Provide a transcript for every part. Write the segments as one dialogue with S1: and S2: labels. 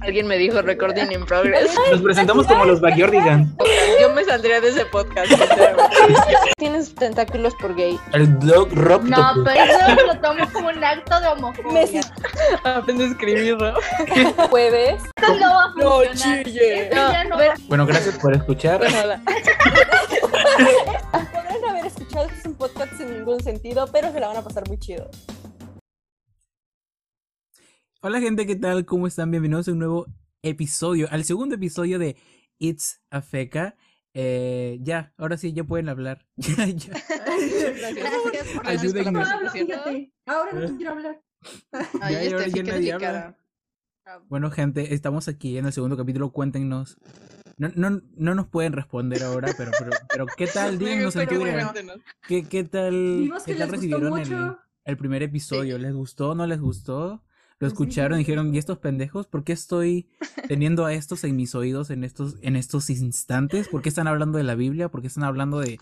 S1: Alguien me dijo recording in progress.
S2: Nos presentamos como los Backyardigan.
S1: Yo me saldría de ese podcast. Tienes tentáculos por gay.
S2: El blog rock.
S3: No,
S2: Doku.
S3: pero eso lo tomo como un acto de homofobia.
S4: Me siento-
S1: Aprende a escribir, ¿no?
S4: Jueves.
S3: Esto no va a
S1: No,
S3: funcionar.
S1: chille.
S3: Esto ya no
S1: No, ver-
S3: va-
S2: Bueno, gracias por escuchar.
S4: Podrán haber escuchado que es un podcast sin ningún sentido, pero se la van a pasar muy chido.
S2: Hola gente, ¿qué tal? ¿Cómo están? Bienvenidos a un nuevo episodio, al segundo episodio de It's a Feca. Eh, ya, ahora sí, ya pueden hablar. Ya, ya.
S1: Gracias por la
S2: Ayúdenme.
S1: disculpa,
S5: Pablo,
S1: ¿cierto?
S5: fíjate, ahora no te quiero hablar.
S1: Ay,
S2: Ya, ya,
S1: este,
S2: ya
S1: fíjate
S2: nadie
S1: mi
S2: habla.
S1: cara.
S2: Bueno gente, estamos aquí en el segundo capítulo, cuéntenos. No, no, no nos pueden responder ahora, pero, pero, pero ¿qué tal? Díganos en
S1: Pero
S2: Twitter.
S1: bueno,
S2: ¿Qué, qué tal,
S5: Vimos que
S2: qué tal
S5: les gustó
S2: recibieron el,
S5: mucho.
S2: el primer episodio? ¿Les gustó? ¿No les gustó? ¿Lo
S5: Pues sí,
S2: escucharon?
S5: sí.
S2: Dijeron, ¿y estos pendejos? ¿Por qué estoy teniendo a estos en mis oídos en estos, en estos instantes? ¿Por qué están hablando de la Biblia? ¿Por qué están hablando de,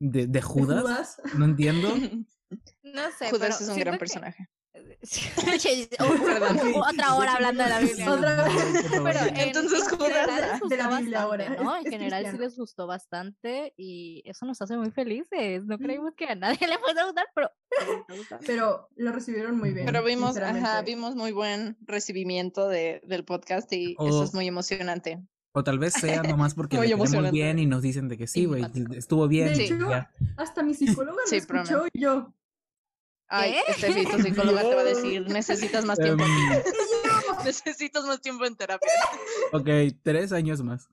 S2: de, de Judas?
S5: Judas.
S2: No entiendo.
S6: No sé, pero
S1: Judas es un
S6: siento
S1: gran
S6: que-
S1: personaje.
S6: Sí, o- o- Otra hora hablando de la Biblia.
S5: Otra vez.
S2: Por favor.
S6: Pero en-
S1: Entonces,
S6: en
S1: Judas
S6: general les
S5: de
S6: gustó
S5: la Biblia ahora,
S6: bastante, ¿no?
S5: es
S6: En general sí
S5: cristiano.
S6: les gustó bastante y eso nos hace muy felices. No creímos que a nadie le fuera a gustar, pero nos gusta.
S5: Pero lo recibieron muy bien.
S1: Pero vimos, ajá,
S5: sinceramente.
S1: vimos muy buen recibimiento de, del podcast y
S2: Oh.
S1: eso es muy emocionante.
S2: O tal vez sea nomás porque
S1: Muy
S2: le tenemos
S1: emocionante.
S2: bien y nos dicen de que sí, güey,
S6: Simpático.
S2: estuvo bien.
S5: De
S2: y
S5: hecho,
S2: ya.
S5: Hasta mi psicóloga
S1: Sí,
S5: lo escuchó y yo.
S1: Ay,
S6: ¿Qué?
S1: Estefi, tu psicóloga te va a decir, necesitas más tiempo.
S2: Em,
S1: Necesitas más tiempo en terapia.
S2: ok, tres años más.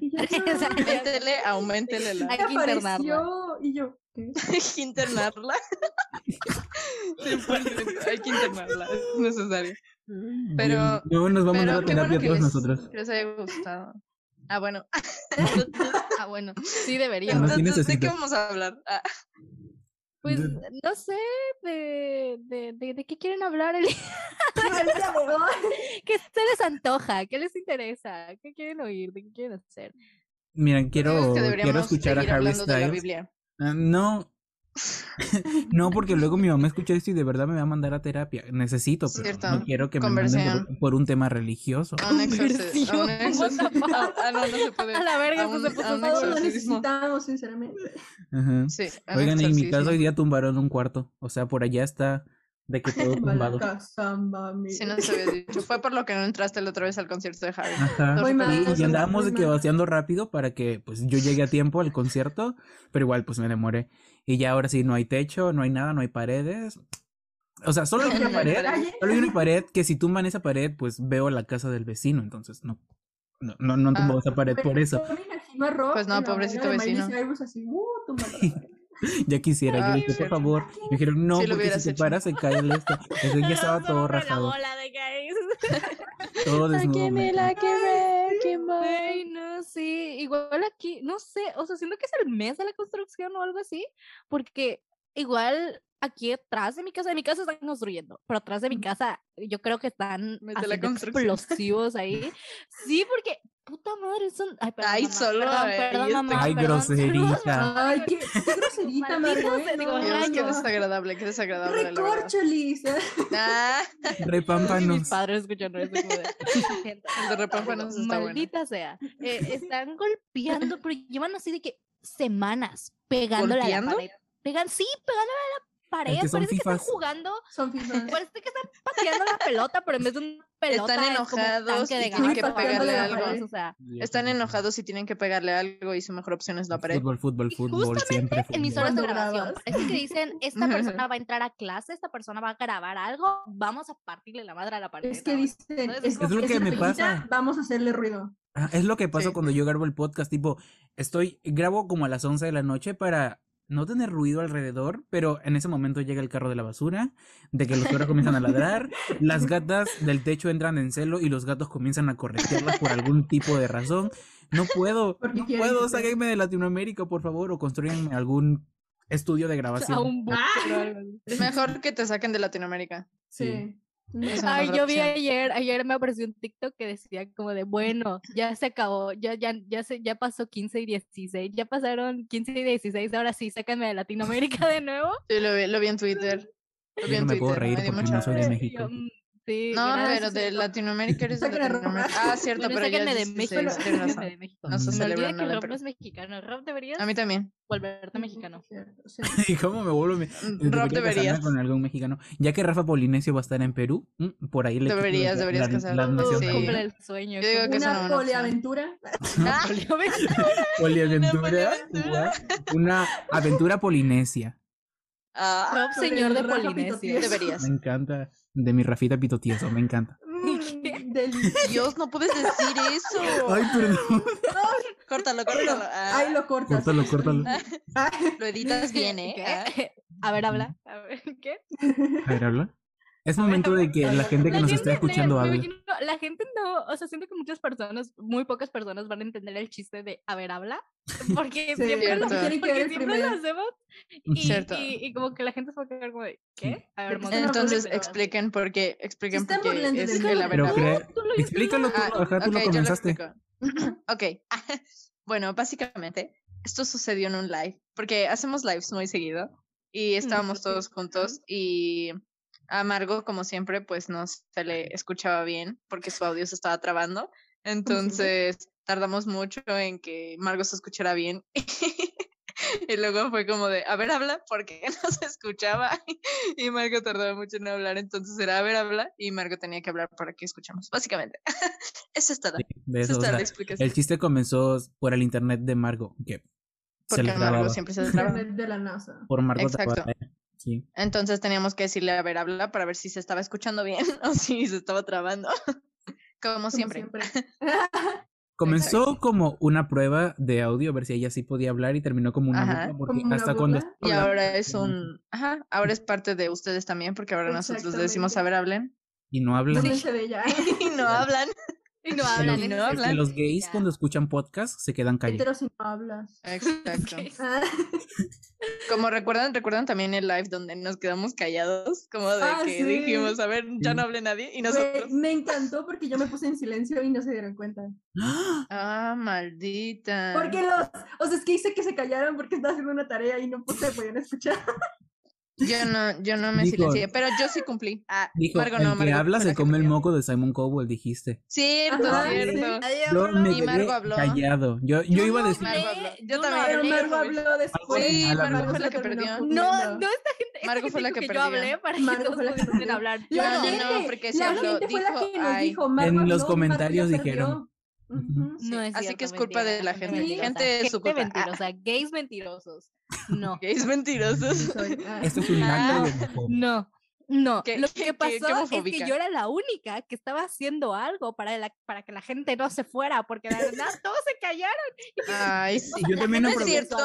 S5: y yo,
S6: O sea,
S5: "Ah,
S1: Auméntele, auméntele la.
S6: Hay
S5: ¿qué
S6: que internarla.
S5: apareció?" Y yo, "¿Qué?".
S1: Hay que internarla. 100%, Hay que internarla, es necesario. Pero-
S2: Luego nos va a mandar
S1: Pero qué bueno
S2: a terapia a
S1: que
S2: todos
S1: les,
S2: nosotros.
S1: que les haya gustado. Ah, bueno.
S6: Ah, bueno, sí deberíamos.
S2: Bueno, sí
S1: Entonces, ¿de qué
S2: necesito.
S1: vamos a hablar? Ah,
S6: Pues
S2: de-
S6: no sé de, de, de, de qué quieren hablar, el- qué se les antoja, qué les interesa, qué quieren oír, de qué quieren hacer.
S2: Miren,
S1: yo digo
S2: quiero,
S1: que
S2: quiero
S1: deberíamos
S2: escuchar a
S1: seguir
S2: Harry
S1: hablando de la
S2: Styles.
S1: Biblia.
S2: Ah, No. no, porque luego mi mamá escucha esto y de verdad me va a mandar a terapia. Necesito, pero no
S1: Cierto. Ah,
S2: quiero que me manden por,
S1: Conversión.
S2: por un tema religioso.
S1: A un exorcismo. a un
S6: Conversión, what the
S1: exorcismo. Ah, ah, no, no se
S5: Pues,
S1: puede.
S6: A la verga, esto
S1: Aún-
S6: se puso
S1: aún
S5: Todos
S6: todo.
S5: lo
S1: exorcismo.
S5: necesitamos, sinceramente.
S2: Ajá.
S1: Sí, a un
S2: Oigan, en mi casa
S1: exorcismo.
S2: hoy día tumbaron un cuarto. O sea, por allá está de que todo tumbado.
S5: Malta, samba, amigo.
S1: Si no se había dicho, fue por lo que no entraste la otra vez al concierto de Harry.
S2: Ajá.
S1: Muy
S2: Y-
S1: mal,
S2: y,
S1: muy
S2: andábamos de
S5: mal.
S2: que vaciando rápido para que pues yo llegue a tiempo al concierto, pero igual pues me demoré. Y ya ahora sí no hay techo, no hay nada, no hay paredes. O sea, solo hay una
S1: No hay
S2: pared,
S1: paredes.
S2: solo hay una pared que si tumban esa pared, pues veo la casa del vecino, entonces no no no, no han
S1: Ah,
S2: tumbado esa pared por eso.
S1: Pues no, pobrecito vecino.
S5: así, uh, tumbado.
S2: Ya quisiera, yo
S1: Ah,
S2: dije, por
S1: cierto.
S2: favor. Me dijeron, no,
S1: Sí lo
S2: porque
S1: hubieras
S2: si te
S1: hecho.
S2: paras se cae el esto. Entonces ya estaba todo rajado, todo desnudo. me-
S6: Ay, no, sí, igual aquí, no sé, o sea, siento que es el mes de la construcción o algo así, porque igual aquí atrás de mi casa, de mi casa están construyendo, pero atrás de mi casa yo creo que están
S1: Mm. Mes de la
S6: haciendo
S1: construcción.
S6: explosivos ahí. Sí, porque puta madre, son ay, perdón,
S1: Ay,
S6: mamá,
S1: solo
S6: perdón,
S1: ahí
S6: perdón,
S1: está.
S6: mamá,
S2: Ay,
S6: perdón,
S2: groserita.
S5: Ay, qué, qué
S6: Maldita
S5: groserita, Margot,
S6: sea,
S5: no,
S6: digo,
S5: no,
S1: Dios, qué
S5: no.
S1: desagradable, qué desagradable, la verdad.
S5: Recorcholis.
S1: Ah,
S6: Y
S2: Repámpanos.
S6: mis padres escuchando eso como de, "Lo siento".
S1: el de repámpanos
S6: Digo,
S1: está bueno.
S6: Maldita sea. Eh, están golpeando, pero llevan así de que semanas pegándole a
S1: ¿Golpeando?
S6: la pared. Pegan, sí, pegándole a la pared.
S2: que son
S6: Parece que
S2: fifas.
S6: están jugando,
S5: Son fifas.
S6: parece que están pateando la pelota, pero en vez de una pelota es como un
S1: enojados
S6: tanque
S1: y
S6: de
S1: tienen
S5: que
S6: gas,
S5: pegarle
S6: o
S5: algo.
S6: cosas, o sea,
S1: Están enojados y tienen que pegarle algo y su mejor opción es la pared.
S2: Fútbol, fútbol,
S6: Y
S2: fútbol, siempre
S6: en mis
S2: fútbol.
S6: horas de
S5: Cuando
S6: grabación,
S5: grabas.
S6: parece que dicen, esta persona va a entrar a clase, esta persona va a grabar algo, vamos a partirle la madre a la pared.
S5: Es que
S6: ahora".
S5: dicen,
S6: Entonces,
S5: es,
S6: es
S2: lo que me
S5: pequeñita,
S2: pasa.
S5: Vamos a hacerle ruido.
S2: Ah, es lo que pasa
S1: Sí.
S2: cuando yo grabo el podcast, tipo, estoy, grabo como a las 11 de la noche para no tener ruido alrededor, pero en ese momento llega el carro de la basura, de que los perros comienzan a ladrar, las gatas del techo entran en celo y los gatos comienzan a corretearlas por algún tipo de razón. No puedo,
S5: Porque
S2: no
S5: quieren
S2: puedo,
S5: que-
S2: sáquenme de Latinoamérica, por favor, o construyan algún estudio de
S6: A
S2: grabación. Ah,
S6: un búnker o algo así.
S1: Mejor que te saquen de Latinoamérica.
S5: Sí.
S1: Es una
S6: Ay,
S1: mejor
S6: yo vi
S1: opción.
S6: ayer, ayer me apareció un TikTok que decía como de, bueno, ya se acabó, ya, ya, ya, se, ya pasó 15 y 16, ya pasaron 15 y 16, ahora sí, sácame de Latinoamérica de nuevo.
S1: Sí, lo vi, lo vi en Twitter. Lo vi
S2: Yo
S1: en
S2: no me puedo
S1: Twitter,
S2: reír
S1: dio
S2: porque
S1: mucha
S2: no soy de
S1: risa.
S2: México.
S6: Y yo, "Mm, Sí,
S1: No,
S6: gracias.
S1: pero de Latinoamérica eres de
S5: Sáquenle a Rob.
S1: Latinoamérica. Ah, cierto,
S6: Bueno,
S1: pero ya
S6: sáquenme de
S1: es 16, tienes
S6: México. sáquenme
S1: razón.
S6: de México.
S1: No se
S6: No
S1: celebra
S6: olviden que
S1: nada.
S6: Rob no es mexicano. Rob deberías
S1: A mí también.
S6: volverte mexicano.
S5: Cierto, sí.
S2: ¿Y cómo me vuelvo? me-
S1: Rob,
S2: debería casarme
S1: Mm, deberías.
S2: Con algún mexicano. Ya que Rafa Polinesio va a estar en Perú, mm, por ahí le quito
S1: Deberías, deberías casarte.
S2: la
S1: Uh,
S2: nación
S1: sí.
S6: Cumple
S2: también.
S6: el sueño.
S1: Yo digo
S6: cumple-
S1: que eso no-
S5: Una
S1: no, no.
S5: poliaventura.
S1: Ah,
S2: Poliaventura.
S1: poliaventura.
S2: guau, Una aventura polinesia.
S1: ah,
S6: Rob,
S5: sobre
S6: señor
S5: el
S6: de
S5: raja
S6: Polinesia.
S5: pitotieso.
S1: deberías.
S2: Me encanta. De mi Rafita Pitotieso, me encanta.
S5: Mm, delicioso.
S1: Dios, no puedes decir eso.
S2: Ay, perdón.
S1: Córtalo, córtalo. Ah,
S5: Ahí lo cortas.
S2: Córtalo, córtalo.
S5: Ah,
S1: lo editas bien, ¿eh?
S6: ¿Qué?
S1: Ah.
S6: A ver, habla. A ver, ¿qué?
S2: A ver, habla. Es momento de que la gente que
S6: La
S2: nos
S6: gente-
S2: esté escuchando
S6: me
S2: hable.
S6: imagino- la gente no, o sea, siento que muchas personas, muy pocas personas van a entender el chiste de a ver, habla. Porque
S5: Sí,
S6: siempre, lo,
S1: cierto.
S5: Tienen que
S6: porque
S5: ver el
S6: siempre
S5: primero.
S6: lo hacemos
S2: Mm.
S6: y,
S1: Cierto.
S6: y- y como que la gente se va a quedar como de, ¿qué? A ver,
S5: Porque
S6: Monse,
S1: Entonces
S6: explícalo.
S1: expliquen por qué, expliquen
S5: Están
S1: por qué
S5: burlando de
S1: es
S5: mí.
S1: que la
S2: Pero
S1: verdad.
S2: crea-
S6: Tú lo
S2: Explícalo tú,
S1: Ah,
S2: ajá, tú
S1: ok,
S2: lo
S1: yo
S2: comenzaste.
S1: explico. ok. bueno, básicamente, esto sucedió en un live, porque hacemos lives muy seguido y estábamos todos juntos y a Margo, como siempre, pues no se le escuchaba bien porque su audio se estaba trabando. Entonces, tardamos mucho en que Margo se escuchara bien. Y luego fue como de, a ver, habla, porque no se escuchaba. Y Margo tardaba mucho en hablar, entonces era, a ver, habla. Y Margo tenía que hablar para que escuchamos, básicamente. Esa es toda.
S2: De
S1: Esa
S2: eso,
S1: es
S2: o
S1: toda
S2: sea,
S1: la explicación.
S2: el chiste comenzó por el internet de Margo, que se
S1: Porque
S2: le
S1: Margo
S2: grababa.
S1: siempre se traba.
S5: Internet de la NASA.
S2: Por Margo
S1: Exacto.
S2: Talavera, Sí.
S1: Entonces teníamos que decirle, a ver, habla para ver si se estaba escuchando bien o si se estaba trabando. Como
S5: Como
S1: siempre.
S2: Comenzó como una prueba de audio, a ver si ella sí podía hablar y terminó como una
S1: Ajá.
S2: burla, porque
S5: Como una
S2: hasta cuando...
S5: burla.
S1: Y
S2: hablaba,
S1: ahora es
S2: no-
S1: un. Ajá, ahora es parte de ustedes también, porque ahora nosotros le decimos,
S5: Exactamente.
S1: a ver, hablen.
S2: Y no hablan.
S5: ¿Dónde se ve ya?
S1: Y no hablan.
S6: Y no
S2: Que
S6: hablan.
S2: los,
S1: y no
S6: ese es el
S2: que
S1: hablan.
S2: los
S6: chiste,
S2: gays
S6: ya.
S2: cuando escuchan podcast se quedan callados.
S5: Pero si no hablas.
S1: Exacto.
S5: Ah,
S1: Como recuerdan, recuerdan también el live donde nos quedamos callados, como de
S5: Ah,
S1: que
S5: sí.
S1: dijimos, a ver, ya
S2: Sí.
S1: no hable nadie. Y
S5: güey,
S1: nosotros.
S5: me encantó porque yo me puse en silencio y no se dieron cuenta.
S2: ¡Ah!
S1: Ah, maldita.
S5: Porque los. O sea, es que hice que se callaran porque estaba haciendo una tarea y no puse, podían escuchar.
S1: Yo no, yo no me
S2: Dijo-
S1: silencié, pero yo sí cumplí. Ah,
S2: Dijo,
S1: Margo
S2: el
S1: no,
S2: que
S1: Margo
S2: habla
S1: fue la
S2: se
S1: que
S2: come el
S1: metió".
S2: moco de Simon Cowell, dijiste.
S1: Cierto,
S5: Ajá, sí.
S1: cierto.
S2: Yo me
S1: Y Margo
S2: quedé
S1: habló.
S2: callado. Yo, yo iba a
S6: no
S2: decir...
S1: Margo
S6: hablé,
S1: habló. Yo
S6: no
S1: también
S5: Pero
S6: hablé.
S1: Margo
S5: Margo habló después.
S1: Sí,
S2: Margo
S5: Margo
S1: fue la
S5: se
S1: que
S5: terminó
S1: perdió.
S5: fundiendo.
S6: No, no, esta gente. esta
S1: Margo fue
S6: gente
S1: la
S6: dijo
S1: que
S6: Yo
S1: perdió.
S6: hablé para
S5: Margo
S6: que
S5: fue la
S6: todos
S5: que
S6: pudiesen
S5: perdió.
S6: hablar. Yo
S5: La
S1: No, no,
S5: gente,
S6: hablé.
S1: no, porque sí
S5: la
S1: habló,
S5: gente fue la
S1: dijo,
S5: que nos
S1: "Ay".
S5: dijo. Margo
S2: En los
S5: habló, Margo ya
S2: comentarios
S5: perdió".
S2: dijeron.
S5: Ujú.
S6: No es
S1: Así que es
S6: cierto,
S1: culpa de la gente. Gente es su culpa. Ah.
S6: mentirosa, gays mentirosos. No,
S1: Gays mentirosos.
S5: Soy- ah.
S2: Esto es un acto de homofobia".
S6: no, no.
S1: Qué-
S6: Lo
S1: qué-
S6: que
S1: qué- qué
S6: pasó es que
S1: homofóbica.
S6: yo era la única que estaba haciendo algo para, la, para que la gente no se fuera, porque la verdad todos se callaron.
S1: Ay, sí.
S2: Yo también
S1: no
S2: no
S1: es
S2: probé.
S1: cierto.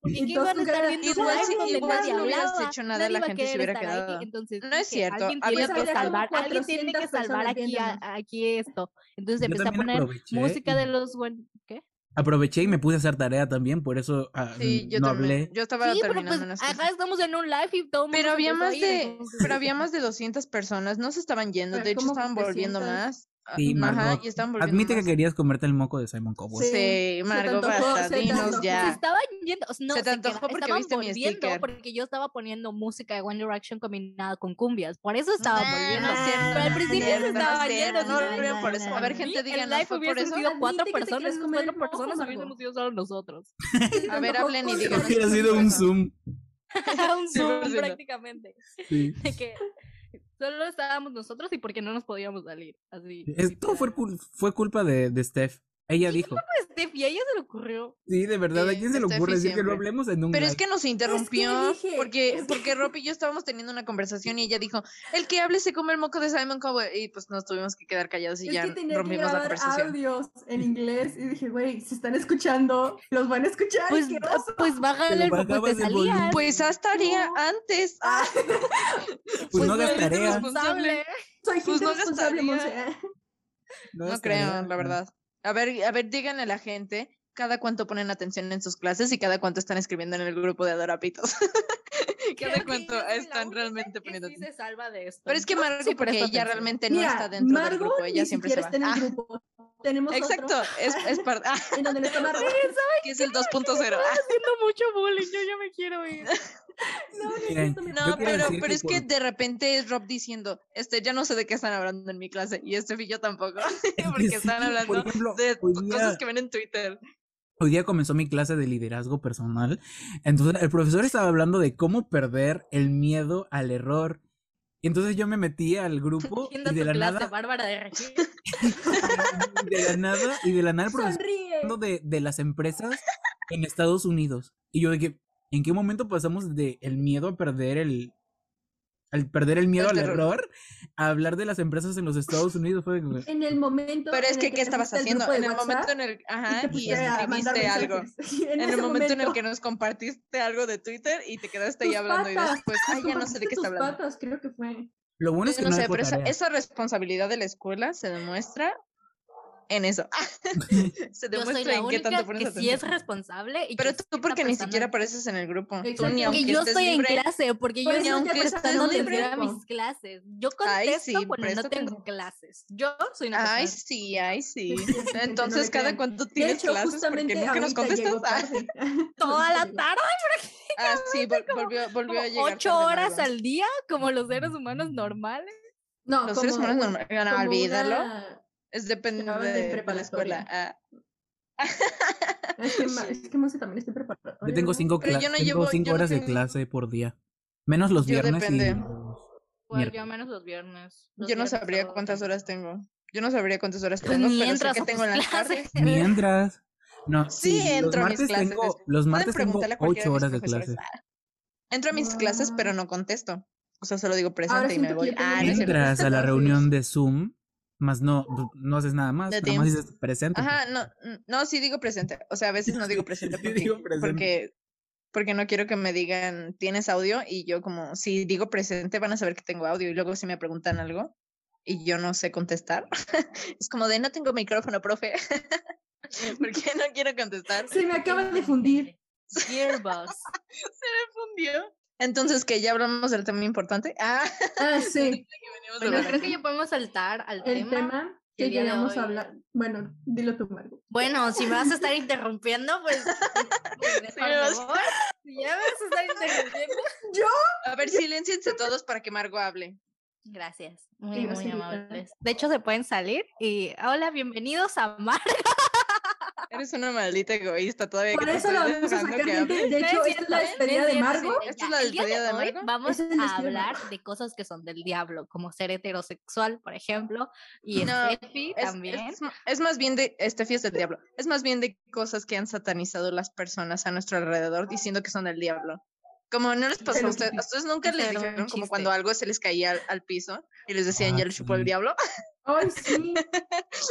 S6: Porque
S5: Y
S6: ¿qué
S5: todos
S6: iban a
S5: nunca
S6: estar
S5: eran-
S6: viendo
S1: Igual
S6: un
S1: si-
S6: live donde
S1: igual
S6: nadie
S1: si no hubieras
S6: hablaba,
S1: hecho nada,
S6: nadie
S1: la
S6: iba a
S1: gente se
S6: querer
S1: hubiera
S6: estar ahí,
S1: quedado.
S6: Entonces,
S1: No es
S6: dije,
S1: cierto,
S6: Alguien
S1: había
S6: tiene que
S5: como
S6: salvar, alguien tiene
S5: 400
S6: que salvar
S5: personas
S6: aquí, a-
S5: viéndonos.
S6: aquí esto. Entonces
S2: Yo
S6: empecé a
S2: también
S6: poner
S2: aproveché
S6: música
S2: y-
S6: de los buen- ¿Qué?
S2: Aproveché y me puse a hacer tarea también, por eso ah,
S1: Sí, yo
S2: no
S1: también.
S2: hablé.
S1: Yo estaba
S6: sí, pero
S1: terminando
S6: pues
S1: unas
S6: acá
S1: cosas.
S6: estamos en un live y todo el mundo
S1: Pero
S6: se
S1: había
S6: empezó a
S1: más
S6: ir,
S1: de,
S6: entonces-
S1: pero había más de 200 personas, no se estaban yendo,
S5: Pero
S1: de hecho
S5: ¿cómo
S1: estaban
S5: que
S1: volviendo
S5: 300?
S1: más. Ah,
S2: Sí,
S1: Ajá,
S2: Margot,
S1: y estaban volviendo
S2: Admite que
S1: más.
S2: querías comerte el moco de Simon Cowell.
S5: Sí,
S1: Sí,
S5: se te
S1: Margo,
S5: antojó,
S1: basta,
S5: se te
S1: dinos
S5: antojó.
S6: Se
S1: ya.
S6: pues, estaban yendo, o s- no,
S1: Se te
S6: queda-
S1: antojó porque
S6: estaban
S1: viste mi
S6: volviendo
S1: sticker.
S6: porque yo estaba poniendo música de One Direction combinada con cumbias, por eso estaba
S1: Nah,
S6: volviendo.
S1: Ah, no es
S2: Ah,
S1: cierto,
S6: pero al
S1: no es
S6: principio
S1: cierto,
S6: se
S1: no es
S6: estaba
S1: cierto,
S6: yendo,
S1: no
S6: no,
S1: volvieron
S6: no,
S1: por
S6: no,
S1: eso.
S6: no,
S1: A ver,
S6: no.
S1: gente,
S6: El
S1: digan,
S6: live
S1: ¿fue por
S6: hubiesen
S1: eso?
S6: sido
S5: Admite
S6: cuatro
S5: que te
S6: personas,
S5: querías
S6: esas
S5: comer el
S6: cuatro
S5: moco,
S6: personas
S5: Marco.
S6: hubiesen sido solo nosotros.
S1: A ver, hablen y digan.
S2: Hubiera sido un Zoom.
S6: un Zoom
S1: por sí, no.
S6: prácticamente.
S2: Sí.
S6: De que solo estábamos nosotros y porque no nos podíamos salir. Así.
S2: Esto fue,
S6: literal.
S2: cul- fue culpa de, de Steph. Ella dijo.
S6: Steph, Este, y a ella se le ocurrió.
S2: Sí, de verdad, ¿a
S1: Sí,
S2: quién se le
S1: Steffi
S2: ocurre decir que
S1: siempre.
S2: lo hablemos en un
S1: Pero es
S2: live?
S1: que nos interrumpió
S5: dije,
S1: porque
S5: es que-
S1: porque Rob y yo estábamos teniendo una conversación y ella dijo, "El que hable se come el moco de Simon Cowell" y pues nos tuvimos que quedar callados y
S5: Es
S1: ya
S5: que tenía que
S1: rompimos la
S5: grabar
S1: conversación.
S5: audios en inglés y dije, güey, se están escuchando, los van a escuchar.
S6: Pues,
S1: ah,
S5: qué oso".
S6: pues bájale
S2: Pero
S6: el pues te
S2: bajabas el volumen.
S6: salías.
S1: Pues haz tarea antes. Ah,
S2: pues, no hagas
S1: eres
S2: tarea.
S1: responsable.
S6: Responsable. ¿eh?
S5: Soy
S1: pues
S5: gente
S1: no
S5: responsable,
S1: gastaría.
S5: Monse.
S1: No
S2: hagas
S1: creo,
S2: tarea.
S1: la verdad. A ver, a ver, díganle a la gente cada cuánto ponen atención en sus clases y cada cuánto están escribiendo en el grupo de adorapitos. cada
S6: Creo que
S1: cuánto
S6: yo soy la
S1: están
S6: única
S1: realmente
S6: que
S1: poniendo
S6: sí
S1: atención.
S6: se salva de esto.
S1: Pero es que
S6: Yo
S1: Margo,
S6: sí
S1: porque
S6: presto
S1: ella
S6: atención.
S1: realmente no
S5: Mira,
S1: está dentro del
S5: Margo
S1: grupo, ella
S5: ni
S1: siempre se
S5: siquiera
S1: va.
S5: está en el
S1: Ah,
S5: grupo. Tenemos otro
S1: exacto, es, es par- ah,
S5: en donde no está Margo.
S1: que es el 2.0. Ah,
S6: Haciendo mucho bullying, yo ya me quiero ir.
S4: No, no es
S2: Miren,
S4: cierto, me-
S1: No,
S2: quiero
S1: pero,
S2: decir
S1: pero
S2: que
S1: es que
S2: por-
S1: de repente es Rob diciendo, este, ya no sé de qué están hablando en mi clase, y este y yo tampoco, porque
S2: sí,
S1: están
S2: por
S1: hablando
S2: ejemplo,
S1: de
S2: hoy día-
S1: cosas que ven en Twitter.
S2: Hoy día comenzó mi clase de liderazgo personal. Entonces el profesor estaba hablando de cómo perder el miedo al error. Y entonces yo me metí al grupo y
S6: Viendo
S2: de
S6: tu
S2: la
S6: clase,
S2: nada,
S6: Bárbara de Regil.
S2: y de la nada, y de la nada el profesor
S4: Sonríe.
S2: hablando de, de las empresas en Estados Unidos. Y yo de que, ¿en qué momento pasamos de el miedo a perder el al perder el miedo
S1: El
S2: al
S1: terror.
S2: error a hablar de las empresas en los Estados Unidos? Fue como-
S5: En el momento.
S1: Pero es
S5: en
S1: que,
S5: el
S1: ¿qué
S5: te
S1: estabas
S5: fuiste al
S1: haciendo?
S5: grupo de
S1: En el momento
S5: WhatsApp
S1: en el,
S5: y
S1: ajá,
S5: te
S1: y
S5: pusiste a mandar
S1: escribiste algo.
S5: mensajes. Y
S1: En
S5: ese
S1: el momento en el que nos compartiste algo de Twitter y te quedaste ahí
S5: Tus
S1: hablando y
S5: patas,
S1: después,
S5: nos
S1: ay, ya no sé de
S5: compartiste
S1: qué está
S5: tus
S1: hablando.
S5: patas, creo que fue.
S2: Lo bueno es que
S1: Yo
S2: no,
S1: no sé,
S2: dejó
S1: pero esa,
S2: tarea.
S1: esa responsabilidad de la escuela se demuestra en eso. se
S6: Yo soy
S1: demuestra
S6: la
S1: en qué tanto
S6: única
S1: pones
S6: que sí es
S1: atención.
S6: responsable. Y
S1: Pero
S6: que sí
S1: tú
S6: está
S1: porque ni
S6: prestando
S1: siquiera apareces en el grupo. Tú
S5: Exacto.
S1: ni
S5: Porque
S1: aunque
S6: Porque yo
S1: estés
S6: estoy
S1: libre,
S6: en clase, porque
S5: Por
S6: yo
S5: eso
S1: ni
S5: ya
S1: aunque
S5: prestas
S1: estés
S6: no
S5: un
S1: libre.
S6: atención a
S5: libro.
S6: mis clases. Yo
S1: Ay,
S6: contesto
S1: sí,
S6: cuando no
S1: presta
S6: tengo
S1: atención.
S6: clases. Yo soy una
S1: Ay,
S6: persona.
S1: sí, ay, sí.
S5: sí, sí, no le
S1: Entonces, ¿cada
S5: crean.
S1: cuánto
S5: De
S1: tienes
S5: hecho,
S1: clases? Porque
S5: justamente
S1: nunca nos
S5: ahorita
S1: contestas.
S5: llegó
S1: Ah,
S5: tarde.
S6: Toda la
S5: Ahorita llegó.
S6: tarde,
S1: ah, sí, vol- volvió, volvió
S6: como
S1: a llegar.
S6: ocho
S1: tarde, Mm.
S6: horas
S1: Margot.
S6: al día, como los seres humanos normales.
S5: No,
S1: Los seres
S5: como
S1: humanos
S5: un-
S1: normales,
S5: como una-
S1: olvídalo. Es depende
S5: hablan de
S1: de, de la
S5: preparatoria.
S1: escuela. ah.
S5: Es que, Ma- es que Monse también está en preparatoria.
S2: Yo tengo
S5: ¿no?
S2: cinco,
S1: Pero
S2: cla-
S1: yo no
S2: tengo
S1: llevo-
S2: cinco
S1: yo no
S2: horas de
S1: tengo-
S2: clase por día. Menos los
S1: Yo
S2: viernes y
S1: depende.
S2: los
S6: Igual yo
S2: miércoles.
S6: menos los viernes. los
S1: Yo no
S6: viernes,
S1: sabría
S6: sábados,
S1: cuántas
S6: domingos.
S1: horas tengo. Yo no sabría cuántas horas
S6: Pues
S1: tengo, pero sé
S6: mientras
S1: que
S6: a
S1: tengo
S6: tus
S1: en las tardes.
S6: clases.
S2: Mientras. No,
S1: Sí, entro a mis
S2: los martes
S1: clases.
S2: tengo, los
S1: Pueden
S2: martes tengo
S1: preguntarle a cualquiera de
S2: ocho
S1: mis
S2: horas de
S1: profesores. Ah,
S2: clase.
S1: Entro a mis clases, pero no contesto. O sea, solo digo presente y
S5: siento
S1: me
S5: que
S1: voy.
S5: yo tengo
S1: Ah, no es
S5: menos
S1: cierto.
S2: Entras a la
S5: Así
S2: reunión
S5: es.
S2: de Zoom, más no, pues, no haces nada más,
S1: De
S2: nada más
S1: Teams.
S2: dices presente.
S1: Ajá, no, n- no, sí digo presente. O sea, a veces no digo presente
S2: Sí
S1: porque,
S2: digo presente.
S1: porque porque no quiero que me digan tienes audio y yo como si digo presente van a saber que tengo audio y luego si me preguntan algo y yo no sé contestar. es como de no tengo micrófono, profe. porque no quiero contestar.
S5: Se me acaba de fundir.
S6: Gearbox.
S1: confundió. Entonces que ya hablamos del tema importante. Ah,
S5: Ah,
S1: que
S5: sí.
S1: venimos de
S6: Bueno,
S1: hablar
S6: creo que
S1: aquí.
S6: ya podemos saltar al
S5: El
S6: tema.
S5: tema que
S6: el día de
S5: queríamos
S6: hoy.
S5: hablar. Bueno, dilo tú, Margo.
S6: Bueno, si me vas a estar interrumpiendo, pues. pues,
S1: Sí,
S6: por
S1: me vas a-
S6: favor, si ya me vas a estar interrumpiendo.
S1: A ver, silénciense todos para que Margo hable.
S6: Gracias. Muy,
S5: Sí,
S6: muy
S5: sí, claro.
S6: amables. De hecho, se pueden salir y. Hola, bienvenidos a Mar.
S1: Eres una maldita egoísta todavía.
S5: Por
S1: que te
S5: eso la
S1: estoy
S5: vamos a
S1: dejando
S5: sacar
S1: que
S5: gente.
S1: hable.
S5: De
S6: No es
S5: hecho, esta
S6: cierto,
S5: es
S6: ¿eh? No
S5: la
S6: es
S5: despedida de
S6: cierto,
S5: Margo.
S6: sí,
S1: Esta es
S6: ya.
S1: la
S6: El día
S1: despedida de
S6: hoy
S1: Margo.
S6: Vamos
S5: Esa es la
S6: a
S5: despedida de
S6: hablar
S5: Margo.
S6: de cosas que son del diablo, como ser heterosexual, por ejemplo, y
S1: No,
S6: Steffi
S1: Es,
S6: también.
S1: es m- es más bien de este fiesta del diablo. Es más bien de cosas que han satanizado las personas a nuestro alrededor diciendo que son del diablo. Como no les pasó a
S5: Hello
S1: ustedes,
S5: Kitty.
S1: a ustedes nunca les
S6: Hacer un
S1: dijeron como
S6: chiste.
S1: cuando algo se les caía al, al piso y les decían
S2: Ah,
S1: ya lo chupó el
S2: sí.
S1: diablo.
S5: Ay, sí.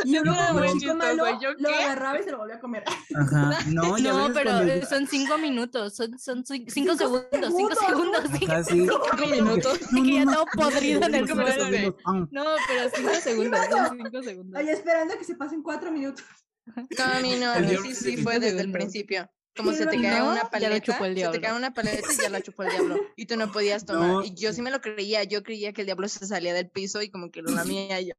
S5: Y uno
S1: Era
S5: como
S2: muy
S5: chico
S1: chistoso,
S5: malo
S1: ¿yo
S5: lo
S1: qué?
S5: agarraba y se lo volvía a comer.
S2: Ajá. No, y a
S6: No,
S2: veces
S6: pero
S2: cuando-
S6: eh, son cinco minutos, son, son cin- cinco,
S5: Cinco
S6: segundos, cinco
S5: segundos,
S6: segundos, cinco
S2: Ajá, sí.
S1: Cinco minutos.
S6: Así que ya todo podrido en el
S2: Cinco
S1: cuerpo.
S2: segundos, ah,
S6: No, pero cinco segundos,
S5: bueno.
S6: son cinco segundos.
S5: Ay, esperando a que se pasen cuatro minutos.
S1: No, a mí no, a
S2: El
S1: mí
S2: diablo
S1: sí,
S2: es
S1: sí,
S2: el
S1: fue desde el
S6: segundo.
S1: principio. Como se te
S5: No,
S1: cae una
S6: ya lo chupó
S1: paleta,
S6: el
S1: se te cae
S6: diablo.
S1: una paleta y ya la chupó el diablo. Y tú no podías tomar.
S2: No.
S1: Y yo sí me lo creía, yo creía que el diablo se salía del piso y como que lo lamía yo.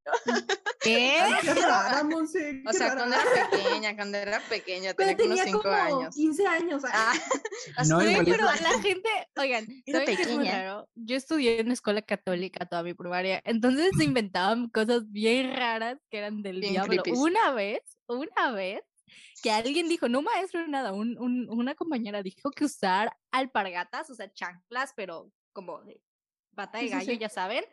S6: ¿Qué?
S5: Ay, qué rara, Monse.
S1: O
S5: qué
S1: sea,
S5: rara.
S1: cuando era pequeña, cuando era pequeña, tenía,
S5: Pero
S1: como unos
S5: tenía
S1: 5
S5: como
S1: años.
S5: 15 años. ay.
S1: Ah,
S2: No,
S1: hasta-
S6: Güey,
S2: igualito.
S6: pero a la gente, oigan,
S1: Era
S6: ¿saben qué es muy
S1: pequeña.
S6: raro? Yo estudié en una escuela católica toda mi primaria, entonces se inventaban cosas bien raras que eran del
S1: Bien
S6: diablo.
S1: creepies.
S6: Una vez, una vez, que alguien dijo, no maestro, nada, un- un- una compañera dijo que usar alpargatas, o sea, chanclas, pero como de bata de
S5: Sí, sí,
S6: gallo,
S5: sí.
S6: ya saben,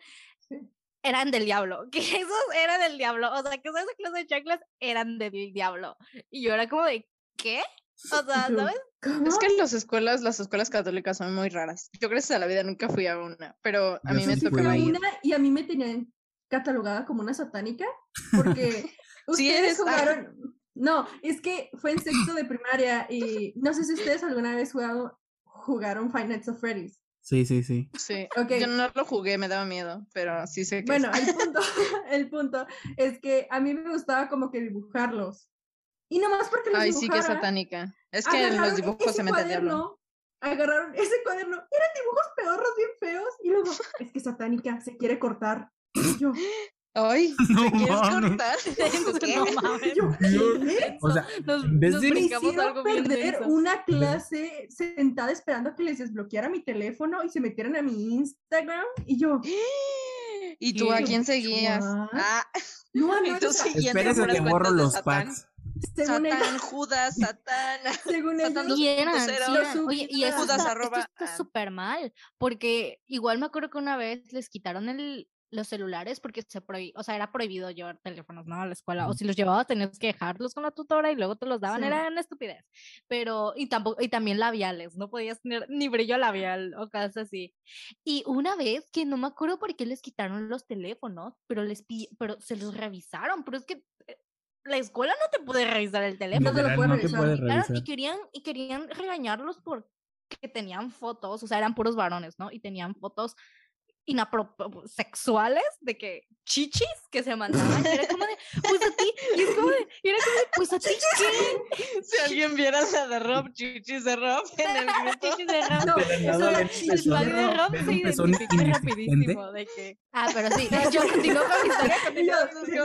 S5: Sí.
S6: eran del diablo, que esos eran del diablo, o sea, que esa clase de chanclas eran del diablo. Y yo era como de, ¿qué? O sea,
S5: Yo,
S6: ¿sabes?
S5: ¿cómo?
S1: Es que las escuelas, las escuelas católicas son muy raras. Yo gracias a la vida nunca fui a una, pero a
S2: Yo
S1: mí me
S2: sí fui a
S1: tocaba
S5: a
S1: ir.
S5: una y a mí me tenían catalogada como una satánica porque
S1: Sí
S5: ustedes
S1: eres, ah.
S5: jugaron. No, es que fue en sexto de primaria y no sé si ustedes alguna vez jugado, jugaron Five Nights at Freddy's.
S2: Sí, sí, sí.
S1: Sí.
S5: Ok.
S1: Yo no lo jugué, me daba miedo, pero sí sé que
S5: Bueno, el punto, el punto es que a mí me gustaba como que dibujarlos. Y nomás porque los
S1: Ay, sí que
S5: dibujara,
S1: es satánica. Es que en los
S5: agarraron
S1: dibujos
S5: ese
S1: se mete el diablo.
S5: cuaderno, Agarraron ese cuaderno, eran dibujos pedorros bien feos y luego, es que satánica, se quiere cortar. Y yo,
S1: Ay,
S2: No
S1: ¿te quieres
S2: mames.
S1: cortar? ¿O qué?
S6: No mames.
S5: Yo, ¿qué?
S2: O sea,
S6: Nos,
S2: en vez
S6: nos
S2: de-
S6: brincamos
S5: Quisiera
S6: algo bien
S5: perder
S6: denso.
S5: una clase sentada esperando a que les desbloqueara mi teléfono y se metieran a mi Instagram y yo,
S1: ¿Y tú
S6: Sí.
S1: a quién seguías?
S5: What?
S1: Ah,
S5: no, no, no,
S1: y tú
S5: o sea,
S1: siguiendo
S2: espérese
S1: puras
S2: que borro
S1: cuentas de
S2: los
S1: Satán.
S2: packs.
S5: según ellos,
S1: Satán, Judas, Satán.
S5: según
S1: Satán
S5: ellos,
S6: Y eran, sí
S1: Cero.
S6: eran. Oye, y eso
S1: Judas
S6: está,
S1: arroba,
S6: esto
S1: ah.
S6: está súper mal, porque igual me acuerdo que una vez les quitaron el, los celulares porque se prohi- o sea, era prohibido llevar teléfonos, ¿no? A la escuela, o si los llevabas tenías que dejarlos con la tutora y luego te los daban,
S5: Sí.
S6: era una estupidez. Pero, y tampoco, y también labiales, no podías tener ni brillo labial o cosas así. Y una vez que no me acuerdo por qué les quitaron los teléfonos, pero les pi- pero se los revisaron, pero es que eh, la escuela no te puede revisar el teléfono.
S5: No te lo
S2: Literal,
S5: puedes
S2: no te
S5: revisar.
S2: puedes
S6: Claro,
S2: revisar.
S6: y querían, y querían regañarlos porque tenían fotos, o sea, eran puros varones, ¿no? Y tenían fotos inapropiadas, sexuales, de que chichis que se mandaban. Y era como de, pues a ti, y es como de, y era como de, pues a ti, ¿qué?
S1: Si alguien viera la de Rob, chichis de Rob en el grupo.
S6: Chichis de Rob.
S5: no,
S2: De la
S5: eso
S2: nada
S5: era
S2: ven un pezón- ven
S6: El pack de Rob
S5: chichis, ¿no?
S6: se
S2: un pezón
S6: identifica
S2: inexistente.
S6: rapidísimo de que... Ah, pero sí, yo continúo con mi historia,
S5: Y yo,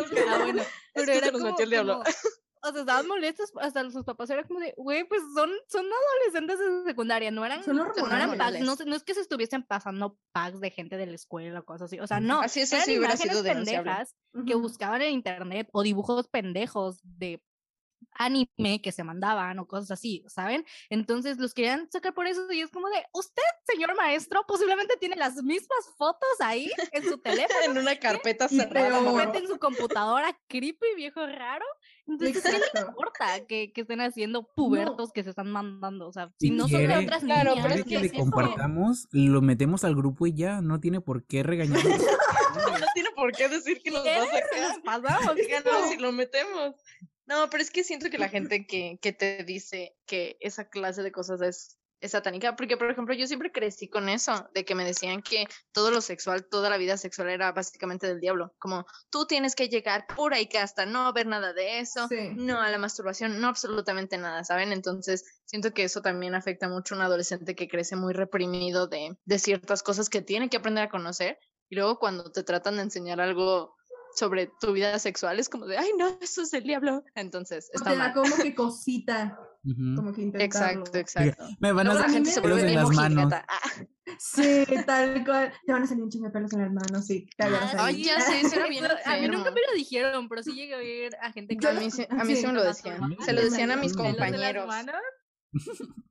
S6: continúo. Ah, bueno.
S1: Es
S6: Pero
S1: que
S6: era
S1: se nos
S6: como,
S1: metió el diablo.
S6: como- o sea, estaban molestos, hasta sus papás eran como de, güey, pues son, son adolescentes de secundaria, no eran,
S5: Son
S6: o sea, no, eran
S5: hormonales.
S6: packs, no, se- no es que se estuviesen pasando packs de gente de la escuela o cosas así, o sea,
S5: Ujú.
S6: no,
S1: Así Mm, eso
S6: eran
S1: sí hubiera sido
S6: imágenes
S1: denunciable.
S6: pendejas que
S5: Ujú.
S6: buscaban en internet o dibujos pendejos de anime que se mandaban o cosas así, ¿saben? Entonces los querían sacar por eso y es como de, usted, señor maestro, posiblemente tiene las mismas fotos ahí en su teléfono
S1: En una carpeta
S5: Y
S1: cerrada.
S5: peor.
S6: mete en su computadora creepy, viejo raro. Entonces, ¿qué le
S5: Exacto.
S6: importa que, que estén haciendo pubertos que se están mandando? O sea, si
S2: Si
S6: no son de
S2: quiere-
S6: otras
S1: Claro,
S6: niñas.
S1: pero es
S2: Quiere que
S1: que
S2: le
S1: eso-
S2: compartamos, lo metemos al grupo y ya, no tiene por qué regañar.
S1: No tiene por qué decir que nos va a
S6: ¿Quieres?
S1: sacar.
S6: Nos pasamos.
S1: Díganos si lo metemos. No, pero es que siento que la gente que, que te dice que esa clase de cosas es, es satánica, porque por ejemplo yo siempre crecí con eso, de que me decían que todo lo sexual, toda la vida sexual era básicamente del diablo, como tú tienes que llegar pura y casta, no ver nada de eso,
S5: Sí.
S1: no a la masturbación, no absolutamente nada, ¿saben? Entonces, siento que eso también afecta mucho a un adolescente que crece muy reprimido de, de ciertas cosas que tiene que aprender a conocer. Y luego cuando te tratan de enseñar algo sobre tu vida sexual, es como de, ay, no, eso es el diablo. Entonces,
S5: O
S1: está
S5: Te da
S1: mal.
S5: como que cosita,
S2: Ujú.
S5: como que intentarlo.
S1: Exacto, exacto.
S2: Me van a
S1: Luego la
S2: salir
S5: mí
S1: gente
S5: me-
S1: se
S2: pelos
S5: pelos
S1: vuelve
S2: en
S1: bien
S2: las manos.
S1: mojigata. Ah,
S5: Sí, tal cual. Te van a salir un chingo de pelos en las manos, sí. te agarras
S1: Ah,
S5: ahí.
S1: Ay, ya sé, eso era bien
S6: Eso- A mí nunca
S1: enfermo.
S6: me lo dijeron, pero sí llegué a oír a gente
S5: Yo
S1: A
S6: con
S5: lo-
S1: mí, se- a mí
S5: sí,
S1: se me lo decían. Se lo
S5: me
S1: decían a mis
S2: imagino.
S6: pelos en las
S1: compañeros.
S6: manos.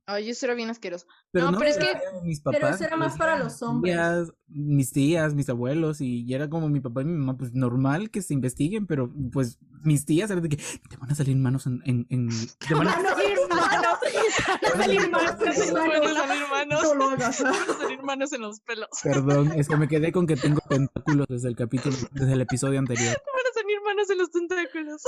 S1: Ay, eso era bien asqueroso.
S2: Pero
S1: No,
S2: no,
S1: pero es
S2: era
S1: que-
S2: de mis
S5: Pero
S2: papás,
S5: eso era
S2: me
S5: más para
S2: decían
S5: los hombres.
S2: tías, mis tías, mis abuelos, y y era como mi papá y mi mamá, pues normal que se investiguen, pero pues mis tías eran de que te van a salir manos en. en, en- te van a
S5: Manos,
S6: Hermanos,
S5: manos,
S1: Entonces,
S5: manos.
S1: pueden salir manos,
S5: No lo hagas. ah.
S1: pueden salir manos en los pelos.
S2: Perdón, es que me quedé con que tengo tentáculos desde el capítulo, desde el episodio anterior.
S1: Van a salir manos en los tentáculos.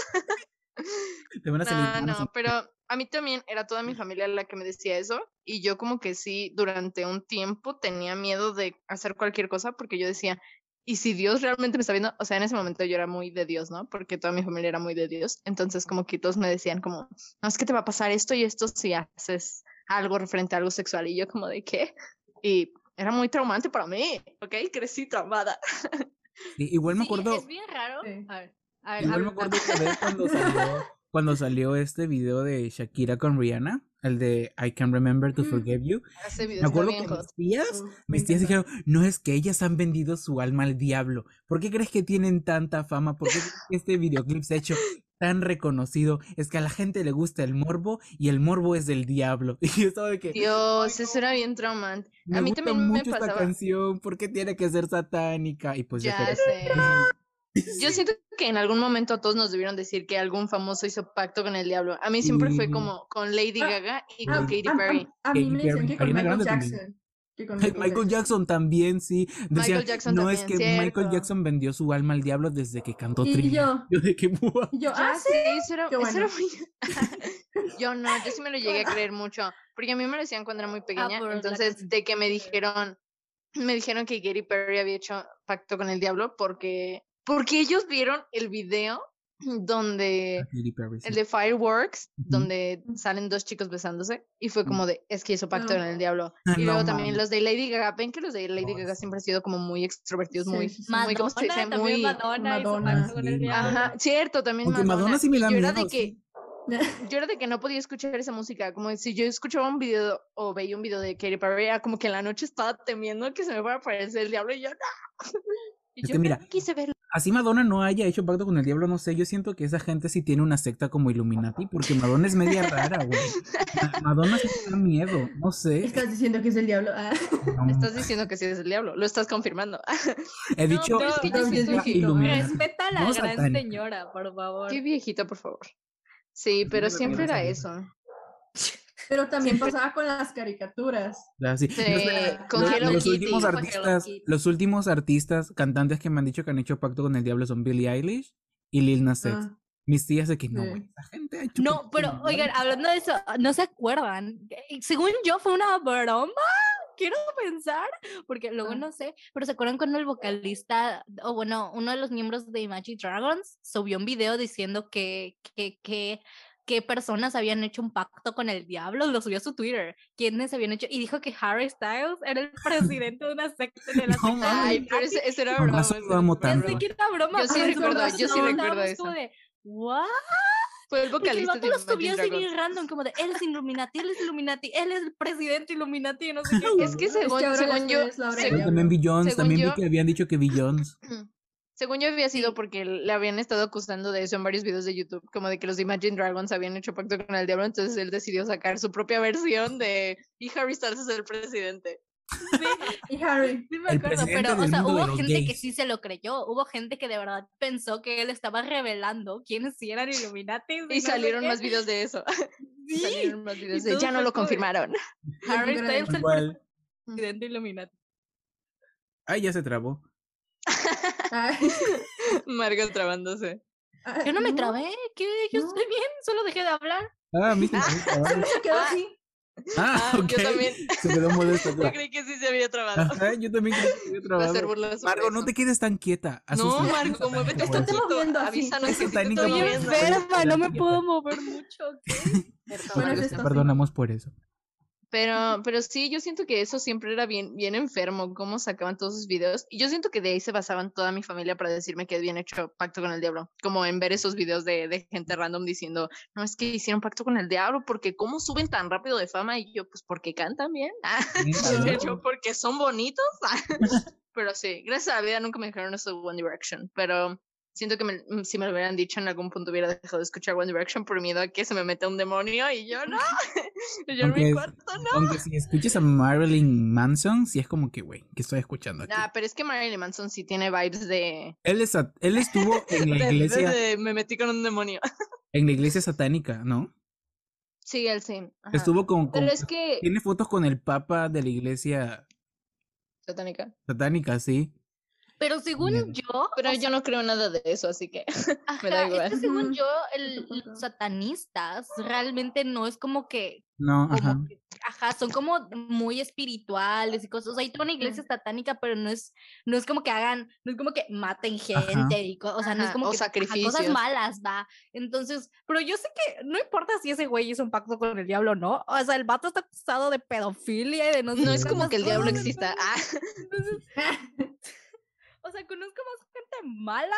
S2: Te van a salir
S1: No,
S2: manos en-
S1: no, pero a mí también era toda mi familia la que me decía eso y yo como que sí, durante un tiempo tenía miedo de hacer cualquier cosa porque yo decía, ¿y si Dios realmente me está viendo? O sea, en ese momento yo era muy de Dios, ¿no? Porque toda mi familia era muy de Dios, entonces como que todos me decían como, no, es que te va a pasar esto y esto si haces algo referente a algo sexual y yo como de qué? Y era muy traumante para mí, ¿ok? Crecí traumada.
S2: Sí, igual me
S6: Sí,
S2: acuerdo.
S6: Es bien raro.
S5: Sí.
S6: A ver, a ver,
S2: Igual me
S6: habla-
S2: acuerdo una vez cuando salió, cuando salió este video de Shakira con Rihanna, el de I Can Remember to
S5: Mm.
S2: Forgive You.
S1: Ese video está
S2: Me acuerdo
S1: bien
S2: que
S1: hot.
S2: mis tías,
S5: Uh, me
S2: mis tías
S5: encanta.
S2: dijeron, no es que ellas han vendido su alma al diablo. ¿Por qué crees que tienen tanta fama? ¿Por qué crees que este videoclip se ha hecho tan reconocido? Es que a la gente le gusta el morbo y el morbo es del diablo. Y yo estaba de que
S1: Dios, eso era bien traumante.
S2: me
S1: a mí
S2: gusta
S1: también me
S2: mucho esta
S1: pasaba.
S2: canción, ¿por qué tiene que ser satánica? Y pues yo
S1: Ya
S2: quedé-
S1: sé. Yo siento que en algún momento a todos nos debieron decir que algún famoso hizo pacto con el diablo. A mí siempre fue
S2: Sí.
S1: como con Lady
S5: Ah,
S1: Gaga y
S5: Ah,
S1: con Katy
S5: a- a-
S1: Perry.
S5: A, mí me
S2: Katy Perry,
S5: decían que con
S2: Ariana
S5: Michael
S2: Grande también.
S5: Jackson. Que con
S2: Ay, Michael Jackson también, sí. Decían,
S1: Michael Jackson
S2: no es
S1: también,
S2: que Michael
S1: cierto.
S2: Jackson vendió su alma al diablo desde que cantó
S5: Y
S2: Thriller.
S5: yo,
S2: Yo de que, "Buah".
S5: y yo,
S1: Ya
S5: ah, sí.
S1: sé, eso era,
S5: Qué
S1: eso era
S5: bueno.
S1: muy- yo no, yo sí me lo llegué a creer mucho, porque a mí me lo decían cuando era muy pequeña,
S6: por la
S1: entonces de que me dijeron, me dijeron que Katy Perry había hecho pacto con el diablo porque, porque ellos vieron el video donde
S2: Katy Perry, sí.
S1: el de Fireworks,
S2: Ujú.
S1: donde salen dos chicos besándose, y fue como de, es que hizo pacto con el diablo.
S2: Ah,
S1: Y
S2: no
S1: luego también
S2: mames.
S1: los de Lady Gaga, ven que los de Lady
S2: Oh,
S1: Gaga
S2: sí.
S1: siempre han sido como muy extrovertidos,
S5: Sí,
S1: muy...
S5: sí, sí.
S1: muy ¿cómo
S6: Madonna,
S1: se dice?
S6: también
S1: Muy-
S6: Madonna, Ah, hizo
S5: Madonna,
S6: pacto con el
S2: sí.
S6: diablo.
S1: Ajá, cierto, también
S2: Aunque
S1: Madonna.
S2: Madonna sí me da
S1: yo era de
S2: miedo,
S1: que...
S2: sí.
S1: Yo era de que no podía escuchar esa música, como si yo escuchaba un video o veía un video de Katy Perry, era como que en la noche estaba temiendo que se me fuera a aparecer el diablo y yo no. Y
S2: Es
S1: yo
S2: que mira,
S1: no quise verlo.
S2: Así Madonna no haya hecho pacto con el diablo, no sé. Yo siento que esa gente sí tiene una secta como Illuminati, porque Madonna es media rara, güey. Ma- Madonna sí me da miedo, no sé.
S5: Estás diciendo que es el diablo. Ah,
S2: No,
S1: Estás diciendo que sí es el diablo, lo estás confirmando. Ah,
S2: He dicho.
S6: pero es que yo
S2: "Ah,
S5: siento que-
S2: Illuminati".
S6: Respeta a la
S2: No,
S6: gran
S2: satánica.
S6: señora, por favor.
S1: Qué viejita, por favor. Sí, pero
S2: me
S1: siempre
S2: refiero a
S1: era
S2: esa
S1: eso.
S5: pero también pasaba con las caricaturas.
S2: Así.
S1: Sí,
S2: Yo sé,
S1: con
S2: los-
S1: Hello
S2: los
S1: Kitty.
S2: últimos
S1: con Hello
S2: artistas,
S1: Kitty.
S2: los últimos artistas, cantantes que me han dicho que han hecho pacto con el diablo son Billie Eilish y Lil Nas X.
S5: Ah,
S2: Mis tías de que no,
S5: Sí.
S2: güey, esa gente ha hecho pacto
S6: No,
S2: con el
S6: pero
S2: diablo".
S6: oigan, hablando de eso, ¿no se acuerdan? Eh, Según yo fue una broma, quiero pensar, porque luego
S5: Ah.
S6: no sé, pero ¿se acuerdan cuando el vocalista, o bueno, uno de los miembros de Imagine Dragons subió un video diciendo que, que, que, que personas habían hecho un pacto con el diablo? Lo subió a su Twitter, quiénes habían hecho, y dijo que Harry Styles era el presidente de una secta de la
S2: No
S6: secta de
S2: mames.
S1: Ay, pero
S6: Illuminati.
S1: ese, ese era
S2: Con
S1: broma.
S2: razón
S1: ese
S2: lo amo
S1: era
S2: tanto.
S6: Pensé
S1: broma.
S6: que era broma.
S1: Yo sí
S6: pero
S1: recuerdo,
S6: nosotros
S1: yo sí
S6: estábamos
S1: recuerdo
S6: como
S1: eso.
S6: de, "What?"
S1: Fue el
S6: Porque el
S1: vocalista
S6: vato
S1: de
S6: lo subió
S1: Imagine
S6: así
S1: Dragons.
S6: bien random, como de él es Illuminati, él es Illuminati, él es el presidente Illuminati, y no sé qué.
S1: Es que
S5: Es que
S1: según,
S5: ahora
S1: según
S5: las
S1: yo,
S5: redes la hora
S1: seg-
S2: Pero
S5: del
S2: también Beyoncé,
S1: Según
S2: también vi
S1: yo-
S2: que habían dicho que Beyoncé.
S1: Según yo había sido porque le habían estado acusando de eso en varios videos de YouTube, como de que los Imagine Dragons habían hecho pacto con el diablo, entonces él decidió sacar su propia versión de y Harry Styles es el presidente.
S5: Y Harry.
S6: Sí me
S2: El
S6: acuerdo,
S2: presidente
S6: pero o
S2: del
S6: sea,
S2: mundo de
S6: hubo
S2: los
S6: gente que
S2: gays.
S6: sí se lo creyó, hubo gente que de verdad pensó que él estaba revelando quiénes sí eran Illuminati.
S1: Y salieron más videos de eso.
S6: Sí,
S1: Salieron más videos de
S6: todo
S1: ya no
S6: fue
S1: lo
S6: como de-
S1: confirmaron.
S6: Harry
S5: Gran-
S6: Styles el
S2: Igual.
S6: presidente Illuminati.
S2: Ay, ya se trabó.
S5: Ay,
S1: Margot trabándose.
S5: ay,
S6: Yo no me trabé, que yo
S5: No.
S6: estoy bien, solo dejé de hablar.
S2: Ah, mi ah,
S5: Se quedó así.
S2: ah,
S1: Ah,
S2: ok.
S1: yo también.
S2: Se quedó molesto.
S1: Yo creí que sí se había trabado.
S2: Ajá, yo también creí que
S1: Va
S2: había
S1: a
S2: trabado.
S1: hacer burla sobre
S2: Margo, no
S1: eso.
S2: te quedes tan quieta.
S1: No,
S2: Asustas.
S1: Margo, muévete
S2: Por
S1: un
S5: Estás
S2: eso.
S5: moviendo
S1: poquito.
S5: así.
S1: Avísanos que
S2: Eso
S1: sí te
S2: está ni
S1: estoy
S2: como-
S1: viendo.
S2: Estoy
S6: Enferma, no me
S2: quieta.
S6: puedo mover mucho.
S1: Cierto,
S5: Bueno,
S1: Margo,
S5: eso
S2: Te
S5: está
S1: sí.
S5: así.
S2: perdonamos por eso.
S1: Pero, pero sí, yo siento que eso siempre era bien, bien enfermo, cómo sacaban todos sus videos. Y yo siento que de ahí se basaban toda mi familia para decirme que habían hecho pacto con el diablo. Como en ver esos videos de, de gente random diciendo, no, es que hicieron pacto con el diablo, porque cómo suben tan rápido de fama. Y yo, pues porque cantan bien. Ah, y yo, porque son bonitos. Ah, pero sí, gracias a la vida nunca me dijeron eso de One Direction. Pero siento que me- mm, si me lo hubieran dicho en algún punto hubiera dejado de escuchar One Direction por miedo a que se me meta un demonio. Y yo, no. Y yo en
S2: Aunque
S1: mi
S2: es-
S1: cuarto, no.
S2: Aunque si escuchas a Marilyn Manson, sí es como que, güey, que estoy escuchando aquí.
S1: Ah, pero es que Marilyn Manson sí tiene vibes de.
S2: Él, es sat- él estuvo en
S1: de-
S2: la
S1: de-
S2: iglesia,
S1: de me metí con un demonio.
S2: en la iglesia satánica, ¿no?
S1: Sí, él sí. ajá.
S2: Estuvo con, con-
S1: Pero es que.
S2: tiene fotos con el papa de la iglesia
S1: Satánica.
S2: satánica, sí.
S6: Pero según
S2: Miedo.
S6: yo,
S1: Pero yo no creo nada de eso, así que. me da
S6: Ajá, es que
S1: igual.
S6: según
S5: Ujú.
S6: yo, el-
S5: Yo tampoco.
S6: los satanistas realmente no es como que,
S2: No,
S6: como
S2: ajá.
S6: que- ajá, son como muy espirituales y cosas. O sea, hay toda una iglesia satánica, pero no es, no es como que hagan, no es como que maten
S2: Ajá.
S6: gente y co- o sea, no es
S1: Ajá,
S6: como
S1: o
S6: que ajá, cosas
S1: sacrificios.
S6: malas, va. Entonces, pero yo sé que no importa si ese güey hizo un pacto con el diablo o no. O sea, el vato está acusado de pedofilia y de no sé
S1: No es
S6: qué
S1: como
S6: más
S1: que el diablo
S6: cosas,
S1: exista.
S6: entonces-
S1: Ah,
S6: entonces, o sea, conozco más gente mala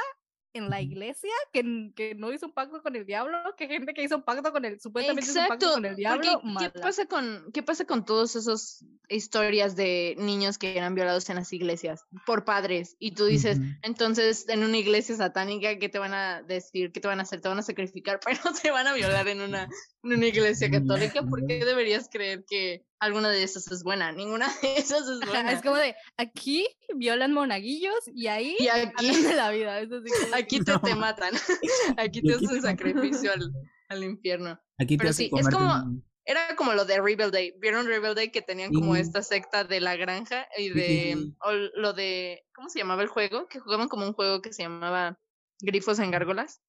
S6: en la
S2: Ujú.
S6: iglesia que, n- que no hizo un pacto con el diablo que gente que hizo un pacto con el supuestamente hizo un pacto
S1: exacto.
S6: con el
S1: porque,
S6: diablo.
S1: ¿qué,
S6: mala.
S1: pasa con, ¿Qué pasa con todas esas historias de niños que eran violados en las iglesias por padres? Y tú dices,
S2: Ujú.
S1: entonces en una iglesia satánica, ¿qué te van a decir? ¿Qué te van a hacer? Te van a sacrificar, pero te van a violar en una, en una iglesia
S2: Mm,
S1: católica. ¿Por
S2: no.
S1: qué deberías creer que alguna de esas es buena? Ninguna de esas es
S6: Ajá,
S1: buena.
S6: es como de aquí violan monaguillos y ahí
S1: Y aquí,
S6: hablan de la vida. es así como de
S1: aquí te, te matan. Aquí te
S2: Y aquí te
S1: hacen
S2: matan.
S1: sacrificio al, al infierno.
S2: Aquí te
S1: Pero
S2: hace
S1: sí, es
S2: comerte
S1: como-
S2: un-
S1: Era como lo de Rebel Day. ¿Vieron Rebel Day que tenían como
S2: Sí.
S1: esta secta de la granja y
S2: Sí, sí,
S1: de
S2: sí.
S1: o lo de ¿cómo se llamaba el juego? Que jugaban como un juego que se llamaba Grifos en Gárgolas.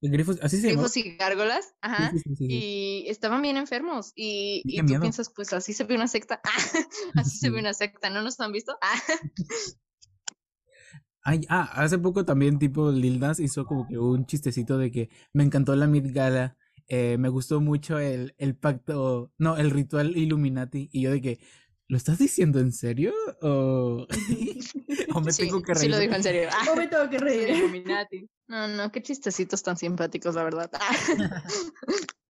S2: el grifo- así se llama.
S1: Grifos y Gárgolas, ajá.
S2: Sí, sí, sí, sí, sí.
S1: Y estaban bien enfermos. Y,
S2: Sí,
S1: y
S2: qué
S1: tú
S2: miedo.
S1: piensas, pues así se ve una secta. así se
S2: Sí.
S1: ve una secta. ¿No nos han visto? Ah,
S2: Ay, ah, hace poco también, tipo, Lil Nas hizo como que un chistecito de que me encantó la Mid Gala, eh, me gustó mucho el, el pacto, no, el ritual Illuminati, y yo de que, ¿lo estás diciendo en serio? ¿O, o me
S1: Sí,
S2: tengo que
S1: sí
S2: reír?
S1: lo dijo en serio. Ah,
S5: No me tengo que reír.
S1: Illuminati. No, no, qué chistecitos tan simpáticos, la verdad.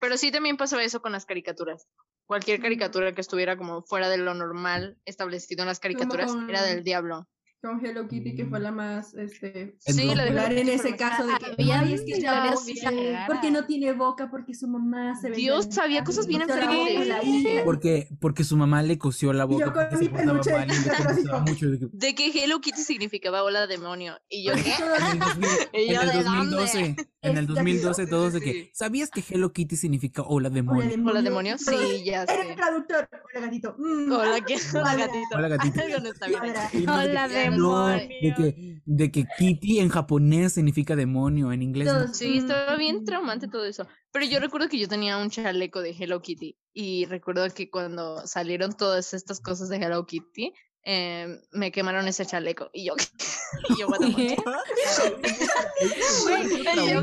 S1: Pero sí también pasaba eso con las caricaturas. Cualquier caricatura que estuviera como fuera de lo normal establecido en las caricaturas
S5: Como-
S1: era del diablo.
S5: Con Hello Kitty, que fue la más este,
S2: En
S1: Sí, la de
S5: popular
S1: Hello
S5: en
S1: Kitty
S5: ese
S1: fue la más-
S5: caso de que,
S6: Había
S5: "Ay, es que
S6: mil
S5: la
S6: historias
S5: odié,
S6: bien raras".
S5: porque no tiene boca, porque su mamá se ve
S1: Dios,
S5: bien
S1: sabía cosas bien
S5: y se la
S1: enfermas de
S5: odia,
S1: ella.
S5: y la-
S2: Porque, porque su mamá le cosió la
S5: Y yo
S2: boca
S5: con
S2: porque
S5: mi
S2: se portaba
S5: peluche de
S2: mal y le
S5: caja
S2: gustaba
S5: tráfico.
S2: mucho. de que-
S1: De que Hello Kitty significaba hola demonio. Y yo, ¿qué?
S2: En el 2000
S1: Y
S2: en
S1: yo,
S2: el
S1: ¿de dónde? Este
S2: 2012, en el
S5: Exacto.
S2: 2012 todos de
S1: Sí,
S2: que,
S1: sí.
S2: ¿sabías que Hello Kitty significa hola
S5: Hola,
S2: demonio?
S1: ¿Hola
S5: demonio.
S1: demonio? Sí, ya
S5: Era
S1: sé.
S5: el traductor. Hola, gatito. Mm,
S1: Hola, ¿qué? Hola,
S5: Hola.
S1: gatito.
S2: Hola, gatito.
S1: Algo no está bien.
S5: ladra.
S2: Y no de
S6: Hola,
S2: que, "Ah, no, de, que, de que Kitty en japonés significa demonio, en inglés no.
S5: Todos,
S1: Sí,
S5: mm,
S1: estaba bien traumante todo eso. Pero yo recuerdo que yo tenía un chaleco de Hello Kitty y recuerdo que cuando salieron todas estas cosas de Hello Kitty, eh, me quemaron ese chaleco. Y yo, y yo, what the fuck.
S6: Yo
S2: No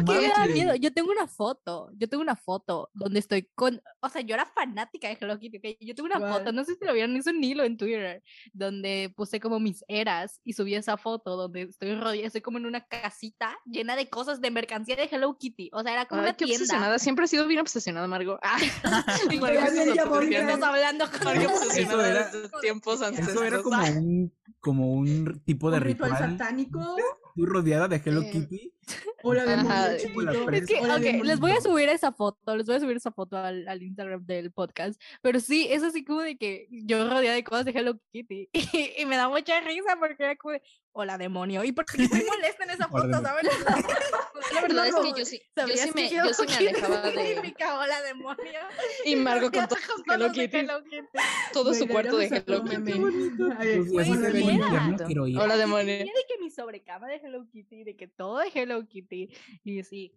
S6: que me da
S2: manches.
S6: miedo. Yo tengo una foto, yo tengo una foto donde estoy con, o sea, yo era fanática de Hello Kitty, ¿ok? Yo tengo una
S5: Igual.
S6: foto, no sé si lo vieron, hice un hilo en Twitter donde puse como mis eras y subí esa foto donde estoy rodeada, estoy como en una casita llena de cosas de mercancía de Hello Kitty, o sea, era como
S1: Ay,
S6: una
S1: qué
S6: tienda.
S1: obsesionada. Siempre he sido bien obsesionada, Margo. Ay, Margo,
S5: Ya viene
S1: sus
S5: ya voy,
S1: obsesiones.
S6: Estamos hablando con
S1: Margo
S2: Eso
S1: obsesionada
S2: era-
S1: de sus tiempos
S2: Eso era
S1: ancestrales.
S2: como un, como un tipo
S5: Un
S2: de
S5: ritual
S2: ritual.
S5: satánico.
S2: Tú rodeada de Hello
S1: Eh,
S2: Kitty.
S5: Hola,
S1: Ajá,
S5: demonio.
S1: es
S2: como la
S5: chiquito.
S2: prensa.
S6: Es que,
S5: Hola,
S6: ok,
S5: demonio.
S6: les voy a subir esa foto, les voy a subir esa foto al, al Instagram del podcast. Pero sí, es así como de que yo rodeada de cosas de Hello Kitty. Y, me da mucha risa porque era como de, hola demonio. Y porque estoy molesta en esa
S2: Hola,
S6: foto,
S2: demonio.
S6: ¿sabes? pues,
S1: La verdad es
S6: No,
S1: que yo sí, yo
S6: ¿sabías
S1: sí
S6: que
S1: me, yo sí me
S6: Kitty
S1: alejaba de...
S6: significa hola demonio.
S1: Y Margo con
S6: rodeada
S1: todo,
S6: con
S1: Hello
S6: cosas de
S1: Kitty.
S6: Hello Kitty.
S1: todo su
S5: Güey,
S1: cuarto de Hello
S5: deberíamos hacer un
S1: Kitty.
S5: meme. Ay,
S2: Pues,
S5: güey,
S2: así se ve,
S6: mira.
S2: ya no quiero ir.
S1: Hola
S6: Y
S1: demonio.
S6: tenía de que mi sobrecama de Hello Kitty, de que todo de Hello Kitty. Y sí,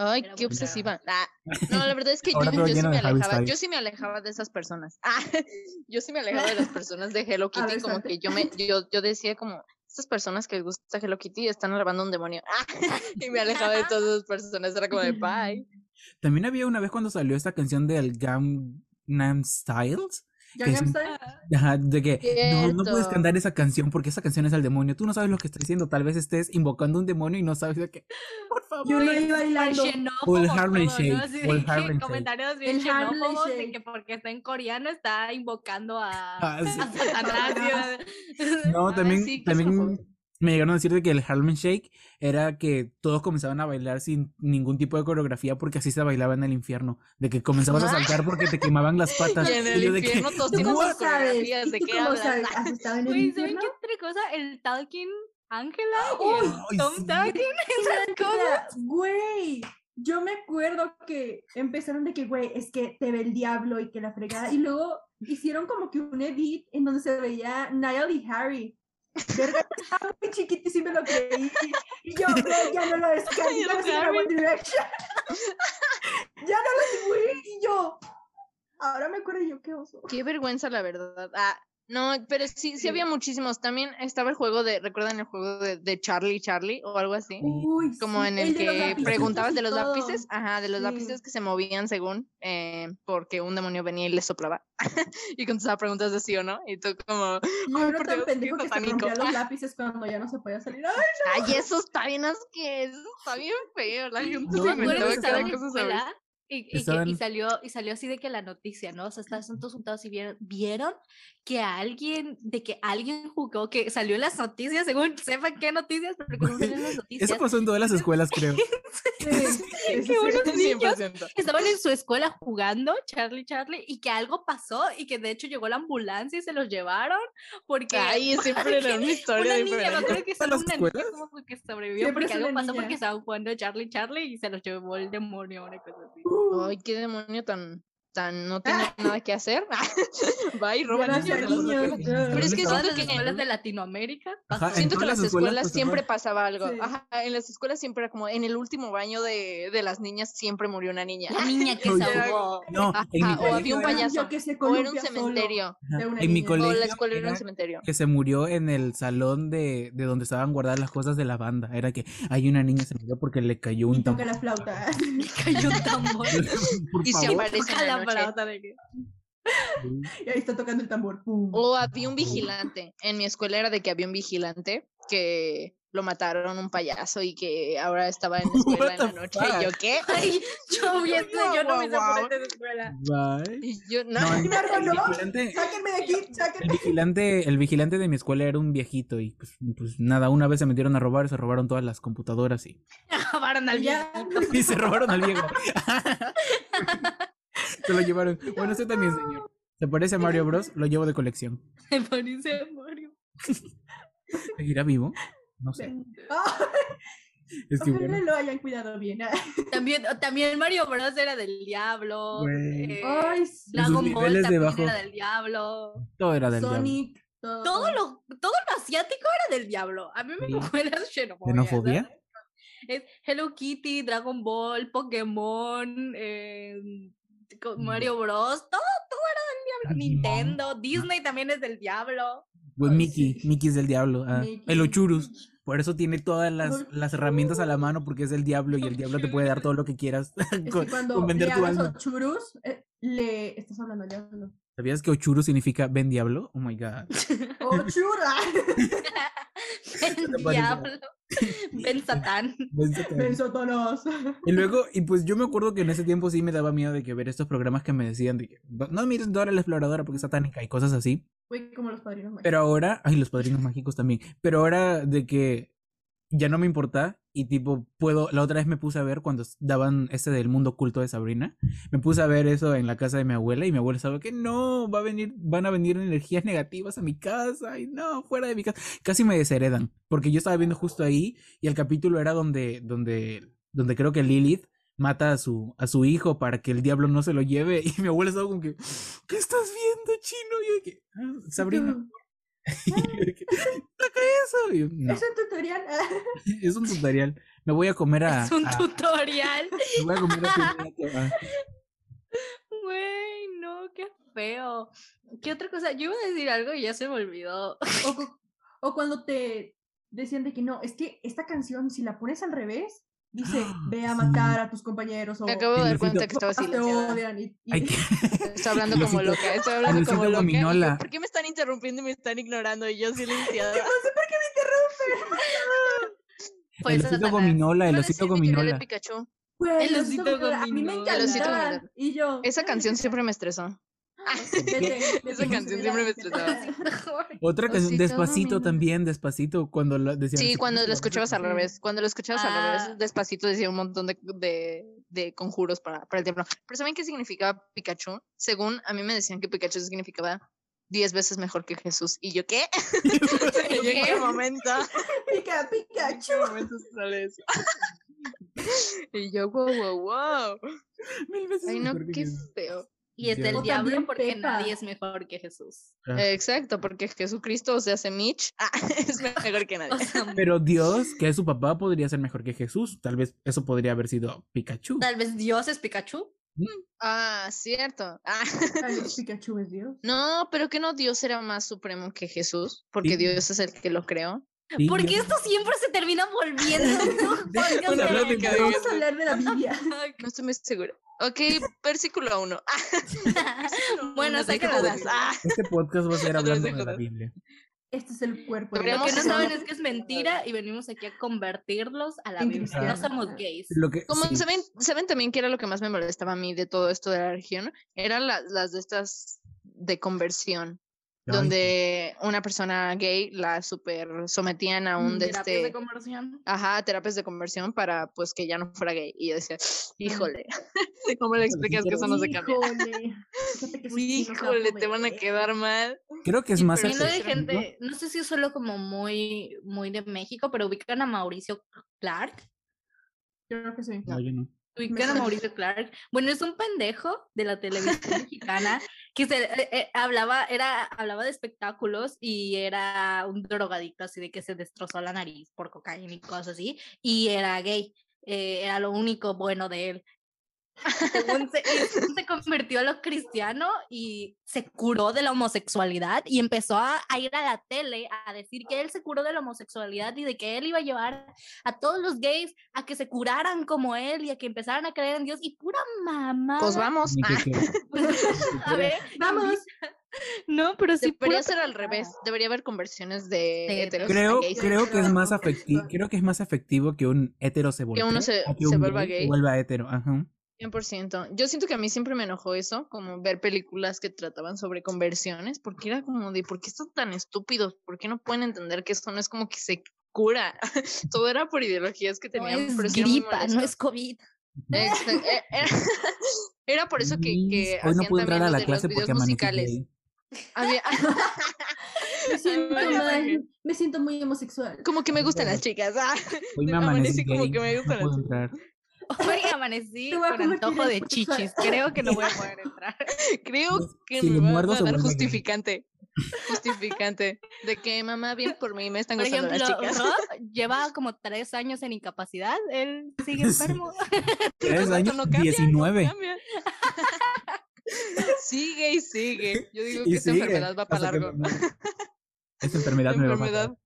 S1: Ay,
S6: Era
S1: qué
S6: mucha-
S1: obsesiva. Ah, no, la verdad es que yo,
S2: Ahora todo
S1: yo sí
S2: lleno
S1: me
S2: de Harry
S1: alejaba, yo
S2: Styles.
S1: sí me alejaba de esas personas. Ah, yo sí me alejaba de las personas de Hello
S5: A
S1: Kitty, como
S5: besarte.
S1: que yo me, yo, yo decía como, estas personas que les gusta Hello Kitty están alabando a un demonio. Ah, y me alejaba de todas esas personas, era como de bye.
S2: También había una vez cuando salió esta canción del Gangnam Styles.
S5: ¿Ya
S2: que es un-
S5: Gamstyle?
S1: Ah,
S2: Ajá, de que no, no puedes
S1: Cierto.
S2: cantar esa canción porque esa canción es al demonio. Tú no sabes lo que estás diciendo. Tal vez estés invocando un demonio y no sabes de qué. Por favor.
S5: Yo no
S1: pues,
S5: iba
S6: Súper
S5: bailando.
S2: O el
S6: xenófobos
S2: Harlem
S6: todos,
S2: Shake,
S6: ¿no? Así
S2: o
S6: de
S2: el
S6: que
S2: Harlem Shake.
S6: comentarios bien
S5: El Harlem
S6: xenófobos de
S5: Shake.
S6: que porque está en coreano está invocando a,
S2: Ah, sí.
S6: a Satanás. y a-
S2: No,
S1: Ay,
S2: también,
S1: Ah, sí, qué xenofobia.
S2: también me llegaron a decir de que el Harlem Shake era que todos comenzaban a bailar sin ningún tipo de coreografía porque así se bailaba en el infierno. De que comenzabas a saltar porque te quemaban las patas.
S1: Y Ah. en
S2: yo
S1: el
S2: de que,
S1: infierno todos
S5: ¿Tú
S1: tienen
S5: cómo
S1: sus
S5: sabes?
S1: coreografías,
S5: ¿Y
S1: ¿de
S5: tú
S1: qué
S5: cómo
S1: hablas?
S5: sabes? ¿Has estado en el
S6: Güey, ¿saben
S5: infierno?
S6: qué otra cosa? El Talking Ángela y
S2: ¡Ay,
S6: el Tom
S2: sí!
S6: Talking, esas cosas.
S5: Mira, Güey, yo me acuerdo que empezaron de que, güey, es que te ve el diablo y que la fregada. Y luego hicieron como que un edit en donde se veía Niall y Harry. Verga, estaba muy chiquito y sí me lo creí. Y yo, güey, ya no lo descargué.
S1: Yo
S5: Ya no se
S1: Harry.
S5: One Direction. ya no lo subí. Y yo, ahora me acuerdo yo, qué oso.
S1: Qué vergüenza, la verdad. Ah, no, pero sí, sí había muchísimos. También estaba el juego de, ¿recuerdan el juego de, de Charlie Charlie o algo así?
S5: Uy,
S1: Como
S5: sí,
S1: en el,
S5: de los
S1: que
S5: lapicitos
S1: preguntabas
S5: y
S1: de los
S5: todo.
S1: lápices, ajá, de los
S5: Sí.
S1: lápices que se movían según, eh, porque un demonio venía y les soplaba. y contestaba preguntas de sí o no, y tú como,
S5: Y
S1: Ay,
S5: uno
S1: por
S5: tan
S1: Dios, qué
S5: pendejo que se
S1: satánico.
S5: rompía los lápices cuando ya no se podía salir. ¡Ay!
S1: ay, eso está bien asqueroso, está bien feo, la gente se
S2: No,
S6: ¿Se acuerdan
S1: inventaba
S6: que
S1: cada
S6: estaban en
S1: cosa sobre-
S6: escuela? Y, y que- y
S2: Estaban-
S6: salió, y salió así de que la noticia, ¿no? O sea, estaban todos juntados y vieron, vieron que alguien, de que alguien jugó, que salió en las noticias, según sepan qué noticias, pero que no salieron las noticias.
S2: Eso pasó en todas las escuelas, creo.
S5: Sí, eso sí.
S6: que unos niños
S1: 100%.
S6: estaban en su escuela jugando, Charlie, Charlie, y que algo pasó y que de hecho llegó la ambulancia y se los llevaron porque
S1: Ay, siempre era una historia
S6: una niña, me
S1: diferente.
S6: acuerdo que
S2: ¿Todas
S6: solo
S2: las
S6: una niña
S2: escuelas?
S6: como que sobrevivió
S5: Siempre es
S6: porque algo
S5: una
S6: pasó
S5: niña.
S6: porque estaban jugando Charlie, Charlie y se los llevó el demonio, una cosa así.
S5: Uh,
S1: Ay, qué demonio tan, están, no tienen nada que hacer, va y roba
S5: Gracias,
S1: niños de las
S5: niños.
S1: escuelas. Pero es que
S2: Todas
S1: siento
S6: las
S1: que
S6: escuelas de Latinoamérica.
S2: Ajá, Ah, en
S1: Siento que en
S2: todas
S1: las escuelas,
S2: pues,
S1: siempre
S2: ajá.
S1: pasaba algo.
S5: Sí.
S1: Ajá, en las escuelas siempre era como en el último baño de, de las niñas siempre murió una niña.
S6: La niña que
S2: Oye.
S6: se ahogó.
S2: No,
S1: Ajá,
S2: en mi
S1: o había
S2: colegio
S1: un
S2: era-
S1: payaso,
S5: que se
S1: O era un
S5: columpia solo
S1: cementerio.
S2: Ajá,
S5: de una
S2: En mi
S5: niña.
S1: O la
S2: colegio
S1: escuela era un
S2: era
S1: cementerio.
S2: que se murió en el salón de, de donde estaban guardadas las cosas de la banda. Era que hay una niña se murió porque le cayó
S5: Y
S2: un
S5: toca
S2: tambor.
S5: la flauta.
S6: Cayó un tambor.
S2: Por
S1: Y se
S2: favor.
S1: aparece en
S6: Ojalá
S1: la
S6: para
S1: noche.
S6: otra de que-
S5: Y ahí está tocando el tambor. Pum.
S1: O había un vigilante. En mi escuela era de que había un vigilante que lo mataron un payaso y que ahora estaba en la escuela en
S2: What
S1: la
S2: the
S1: noche.
S2: fuck?
S1: ¿Y yo qué?
S6: Ay, yo vi esto, yo no me
S1: Guau, guau,
S6: sorprendí de escuela.
S2: Bye.
S1: Y yo, no.
S2: No,
S5: Un árbol,
S2: el
S5: ¿no?
S2: vigilante,
S5: Sáquenme de aquí,
S2: el
S5: sáquenme.
S2: vigilante, el vigilante de mi escuela era un viejito y pues, pues nada, una vez se metieron a robar, se robaron todas las computadoras y,
S6: Acabaron al
S5: Ya.
S6: viejito.
S2: y se robaron al viejo. se lo llevaron. Bueno, usted también, señor. ¿Se parece a Mario Bros? Lo llevo de colección.
S6: Me parece Mario.
S2: ¿Seguirá vivo? No sé.
S5: Ah,
S2: Es que
S5: Ojalá
S2: bueno.
S5: lo hayan cuidado bien.
S6: También, también Mario Bros era del diablo.
S2: Güey.
S6: eh,
S5: Ay, sí.
S2: La-
S6: Dragon
S2: sus
S6: Ball
S2: niveles de
S6: también
S2: bajo.
S6: era del diablo.
S2: Todo era del diablo.
S5: Sonic. Todo.
S6: Todo lo, todo lo asiático era del diablo. A mí me
S2: Sí.
S6: recuerda a xenofobia.
S2: ¿Xenofobia?
S6: ¿sabes? Es Hello Kitty, Dragon Ball, Pokémon, eh,
S2: Mm.
S6: con Mario Bros. Todo, todo
S2: Ah,
S6: era del diablo. Nintendo, Disney también es del diablo.
S2: Güey, Pues Mickey, Mickey es del diablo. ah,
S5: Mickey.
S2: el Ochurus. Por eso tiene todas las,
S5: Ochurus.
S2: las herramientas a la mano porque es el diablo y el diablo te puede dar todo lo que quieras
S5: Es
S2: con,
S5: que cuando
S2: con vender
S5: le
S2: tu
S5: hagas
S2: alma.
S5: ochurus, eh, le estás hablando ya. ¿no?
S2: ¿Sabías que Ochuru significa ven diablo? Oh my god.
S5: Ochura.
S6: El
S2: parece?
S6: diablo. Ben Satán.
S2: Ven Satán.
S5: Me sotonos.
S2: Y luego, y pues yo me acuerdo que en ese tiempo sí me daba miedo de que ver estos programas que me decían de que no mires Dora la exploradora porque es satánica y cosas así.
S5: Güey, como los padrinos mágicos.
S2: Pero ahora, ay, los padrinos mágicos también. Pero ahora de que ya no me importa y tipo puedo, la otra vez me puse a ver cuando s- daban este del mundo oculto de Sabrina, me puse a ver eso en la casa de mi abuela y mi abuela sabe que no, va a venir, van a venir energías negativas a mi casa y no, fuera de mi casa. Casi me desheredan porque yo estaba viendo justo ahí y el capítulo era donde, donde, donde creo que Lilith mata a su, a su hijo para que el diablo no se lo lleve y mi abuela estaba como que, ¿qué estás viendo, chino? Y yo de que, "Ah, Sabrina. Y yo de que, Ah, "Saca eso. Y yo, "No,
S5: Es un tutorial.
S2: es un tutorial. Me voy a comer a.
S6: Es un
S2: a-
S6: tutorial.
S2: me voy a comer a Piñata, a-
S6: Güey, no, qué feo. ¿Qué otra cosa? Yo iba a decir algo y ya se me olvidó.
S5: o, cu- o cuando te decían de que no, es que esta canción, si la pones al revés, dice,
S2: Ah,
S5: ve a
S2: sí.
S5: matar a tus compañeros o
S1: Me acabo de dar
S2: Diosito.
S1: cuenta que estaba
S5: "Ah, te
S1: silenciada.
S5: odian. Y, y-
S2: Ay, que-
S1: Estoy hablando como
S2: Diosito.
S1: loca, estoy hablando
S2: Diosito
S1: como loca. Y yo,
S2: Gominola.
S1: ¿Por qué me están interrumpiendo y me están ignorando? Y yo silenciada.
S6: Fue
S1: Pues
S2: el osito
S6: Satanás.
S2: gominola, el
S1: Iba a
S2: osito
S1: decir mi querido
S2: gominola.
S1: Pikachu.
S5: Güey,
S6: El
S5: los
S6: osito
S5: Osito Gominola, A mí me
S6: Gominola.
S1: El osito Gominola.
S5: encantaba. Y yo.
S1: Esa canción siempre me estresó.
S5: vete, vete,
S1: Esa canción siempre me estresaba.
S2: Otra canción,
S1: Osito
S2: despacito
S1: Gominola.
S2: también, despacito, cuando la decían.
S1: Sí,
S2: así,
S1: cuando
S2: "Vamos
S1: lo
S2: a
S1: escuchabas al
S2: cantar".
S1: revés. Cuando lo escuchabas al
S6: Ah.
S1: revés, despacito decía un montón de, de, de conjuros para, para el templo. Pero ¿saben qué significaba Pikachu? Según a mí me decían que Pikachu significaba 10 veces mejor que Jesús. ¿Y yo qué? ¿Y yo, ¿En qué momento?
S5: Pica, Pikachu.
S1: ¿En qué momento sale eso? y yo, wow, wow, wow.
S2: Mil veces
S1: Ay, no,
S2: mejor que
S1: qué
S2: Jesús.
S1: feo.
S6: Y es del
S5: O
S6: diablo
S5: también
S6: porque
S5: Pepa.
S6: nadie es mejor que Jesús.
S2: Ah.
S1: Eh, Exacto, porque Jesucristo, o sea, hace Mitch, ah, es mejor que nadie.
S6: O sea,
S2: Pero Dios, que es su papá, podría ser mejor que Jesús. Tal vez eso podría haber sido Pikachu.
S6: tal vez Dios es Pikachu.
S1: Ah, cierto. Ah.
S5: Ay, Pikachu es Dios.
S1: No, pero que no Dios era más supremo que Jesús, porque
S2: Sí.
S1: Dios es el que lo creó.
S2: Sí,
S6: Porque
S2: ya.
S6: esto siempre se termina volviendo. un podcast
S2: Una
S6: de-
S2: plática de-
S5: Vamos a hablar de la Biblia.
S1: No estoy muy segura. Ok, versículo Ah, 1.
S6: Bueno,
S1: sé
S6: sácalo de ahí.
S1: "Ah".
S2: Este podcast va a ser
S1: Otra vez
S2: hablando de la
S1: déjalo.
S2: Biblia.
S5: Este es el cuerpo. de
S6: Lo
S1: Deberíamos
S6: que no
S1: hacer
S5: Cristo.
S6: saben
S1: una-
S6: es que es mentira y venimos aquí a convertirlos a la
S5: En
S6: Biblia. No
S2: cristianos.
S6: somos gays.
S2: Lo que,
S1: Como
S2: sí.
S1: saben, saben también que era lo que más me molestaba a mí de todo esto de la religión, eran la- las de estas de conversión,
S2: Ay,
S1: donde una persona gay la super sometían a un de
S6: Terapias de
S1: este,
S6: conversión.
S1: ajá, terapias de conversión para pues que ya no fuera gay. Y yo decía, híjole, ¿cómo le explicas que eso no se cambia?
S5: Híjole. Fíjate que eso sí nos va a
S1: Híjole, te van a
S5: comer.
S1: quedar mal.
S2: Creo que es
S1: Sí,
S2: más.
S1: pero
S6: Y no de
S2: accesible.
S6: gente, no sé si es solo como muy, muy de México, pero ubican a Mauricio Clark.
S5: Yo creo que sí.
S2: No, yo no.
S6: Ubican a Mauricio Clark. Bueno, es un pendejo de la televisión mexicana que se, eh, eh, hablaba, era, hablaba de espectáculos y era un drogadicto así de que se destrozó la nariz por cocaína y cosas así. Y era gay. eh, era lo único bueno de él. Según se, y según se convirtió a lo cristiano y se curó de la homosexualidad y empezó a, a ir a la tele a decir que él se curó de la homosexualidad y de que él iba a llevar a todos los gays a que se curaran como él y a que empezaran a creer en Dios y pura mamá.
S1: Pues vamos.
S2: Ni que
S1: Ah,
S2: quiera.
S6: a ver,
S5: Vamos.
S6: No, pero sí.
S1: debería
S6: pura
S1: Pues, ser al
S6: pendejada.
S1: revés. Debería haber conversiones de
S6: Sí,
S1: heteros
S2: Creo,
S1: a gays.
S2: creo que es más afectivo,
S5: homosexual.
S2: creo que es más afectivo que un hetero se voltee,
S1: uno se-
S2: a
S1: se vuelva gay.
S2: se vuelva hetero, ajá.
S1: 100%. Yo siento que a mí siempre me enojó eso, como ver películas que trataban sobre conversiones, porque era como de, ¿por qué están tan estúpidos? ¿Por qué no pueden entender que eso no es como que se cura? Todo era por ideologías que
S6: No
S1: tenían.
S6: es
S1: pero sí era muy
S6: gripa, no
S1: molesto.
S6: es COVID.
S1: Este, e- era, era por eso que, que
S2: Luis, Hoy no
S1: hacían
S2: puedo entrar
S1: también
S2: a
S1: los de
S2: la
S1: los
S2: clase porque
S1: videos
S2: amanecí
S1: musicales.
S2: gay.
S1: Había-
S5: Me siento
S1: Ay,
S5: mal, me siento muy homosexual.
S1: como que me gustan las chicas. ah.
S2: Hoy me
S1: Amanecí
S2: amanecí
S1: como
S2: gay,
S1: que me gustan
S2: no puedo
S1: las-
S2: entrar.
S6: Hoy amanecí
S5: Te voy a
S6: con
S5: convertir
S6: antojo
S5: en
S6: de
S5: homosexual.
S6: chichis. Creo que no voy a poder entrar.
S1: Creo que
S2: Pues, Si
S1: me
S2: lo
S1: va
S2: muerdo,
S1: a
S2: se
S1: dar
S2: vuelve gay.
S1: justificante. Justificante. De que mamá, bien por mí, me están
S6: Por
S1: gustando
S6: ejemplo,
S1: las chicas.
S6: Rob lleva como tres años en incapacidad. Él sigue
S2: Sí.
S6: enfermo.
S2: Tres
S1: Esto
S2: años,
S1: no cambia, no
S2: 19.
S1: cambia. sigue y sigue. Yo digo
S2: Y
S1: que esta
S2: sigue,
S1: enfermedad va para
S2: hasta que
S1: largo.
S2: me muera. Esta enfermedad me va a matar.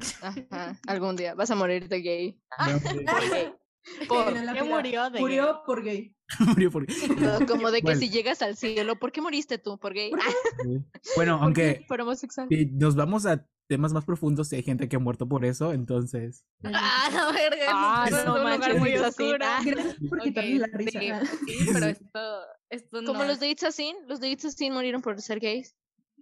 S1: enfermedad. Ajá, algún día vas a morir de gay.
S2: No,
S5: Ah,
S1: Por-
S5: pero la
S6: ¿Qué
S5: pila-
S6: murió de gay?
S5: Murió por gay.
S2: murió por-
S1: No, como de que
S2: Bueno.
S1: si llegas al cielo, ¿por qué moriste tú? ¿Por gay?
S5: ¿Por
S1: Ah,
S2: Bueno,
S1: ¿por qué?
S2: aunque
S1: Por homosexual.
S2: si nos vamos a temas más profundos, si hay gente que ha muerto por eso, entonces...
S6: Ah, la verga.
S1: Ah,
S6: nos
S1: no
S6: puso en un lugar
S1: manches,
S6: muy
S1: así,
S6: oscuro.
S1: ah. pues
S5: Gracias por quitarme la
S6: Ok,
S5: risa.
S6: sí,
S5: Ah,
S6: sí, pero esto, esto
S1: Como
S6: no
S1: los de It's a Sin, los de It's a Sin murieron por ser gays.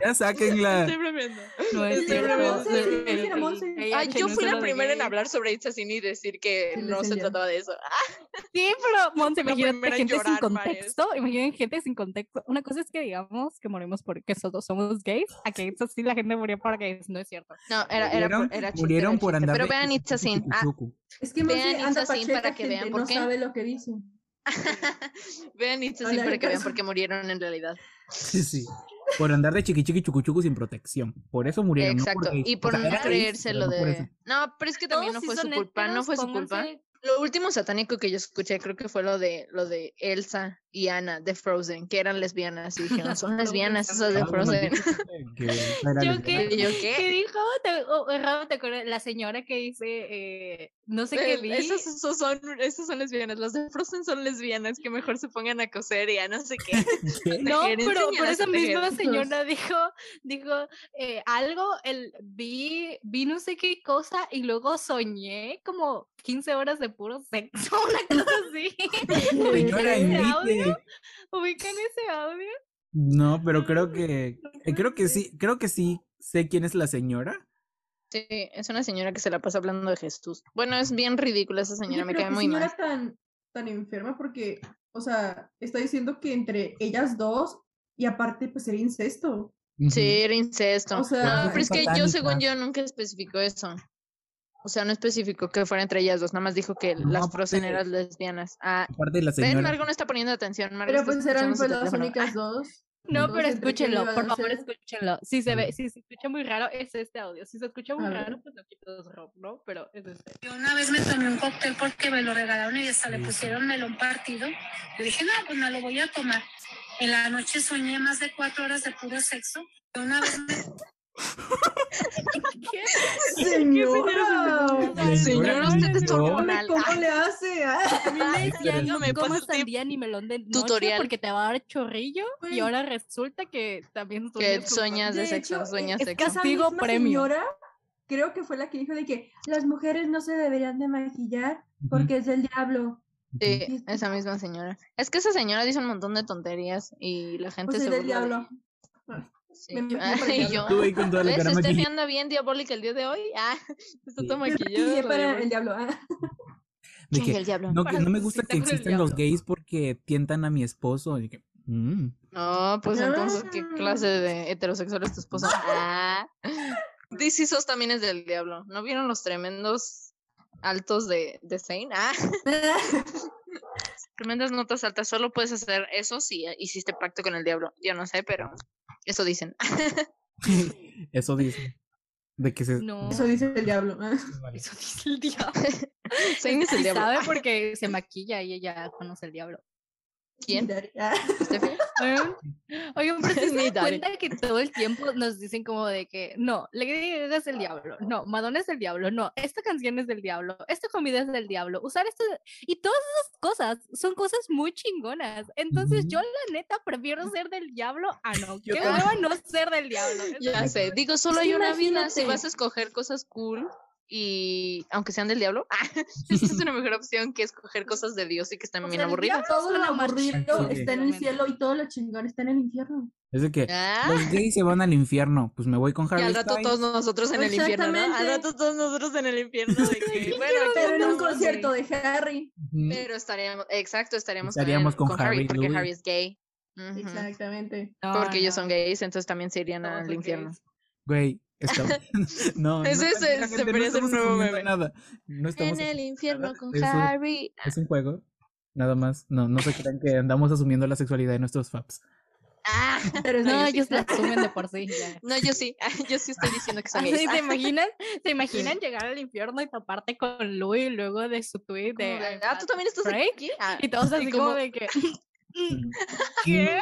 S2: Ya sáquenla.
S1: bromeando.
S6: no
S1: es
S5: Dile a
S1: cierto.
S5: Monse,
S1: Sí,
S5: dile a Monse.
S1: Ay, yo fui la primera en hablar sobre It's a Sin y decir que
S5: Sí, lo
S1: no se
S5: entendieron.
S1: trataba de eso. Ah,
S6: Sí, pero Monse,
S1: La
S6: imagínate
S1: primera en
S6: gente sin
S1: llorar, Mares.
S6: contexto. Imagínate gente sin contexto. Una cosa es que digamos que morimos porque nosotros somos gays. A que eso sí la gente murió por gays. No es cierto.
S1: No, era, era,
S2: Murieron,
S1: por- era chiste,
S2: murieron
S1: era
S2: por
S1: chiste.
S2: andar
S1: Pero
S2: de
S1: vean It's a Sin. Ah,
S2: chucuchucu.
S5: Es que Monse
S1: Vean
S5: anda
S1: It's a Sin
S5: pacheca,
S1: para que
S5: gente,
S1: vean por
S5: no
S1: qué.
S5: sabe lo que dice.
S1: ah. vean It's a
S5: Hola,
S1: Sin para que vean
S5: Lucas.
S1: por qué murieron en realidad.
S2: Sí, sí. Por andar de chiqui chiqui chucuchucu sin protección. Por eso murieron. no
S1: Exacto.
S2: gays.
S1: Y
S2: O
S1: por
S2: sea,
S1: no
S2: era gays,
S1: creerse
S2: pero
S1: lo
S2: no por
S1: de.
S2: eso.
S1: No, pero es que también no
S6: Todos
S1: fue
S6: sí
S1: su
S6: son
S1: culpa. No
S6: héteros,
S1: fue su culpa.
S6: pónganse-
S1: Lo último satánico que yo escuché creo que fue lo de lo de Elsa y Anna de Frozen, que eran lesbianas y dijeron, son lesbianas esas de
S2: Ah, bueno,
S1: Frozen.
S2: que era
S6: Yo
S2: lesbiana.
S6: qué.
S1: Y yo,
S6: ¿Qué
S1: ¿qué?
S6: dijo? ¿Te, oh, oh, Raúl, ¿te acuerdas? La señora que dice, eh, no sé qué
S1: Eh,
S6: vi.
S1: Esas esos son, esas son lesbianas, las de Frozen son lesbianas, que mejor se pongan a coser y a no sé qué.
S2: ¿Qué?
S6: No,
S1: tejer,
S6: pero, pero
S1: enséñalas
S6: esa
S1: a tejer.
S6: misma señora dijo, dijo eh, algo, el, vi, vi no sé qué cosa y luego soñé como 15 horas de puro sexo, una cosa así.
S2: Señora,
S6: ¿Ese
S2: invite.
S6: audio? ¿Ubican ese audio?
S2: No, pero creo que. eh, Creo que
S6: puede
S2: sí. Creo que sí sé quién es la señora.
S1: Sí, es una señora que se la pasa hablando de Jesús. Bueno, es bien ridícula esa señora,
S5: Oye,
S1: me
S5: pero
S1: cae
S5: qué
S1: muy
S5: señora
S1: mal.
S5: tan, tan enferma porque, o sea, está diciendo que entre ellas dos y aparte pues era incesto.
S1: Sí, era incesto.
S5: O sea,
S1: no, pero es que yo,
S2: satánica.
S1: según yo, nunca especificó eso. O sea, no especificó que fuera entre ellas dos, nada más dijo que
S2: No,
S1: las Frozen
S2: aparte-
S1: eran lesbianas. Ah,
S2: Aparte de la
S1: ven,
S2: señora.
S1: Margo no está poniendo atención, Margo.
S5: Pero
S1: está
S5: pues eran
S1: escuchando su
S5: pues, las
S1: teléfono. Ah.
S5: únicas dos.
S6: No,
S5: No
S6: pero
S5: sé entre qué
S6: escúchenlo, por favor,
S5: elevancia.
S6: escúchenlo. Si se
S2: A
S6: ve,
S2: ver.
S6: si se escucha muy raro, es este audio. Si se escucha muy
S5: A ver.
S6: raro, pues lo quitas, Rob, ¿no? Pero es este.
S7: Yo una vez me tomé un cóctel porque me lo regalaron y hasta le pusieron melón partido. Yo dije, no, pues no lo voy a tomar. En la noche soñé más de cuatro horas de puro sexo. Yo una vez me
S6: ¿Qué?
S5: ¡Señora!
S2: Señora,
S1: Señora, usted es
S2: no.
S1: hormonal.
S5: ¿Cómo le hace? Ah,
S6: A mí me decían
S2: no
S6: no
S1: me
S6: comas
S1: pases de
S6: sandía ni melón de noche
S1: tutorial.
S6: porque te va a dar chorrillo y
S5: Güey.
S6: ahora resulta que también
S1: Que
S6: sueñas con
S1: sueñas de
S5: De
S1: sexo,
S5: hecho,
S1: sueñas
S6: es
S1: sexo.
S6: casi-
S5: Esa
S6: Castigo
S5: misma
S6: premio.
S5: señora creo que fue la que dijo de que las mujeres no se deberían de maquillar
S2: Ujú.
S5: porque es del diablo.
S1: Sí, esa misma señora. Es que esa señora dice un montón de tonterías y la gente
S5: Pues
S1: se
S5: es del
S1: burla de
S5: diablo.
S1: ella. Sí.
S5: Me- me-
S1: Ah,
S5: me
S1: y
S5: pareció-
S1: yo,
S2: Tú ahí con toda la
S1: ¿Ves?
S2: cara
S1: Steffi
S2: maquillada.
S1: anda bien diabólica el día de hoy. Ah, está
S2: Sí.
S1: todo
S5: Me
S1: maquillada.
S5: maquillé
S1: la
S5: para
S1: diabólica.
S5: el diablo. ah.
S2: De
S8: Chingue
S2: que,
S8: el diablo.
S2: no, que no me
S4: Sí,
S2: gusta
S4: está
S2: que
S4: con el
S2: existen los
S4: diablo.
S2: gays porque tientan a mi esposo. Y que, mm.
S1: No, pues entonces, ¿qué clase de heterosexual es tu esposa? Ah. DC SOS también es del diablo. ¿No vieron los tremendos altos de, de Zane? Ah. Tremendas notas altas. Solo puedes hacer eso si hiciste pacto con el diablo. Yo no sé, pero eso dicen.
S2: Eso dice. De que se.
S4: No.
S5: Eso dice el diablo. ah.
S2: Vale.
S4: Eso dice el diablo.
S1: Zane es el
S4: Sí
S1: diablo.
S4: sabe
S1: Ah,
S4: porque se maquilla y ella conoce el diablo.
S1: ¿Quién?
S5: Ah,
S1: Steffi?
S6: Em,
S4: Oigan, Oigan, pero
S1: Es
S4: si se
S1: mi
S4: dan
S1: daddy.
S4: cuenta que todo el tiempo nos dicen como de que no, Lady Gaga es del diablo, no, Madonna es del diablo, no, esta canción es del diablo, esta comida es del diablo, usar esto y todas esas cosas son cosas muy chingonas. Entonces yo la neta prefiero ser del diablo a no,
S2: Yo
S4: que
S2: también.
S4: hueva no ser del diablo.
S1: Ya sé. Digo, solo hay una vida. Si vas a escoger cosas cool y aunque sean del diablo, ah, esa es una mejor opción que escoger cosas de Dios y que están
S5: o
S1: bien
S5: sea, el
S1: aburridas.
S5: diablo, Todo lo
S4: Suena más
S5: aburrido
S2: chido,
S5: está en el
S4: obviamente.
S5: cielo y todo lo chingón está en el infierno.
S2: Es de que
S1: Ah.
S2: los gays se van al infierno. Pues me voy con
S1: Y
S2: Harry
S1: al rato
S2: Styles.
S1: todos nosotros en el infierno, ¿no? Al
S5: Exactamente.
S1: rato todos nosotros en el infierno. de que, bueno, aquí
S5: Pero en un
S1: estamos,
S5: concierto
S1: sí.
S5: de Harry.
S2: Ujú.
S1: Pero estaríamos, exacto, estaríamos,
S2: Estaríamos
S1: con,
S2: con
S1: Harry,
S2: Harry
S1: porque
S2: Louis.
S1: Harry es gay. Ujú.
S5: Exactamente.
S4: No,
S1: Porque ellos
S4: Ah, no,
S1: son gays, entonces también se irían
S4: todos
S1: al
S4: son
S1: infierno.
S4: gays.
S2: Güey, está- no, no
S1: Ese
S2: está-
S1: se-
S2: la
S1: eh, se
S2: gente, no
S1: podría hacer un
S2: estamos
S1: nuevo
S2: asumiendo
S1: meme.
S2: nada. No estamos
S1: En el
S2: asumiendo
S1: infierno
S2: nada.
S1: con
S2: Es un-
S1: Harry.
S2: Es un juego. Nada más. No, no se crean que andamos asumiendo la sexualidad de nuestros faps.
S1: Ah,
S5: Pero es
S4: No,
S5: Dios.
S4: ellos la asumen de por sí. ya.
S1: no, yo sí, yo Ah, sí estoy diciendo que son
S4: Así,
S1: gays.
S4: ¿te imaginas? ¿Te imaginan llegar al infierno y taparte con Louis luego de su tweet
S1: Como
S4: de
S1: de,
S4: "I'm
S1: ah, tú
S4: fat"?
S1: también estás
S4: Right?
S1: aquí. Ah,
S4: Y todos así como
S1: como-
S4: de que
S2: Mm. ¿Qué?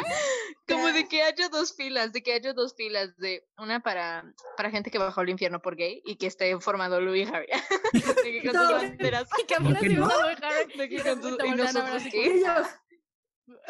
S1: como de que haya dos filas, de que haya dos filas, de una para, para gente que bajó al infierno por gay y que esté formado Louis y Harry. De que con sus
S5: No.
S1: banderas.
S4: Y Camila
S2: ¿Por qué
S4: se
S2: no?
S4: usa muy raro,
S1: De que
S4: y de
S1: con sus-
S4: repente
S1: y
S4: voltean a ver
S1: nosotros
S4: así
S1: qué.
S5: Ellos.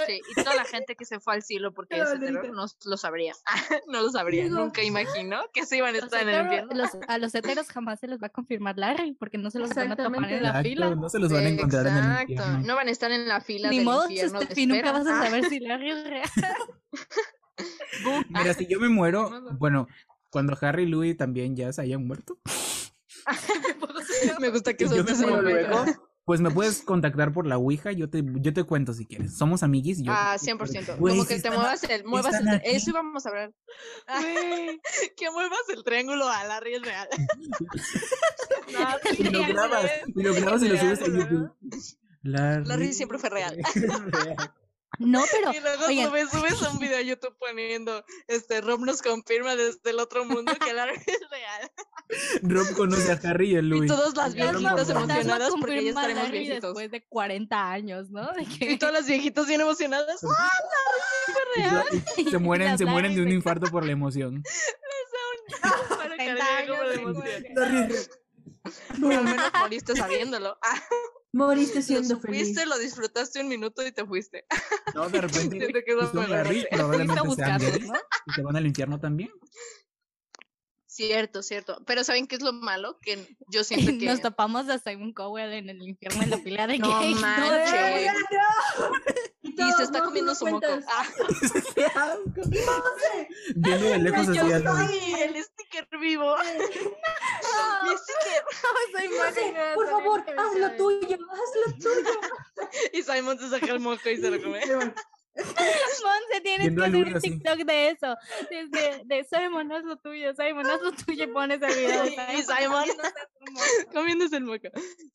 S1: Sí, y toda la gente que se fue al cielo porque
S5: Qué
S1: ese
S5: bonito.
S1: terror no lo sabría. no lo sabría.
S5: Digo-
S1: Nunca imaginó que se iban a
S4: como,
S1: estar en
S4: "Los
S1: el
S4: hetero-
S1: infierno.
S4: los- a los heteros jamás se les va a confirmar Larry porque no se los van a tapar en la
S2: Exacto,
S4: fila.
S2: No se los van a encontrar en el
S1: Exacto.
S2: infierno.
S1: No van a estar en la fila
S4: Ni
S1: del
S4: modo,
S1: infierno. de
S4: Steffi, nunca
S1: espera.
S4: vas a
S1: Ah,
S4: saber si Larry es real.
S1: Ah,
S2: Mira, si yo me muero, bueno, cuando Harry y Louis también ya se hayan muerto,
S1: me gusta que
S2: si yo
S1: eso
S2: me
S1: es
S2: muero luego, pues me puedes contactar por la Ouija, yo te, yo te cuento si quieres. Somos amiguis y yo.
S1: Ah, 100%.
S2: Güey,
S1: Como
S2: sí
S1: que te
S2: están-
S1: muevas el, muevas el
S2: están
S1: tri- eso
S2: aquí.
S1: íbamos a hablar. que muevas el triángulo a Larry es real.
S2: Y lo grabas, y lo grabas y lo subes a YouTube. La
S1: Larry siempre fue real.
S4: No, pero
S1: Y luego
S4: oigan.
S1: subes, subes un video a YouTube poniendo este Rob nos confirma desde el otro mundo que Larry es real.
S2: Rob conoce a Harry y a
S1: Y
S2: Louis.
S1: todas las
S2: Ya lo
S1: viejitas
S2: confirmó.
S1: emocionadas porque ya
S4: confirma a
S1: estaremos
S4: Larry
S1: viejitos.
S4: después de 40 años, ¿no? De que
S1: Y todas las viejitas bien emocionadas. ¡Ah,
S2: Y
S1: Larry
S2: to- y se
S4: Y
S2: mueren,
S4: las
S2: se mueren de un
S4: Larrys,
S2: infarto por la emoción.
S1: es real! Para
S4: 40
S1: cargar como
S4: años
S1: de
S4: de
S1: emoción.
S5: No,
S1: Pero al menos moriste sabiéndolo. Ah,
S5: moriste
S1: lo
S5: siendo feliz.
S1: supiste, lo disfrutaste un minuto y te fuiste.
S2: No, de repente pues,
S1: Siento que eso
S2: son
S1: me
S2: Larry,
S1: regresa.
S4: fuiste a
S2: probablemente sean
S4: buscarlos,
S2: gays
S4: ¿no?
S2: y te van al infierno también.
S1: Cierto, cierto. Pero ¿saben qué es lo malo? Que yo siento que...
S4: Nos topamos a Simon Cowell en el infierno en la fila de
S1: No
S4: gays.
S1: manches.
S5: ¡Ay, ya no!
S1: y se
S5: todos,
S1: está
S5: no, tú
S1: comiendo
S5: no
S1: su moco.
S5: cuentas.
S1: Ah,
S2: Viendo de lejos
S5: Pues
S2: así a Louis.
S1: ¡ay, el sticker vivo. Mi sticker.
S5: Monse, Por favor, haz lo tuyo, haz lo tuyo.
S1: Y Simon se saca el moco y se lo come.
S4: Monse, tienes
S2: Viendo
S4: que
S2: al
S4: hacer
S2: Uri
S4: un
S2: así.
S4: TikTok de eso. Desde de Simon, haz lo tuyo, Simon, haz lo tuyo y pones el video de
S1: Y Simon. Comiéndose el moco.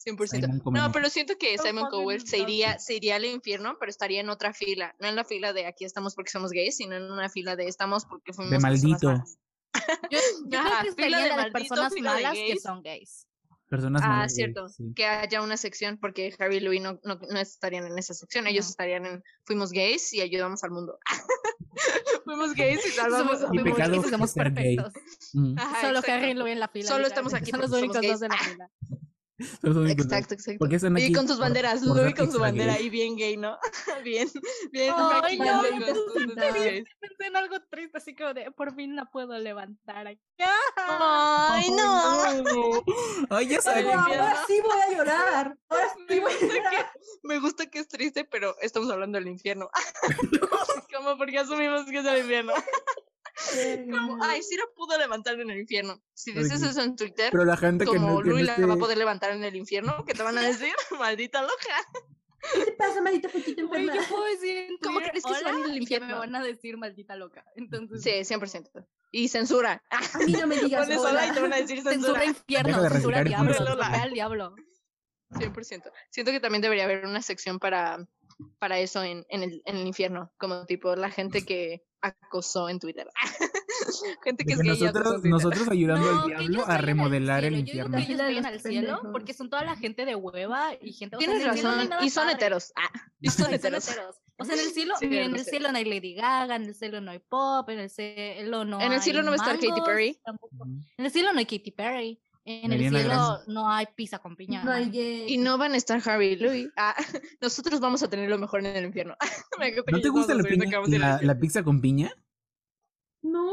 S1: 100%.
S2: Simon come
S1: no,
S2: moco.
S1: pero siento que
S4: No
S1: Simon
S4: mames,
S1: Cowell se
S4: no.
S1: iría, se iría al infierno, pero estaría en otra fila. No en la fila de aquí estamos porque somos gays, sino en una fila de estamos porque fuimos
S2: De
S1: personas
S2: maldito.
S1: malas.
S4: Yo, yo
S1: Ajá,
S4: creo que
S1: fila
S4: estaría
S1: de
S4: la de
S1: maldito,
S4: personas
S1: fila de
S4: malas que
S1: gays.
S4: son gays.
S2: Personas
S1: Ah,
S2: malas, güey,
S1: cierto.
S2: sí.
S1: Que haya una sección porque Harry y Louis no, no, no estarían en esa sección. Ellos
S4: No.
S1: estarían en fuimos gays y ayudamos al mundo. fuimos gays y salvamos al
S2: Y
S4: Somos- somos-
S1: mundo.
S2: pecado
S4: somos- somos
S2: ser gay.
S4: perfectos.
S2: Mm.
S1: Ajá,
S4: Solo
S1: exacto.
S4: Harry y Louis en la fila.
S1: Solo
S4: literal.
S1: estamos aquí
S4: Son los
S1: porque somos
S4: únicos
S1: gays.
S4: dos de la fila.
S2: Los únicos dos.
S1: Exacto, exacto.
S2: ¿Por qué están
S1: Y
S2: aquí?
S1: con sus
S2: Por-
S1: banderas,
S2: por
S1: Louis
S2: ser
S1: con su
S2: extra
S1: bandera
S2: gay.
S1: y bien gay, ¿no? bien, bien.
S4: Ay,
S1: maquillado
S4: no,
S1: con
S4: entonces
S1: sus
S5: estoy
S1: banderas
S5: bien.
S1: gays.
S4: Pensé en algo triste, así como de por fin la puedo levantar aquí.
S1: Ay, no.
S2: Ay, ya
S5: Ay,
S2: sabes.
S5: no, ahora sí voy a llorar. Ahora sí
S1: Me
S5: voy
S1: gusta
S5: a llorar.
S1: Me gusta que es triste, pero estamos hablando del infierno. Como porque asumimos que es el infierno.
S5: Mm,
S1: Como, ay, Ciro pudo levantar en el infierno. Si dices
S2: Oye,
S1: eso en Twitter,
S2: Pero la gente que
S1: como
S2: no, que no
S1: Luis la va a
S2: esté-
S1: poder levantar en el infierno, ¿qué te van a decir? Maldita loca.
S5: ¿Qué te pasa, maldita poquito
S4: Güey,
S5: enferma?
S4: yo puedo decir en
S1: ¿Cómo
S4: Twitter,
S1: crees que se
S4: "Hola",
S1: van al
S4: y que me
S1: infierno?
S4: van a decir maldita loca. Entonces,
S1: Sí, 100%. Y censura. Ah,
S5: A mí no me digas
S1: Pones
S5: hola.
S1: hola y te van a decir censura.
S2: Deja
S4: censura
S2: de
S4: infierno,
S2: reciclar
S4: censura
S2: el
S4: diablo,
S1: punto.
S4: censura al diablo.
S1: 100%. Siento que también debería haber una sección para, para eso en, en, el, en el infierno, como tipo la gente que acosó en Twitter. gente que es
S2: de que
S1: gay y acosó en
S2: nosotros,
S1: Twitter.
S2: nosotros ayudando al
S4: que
S2: diablo
S4: ellos
S2: a
S4: vayan al
S2: remodelar el
S4: cielo. Yo digo
S2: infierno.
S4: que ellos
S5: Dale a
S4: vayan al
S5: los
S4: cielo
S5: pendejos.
S4: porque son toda la gente de hueva y gente. o sea,
S1: Tienes
S4: en el cielo no hay
S1: razón.
S4: nada
S1: Y son
S4: padre.
S1: heteros. Ah, y
S4: Ajá,
S1: son
S4: y son
S1: heteros.
S4: heteros. O sea, en el cielo,
S1: Sí,
S4: miren, en
S1: no
S4: el
S1: sé.
S4: cielo no hay Lady Gaga, en el cielo no hay pop, en el cielo no
S1: En el cielo
S4: hay
S1: no va a estar Katy
S4: mangos,
S1: Perry.
S4: tampoco-
S2: Ujú.
S4: En el cielo no hay Katy Perry. En
S2: Mariana
S4: el cielo
S2: Grande.
S4: no hay pizza con piña.
S5: No hay gay.
S1: Y no van a estar Harry y Louis. Ah, nosotros vamos a tener lo mejor en el infierno. Me encanta
S2: ¿No
S1: que
S2: te
S1: estamos
S2: gusta la,
S1: asumiendo
S2: piña-
S1: que vamos a ir al
S2: la-
S1: infierno.
S2: la pizza con piña?
S5: No.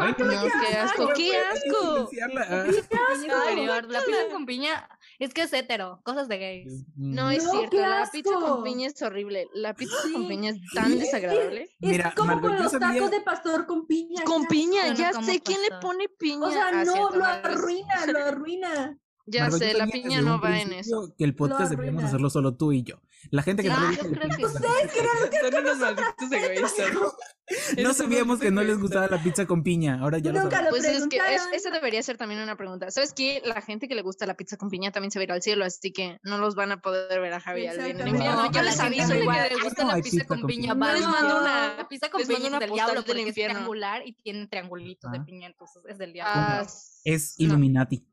S2: Ay,
S5: Guácala,
S1: no,
S5: qué
S1: qué asco, qué
S2: güey,
S1: asco.
S2: desearla, ah.
S4: Piña
S1: Ay,
S4: superior, La
S1: guácala.
S4: pizza con piña es que es hetero, cosas de gays.
S1: No es
S5: No,
S1: cierto,
S5: qué
S1: la pizza
S5: asco.
S1: con piña es horrible. La pizza con
S5: Sí.
S1: piña es tan desagradable.
S5: Es
S2: Mira,
S5: como
S2: Margot,
S5: con
S2: yo
S5: los
S2: sabía-
S5: tacos de pastor con piña.
S1: Con
S5: ya.
S1: piña,
S4: Yo no
S1: ya
S4: como
S1: sé quién le
S4: pastor.
S1: pone piña.
S5: O sea,
S1: Ah,
S5: no,
S1: cierto,
S5: lo
S1: no es-
S5: arruina, lo arruina.
S1: Ya
S2: Margot, yo
S1: sé, la
S2: sabía
S1: piña
S2: desde un
S1: no va en eso.
S2: principio que el podcast deberíamos
S5: arruina.
S2: hacerlo solo tú y yo. La gente que
S1: Sí, yo
S2: no, le gusta la
S1: creo que
S2: pizza-
S1: ustedes Son unos malditos egoístas.
S2: no
S1: Eres un
S2: sabíamos que no les
S1: maldito
S2: gustaba la pizza con piña. Ahora ya lo
S5: Nunca
S2: sabemos.
S5: lo
S1: Pues es que es-
S5: preguntaron.
S1: esa debería ser también una pregunta. ¿Sabes qué? La gente que le gusta la pizza con piña también se va a ir al cielo, así que no los van a poder ver a Javi y al Ben.
S5: Exactamente.
S1: Ni modo,
S5: No,
S1: yo
S5: a
S1: les
S5: la gente
S1: aviso
S5: le
S1: igual.
S4: le gusta
S2: no
S4: la
S2: hay
S4: pizza con piña.
S1: No les
S4: va-
S1: mando una-
S4: La pizza con
S1: les
S4: piña
S1: mando
S4: es
S1: una
S4: del
S1: postal
S4: diablo
S1: del
S4: porque es
S1: infierno.
S4: triangular y tiene triangulitos de
S2: Ajá.
S4: piña, entonces es del diablo. Ah,
S1: Ah,
S2: Es
S1: no.
S2: Illuminati.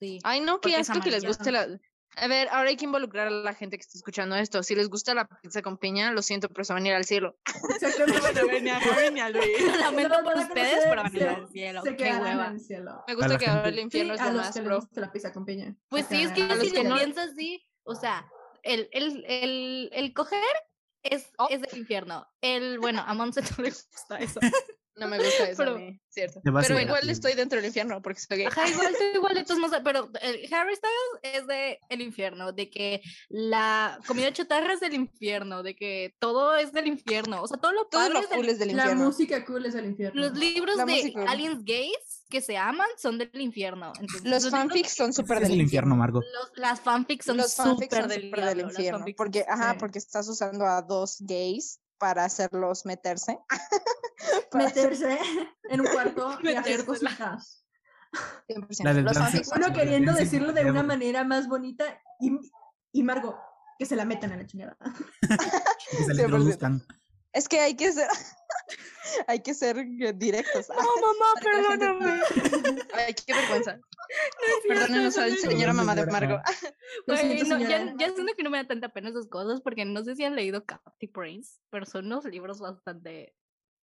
S4: Sí.
S1: Ay, no, qué
S4: porque es
S1: asco que les
S4: amarilla.
S1: guste la. A ver, ahora hay que involucrar a la gente que está escuchando esto. Si les gusta la pizza con piña, lo siento, pero se van a ir al cielo.
S5: Exactamente.
S4: Lo lamento
S5: No,
S4: por
S5: van a
S4: ustedes,
S5: conocer,
S4: pero van a ir
S5: se-
S4: al cielo.
S5: Se
S4: Qué
S5: quedarán
S4: hueva.
S5: en el cielo.
S1: Me
S2: A la
S1: gusta que ahora el
S2: gente-
S5: Sí,
S1: infierno es
S5: a
S1: lo
S5: los
S1: más
S5: que les
S1: pro.
S5: gusta la pizza con piña.
S4: Pues sí, es que
S1: A los
S4: si
S1: que
S4: lo
S1: no-
S4: piensas así, o sea, el, el, el, el coger es,
S1: Oh.
S4: es del infierno. El, bueno, a Monse no le gusta eso.
S1: No me gusta eso. a
S4: Pero-
S1: mí, cierto.
S2: Te vas a
S1: Pero
S2: ir al
S1: igual
S2: cielo.
S1: estoy dentro del infierno porque estoy gay.
S4: Ajá, igual, tú igual, entonces no sé, pero el Harry Styles es de el infierno, de que la comida chatarra es del infierno, de que todo es del infierno, o sea, todo lo
S1: Todo
S4: padre
S1: lo
S4: es del
S1: cool es del
S5: La
S1: infierno.
S5: música cool es el infierno.
S4: Los libros
S1: La
S4: de
S1: música.
S4: aliens gays que se aman son del infierno. Entonces,
S1: Los
S4: libros-
S1: fanfics son
S2: Ese
S1: súper
S2: Es
S1: del
S2: el infierno, Margot.
S4: los- las fanfics son
S1: los fanfics
S4: súper
S1: son
S4: del,
S1: súper del
S4: diablo, las
S1: infierno.
S4: fanfics son
S1: Porque, ajá,
S5: sí.
S1: porque estás usando a dos gays para hacerlos meterse. Para hacer-
S5: Meterse en un cuarto y hacer
S1: Meterse.
S5: cositas.
S1: 100%.
S2: La del
S1: Los
S2: dance.
S1: fanfics son
S5: Uno
S2: Sí,
S5: queriendo
S2: sí, sí,
S5: decirlo
S2: sí,
S5: de una
S2: sí.
S5: manera más bonita y, y Margo, que se la metan a la chingada.
S2: Que se le
S1: 100%.
S2: introduzcan.
S1: Es que hay que ser, hay que ser eh, directos. No,
S4: mamá,
S1: perdóname. Ay, qué vergüenza. Perdónenos al señora mamá de
S2: Perdón, señora.
S1: Margo.
S5: Lo
S4: Güey, no,
S5: siento,
S4: ya,
S5: señora.
S4: ya siento que no me da tanta pena esas cosas porque no sé si han leído Captive Brains, pero son unos libros bastante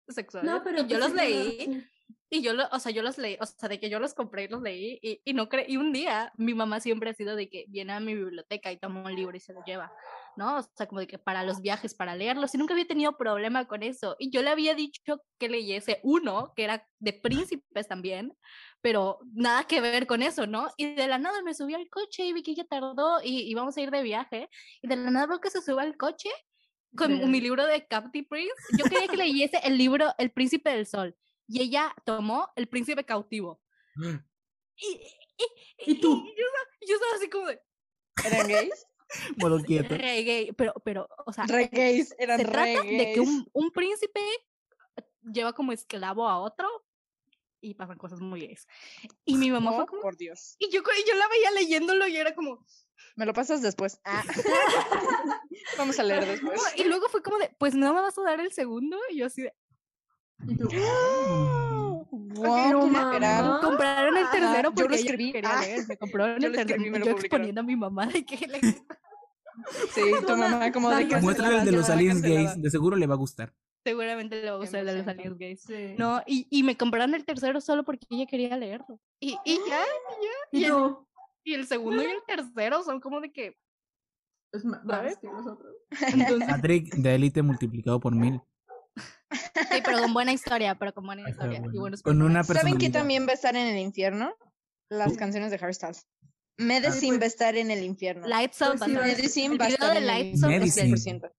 S4: sexuales.
S5: No, pero
S4: y yo
S5: pues
S4: los
S5: sí, claro,
S4: leí
S5: sí.
S4: y yo, lo, o sea, yo los leí, o sea, de que yo los compré y los leí y, y no creí. Y un día mi mamá siempre ha sido de que viene a mi biblioteca y toma un libro y se lo lleva, ¿no? O sea, como de que para los viajes, para leerlos. Y nunca había tenido problema con eso. Y yo le había dicho que leyese uno, que era de príncipes también, pero nada que ver con eso, ¿no? Y de la nada me subí al coche y vi que ya tardó y íbamos a ir de viaje. Y de la nada veo que se sube al coche con
S5: Verga.
S4: mi libro de Captive Prince. Yo quería que leyese el libro El Príncipe del Sol. Y ella tomó El Príncipe Cautivo. Y, y-
S5: Ah. ¿Y tú?
S4: y yo, estaba- yo estaba así como de
S1: ¿Eran gays?
S2: Modo quieto.
S4: reggae, pero, pero, o sea,
S1: Re gays, eran
S4: Ah, se
S1: re
S4: trata de que
S1: gays.
S4: un, un príncipe lleva como esclavo a otro y pasan cosas muy gays. Y mi mamá fue
S1: No,
S4: como,
S1: Oh, por Dios.
S4: y yo, co- y yo la veía leyéndolo y era como. "Oh",
S1: Me lo pasas después. Ah. Vamos a leer
S4: "No",
S1: después.
S4: Y luego fue como de, pues no me vas a dar el segundo. Y yo así de,
S5: Y tú,
S1: Wow,
S5: no
S1: qué
S5: mames.
S1: esperar.
S5: Ah,
S4: compraron el tercero
S1: yo lo
S4: porque yo
S1: escribí.
S4: quería
S1: Ah,
S4: leer. Me compraron
S1: yo
S4: el
S1: lo
S4: tercero.
S1: escribí y me lo
S4: y yo
S1: publicaron.
S4: exponiendo a mi mamá de que le
S1: Sí, tu mamá como de
S5: Margo,
S1: que.
S2: Muéstrale el de los
S1: cancelada,
S2: aliens
S1: cancelada.
S2: gays. De seguro le va a gustar.
S4: seguramente le va a gustar el de los
S1: 100%.
S4: aliens gays.
S5: sí.
S4: No, y, y me compraron el tercero solo porque ella quería leerlo. Y, y ya,
S5: Y
S4: y el-
S5: tú,
S4: y el segundo y el tercero son como de que.
S5: es pues, ma- este, más que nosotros.
S4: entonces,
S2: Patrick de élite multiplicado por mil.
S4: sí, pero con buena historia, pero con buena historia. y
S2: Ah, bueno.
S4: buenos
S2: Con una
S4: personajes.
S2: persona.
S1: ¿Saben qué también va a estar en el infierno? Las canciones de Harry Styles. Medicine va a estar en el infierno.
S4: Lights
S5: Pues
S4: Up. va a
S5: sí,
S4: estar-
S5: ¿verdad?
S1: Medicine
S4: el
S1: va a
S4: video
S1: estar
S4: de
S1: en el
S4: Lights Up
S1: infierno.
S2: es del-
S1: 100%.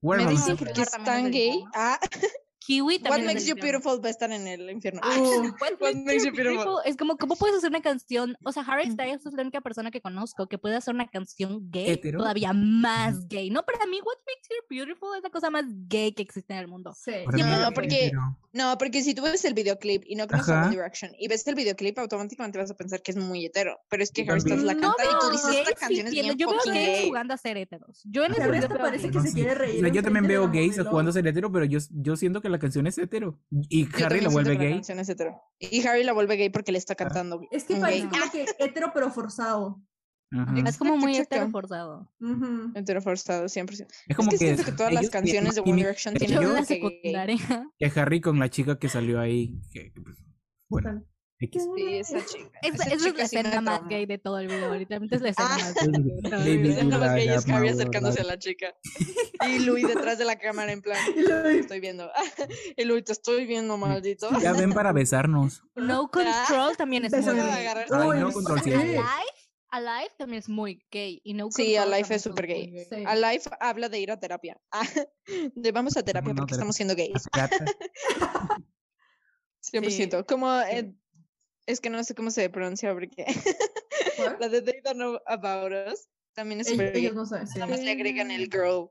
S2: Werewolf.
S1: Medicine
S4: Werewolf.
S1: porque es
S4: También es
S1: tan
S4: del
S1: gay.
S4: infierno.
S1: Ah,
S6: Kiwi
S1: What
S6: también.
S1: Makes
S6: es
S1: You
S6: del infierno.
S1: Beautiful va a estar en el infierno.
S4: Ah,
S6: What
S1: What
S6: Makes
S1: Makes
S6: You
S1: You Beautiful. Mm.
S6: Beautiful Es como, ¿cómo puedes hacer una canción? O sea, Harry Styles es la única persona que conozco que puede hacer una canción gay,
S2: Hetero.
S6: todavía más gay. No, para mí, What Makes You Beautiful es la cosa más gay que existe en el mundo.
S5: Sí.
S2: Para mí
S1: No,
S2: es
S1: porque-
S2: hetero.
S1: No, porque si tú ves el videoclip y no conoces
S2: Ajá.
S1: a One Direction y ves el videoclip, automáticamente vas a pensar que es muy hetero. Pero es que
S2: Yo
S1: Harry Styles la
S6: No,
S1: canta y tú dices,
S6: gays
S1: esta
S6: sí
S1: canción es
S6: tiene-
S1: bien
S6: Yo veo
S1: fucking
S6: gays
S1: gay.
S6: jugando a ser heteros. Yo en
S5: O
S6: ese
S5: sea,
S6: sentido
S5: Ernesto
S6: veo
S5: parece
S6: gays.
S5: que
S2: No,
S5: se
S2: sí.
S5: quiere reír.
S2: O sea, yo también
S5: enfrente de
S2: veo
S5: la
S2: gays
S5: modelo.
S2: jugando a ser hetero, pero yo, yo siento que la canción es hetero. Y
S1: Yo
S2: Harry
S1: también
S2: la
S1: siento
S2: vuelve
S1: que
S2: gay. Ah.
S1: canción es hetero. Y Harry la vuelve gay porque le está cantando.
S5: Es que
S1: un
S5: parece
S1: gay.
S4: Ah.
S5: como que hetero pero forzado.
S2: Ajá.
S6: Es como muy
S1: Exacto,
S6: hetero
S1: exacto.
S6: forzado.
S5: Ujú.
S1: Hetero forzado, 100%.
S2: Es como
S1: es que, siento que todas las
S2: ellos tienen
S1: canciones
S2: más
S1: de One
S2: química
S1: Direction
S2: entre
S6: Yo
S1: tienen
S6: en
S2: ellos
S6: la
S1: algo que gay.
S6: secundaria.
S2: que Harry con la chica que salió ahí. que, pues, bueno, X.
S1: Sí, esa chica.
S6: Es-
S1: esa
S6: Esa es
S1: chica
S6: la
S1: sí me
S6: escena más
S1: traumó.
S6: gay de todo el video. Ahorita es la escena
S1: Ah.
S6: más
S2: Baby
S1: La
S6: Baby
S1: escena más
S2: Buda,
S1: gay es Harry
S2: Gamma
S1: acercándose a
S2: Buda.
S1: la chica. Y Louis detrás de la cámara en plan,
S5: Y lo-
S1: "Te estoy viendo. Y Louis, te estoy viendo, maldito.
S2: Ya ven para besarnos.
S1: Ah.
S6: No Control también es muy
S5: Bésame.
S6: gay.
S1: Agarrar-
S2: Ay,
S5: Uy,
S2: no, control
S5: sí.
S2: siete.
S6: Alive, Alive también es muy gay. Y no
S1: Sí,
S6: Control
S1: Alive es
S6: también
S1: súper
S6: muy
S1: gay.
S5: Sí.
S1: Alive habla de ir a terapia. Ah, de vamos a terapia
S2: no,
S1: porque
S2: terapia.
S1: estamos siendo gays.
S2: Gata.
S1: 100%. Como, eh, es que no sé cómo se pronuncia porque
S5: ¿Cuál?
S1: la de They Don't Know About Us también es súper
S5: Ellos,
S1: gay.
S5: ellos no saben. sí.
S1: Nada más le agregan el girl.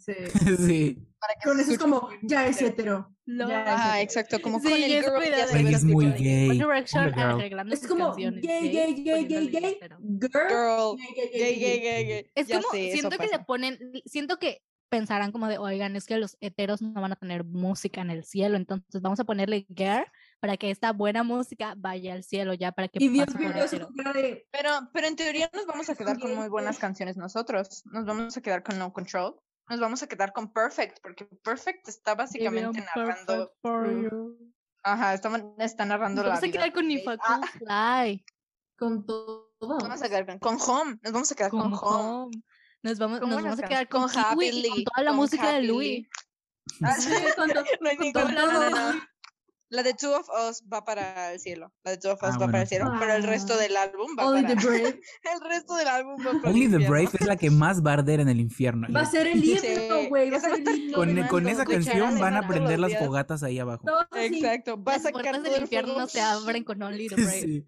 S5: Sí.
S2: Sí.
S1: para que
S5: Con
S1: se
S5: eso es
S1: escuche
S5: como, ya es hetero.
S6: No.
S5: Ya es
S1: Ah,
S5: hetero.
S1: exacto, como
S6: Sí,
S1: con el
S6: ya es
S1: girl
S6: cuidado.
S1: ya
S6: Güey,
S2: Güey,
S1: sabes
S2: es muy
S1: que-
S2: gay.
S6: One Direction
S2: Hombre, girl.
S6: arreglando
S5: Es
S6: sus
S5: como
S6: canciones gays
S5: gay, gay,
S6: y
S5: gay, gay,
S6: poniéndole
S5: gay,
S6: hetero.
S5: girl.
S1: Girl.
S5: gay,
S1: Gay, gay, gay, gay.
S6: Es
S1: Ya
S6: como,
S1: sé, eso
S6: siento que le
S1: pasa.
S6: ponen, siento que pensarán como de, oigan, es que los heteros no van a tener música en el cielo, entonces vamos a ponerle girl para que esta buena música vaya al cielo ya, para que
S5: Y Dios
S6: pase
S5: mío,
S6: por
S5: eso
S6: hetero.
S5: con cara de.
S1: Pero, pero en teoría nos vamos a quedar con
S5: Gay,
S1: muy buenas
S5: gay.
S1: canciones nosotros. Nos vamos a quedar con No Control. Nos vamos a quedar con Perfect, porque Perfect está básicamente
S6: Baby, I'm perfect
S1: narrando.
S6: for
S5: Mm.
S6: you.
S1: Ajá, está, está narrando
S6: Nos
S1: la
S6: vamos a
S1: vida
S6: quedar con
S1: de-
S6: If a
S1: Ah,
S6: Cool Fly,
S5: Con todo.
S1: nos vamos a quedar con, con Home. Nos vamos a quedar con,
S6: con
S1: Home.
S6: Home. Nos vamos,
S1: Con
S6: nos
S1: buenas
S6: vamos a
S1: can-
S6: quedar con,
S1: con
S6: Kiwi y con
S1: Happily,
S6: toda la
S1: con
S6: música de Louis.
S1: Happily. Ah,
S5: Sí, con todo.
S1: no hay
S5: todo,
S1: ninguna- no, no, no. La de Two of Us va para el cielo. La de Two of Us
S2: Ah,
S1: va
S2: bueno,
S1: para el
S2: sí.
S1: cielo, pero el resto
S5: Ah.
S1: del álbum va
S5: Only
S1: para.
S5: the Brave.
S1: El resto del álbum va para. el
S2: Only the
S1: infierno.
S2: Brave es la que más va a arder en el infierno.
S5: Va a ser el
S1: Sí,
S5: himno, güey. Va a
S1: esa
S5: ser
S1: va a
S5: el
S1: estar
S5: himno.
S1: con-
S2: Con,
S5: de
S2: con
S1: mando
S2: esa
S1: cuchara
S2: canción
S1: de
S2: van a
S1: mano todos
S2: prender
S1: los
S2: las
S1: días.
S2: fogatas ahí abajo.
S5: Todos así.
S1: Exacto, va a
S6: Ah, Las
S1: sacar todo
S6: puertas del
S1: el fuego.
S6: infierno se abren con Only the Brave.
S2: Sí.
S1: Sí,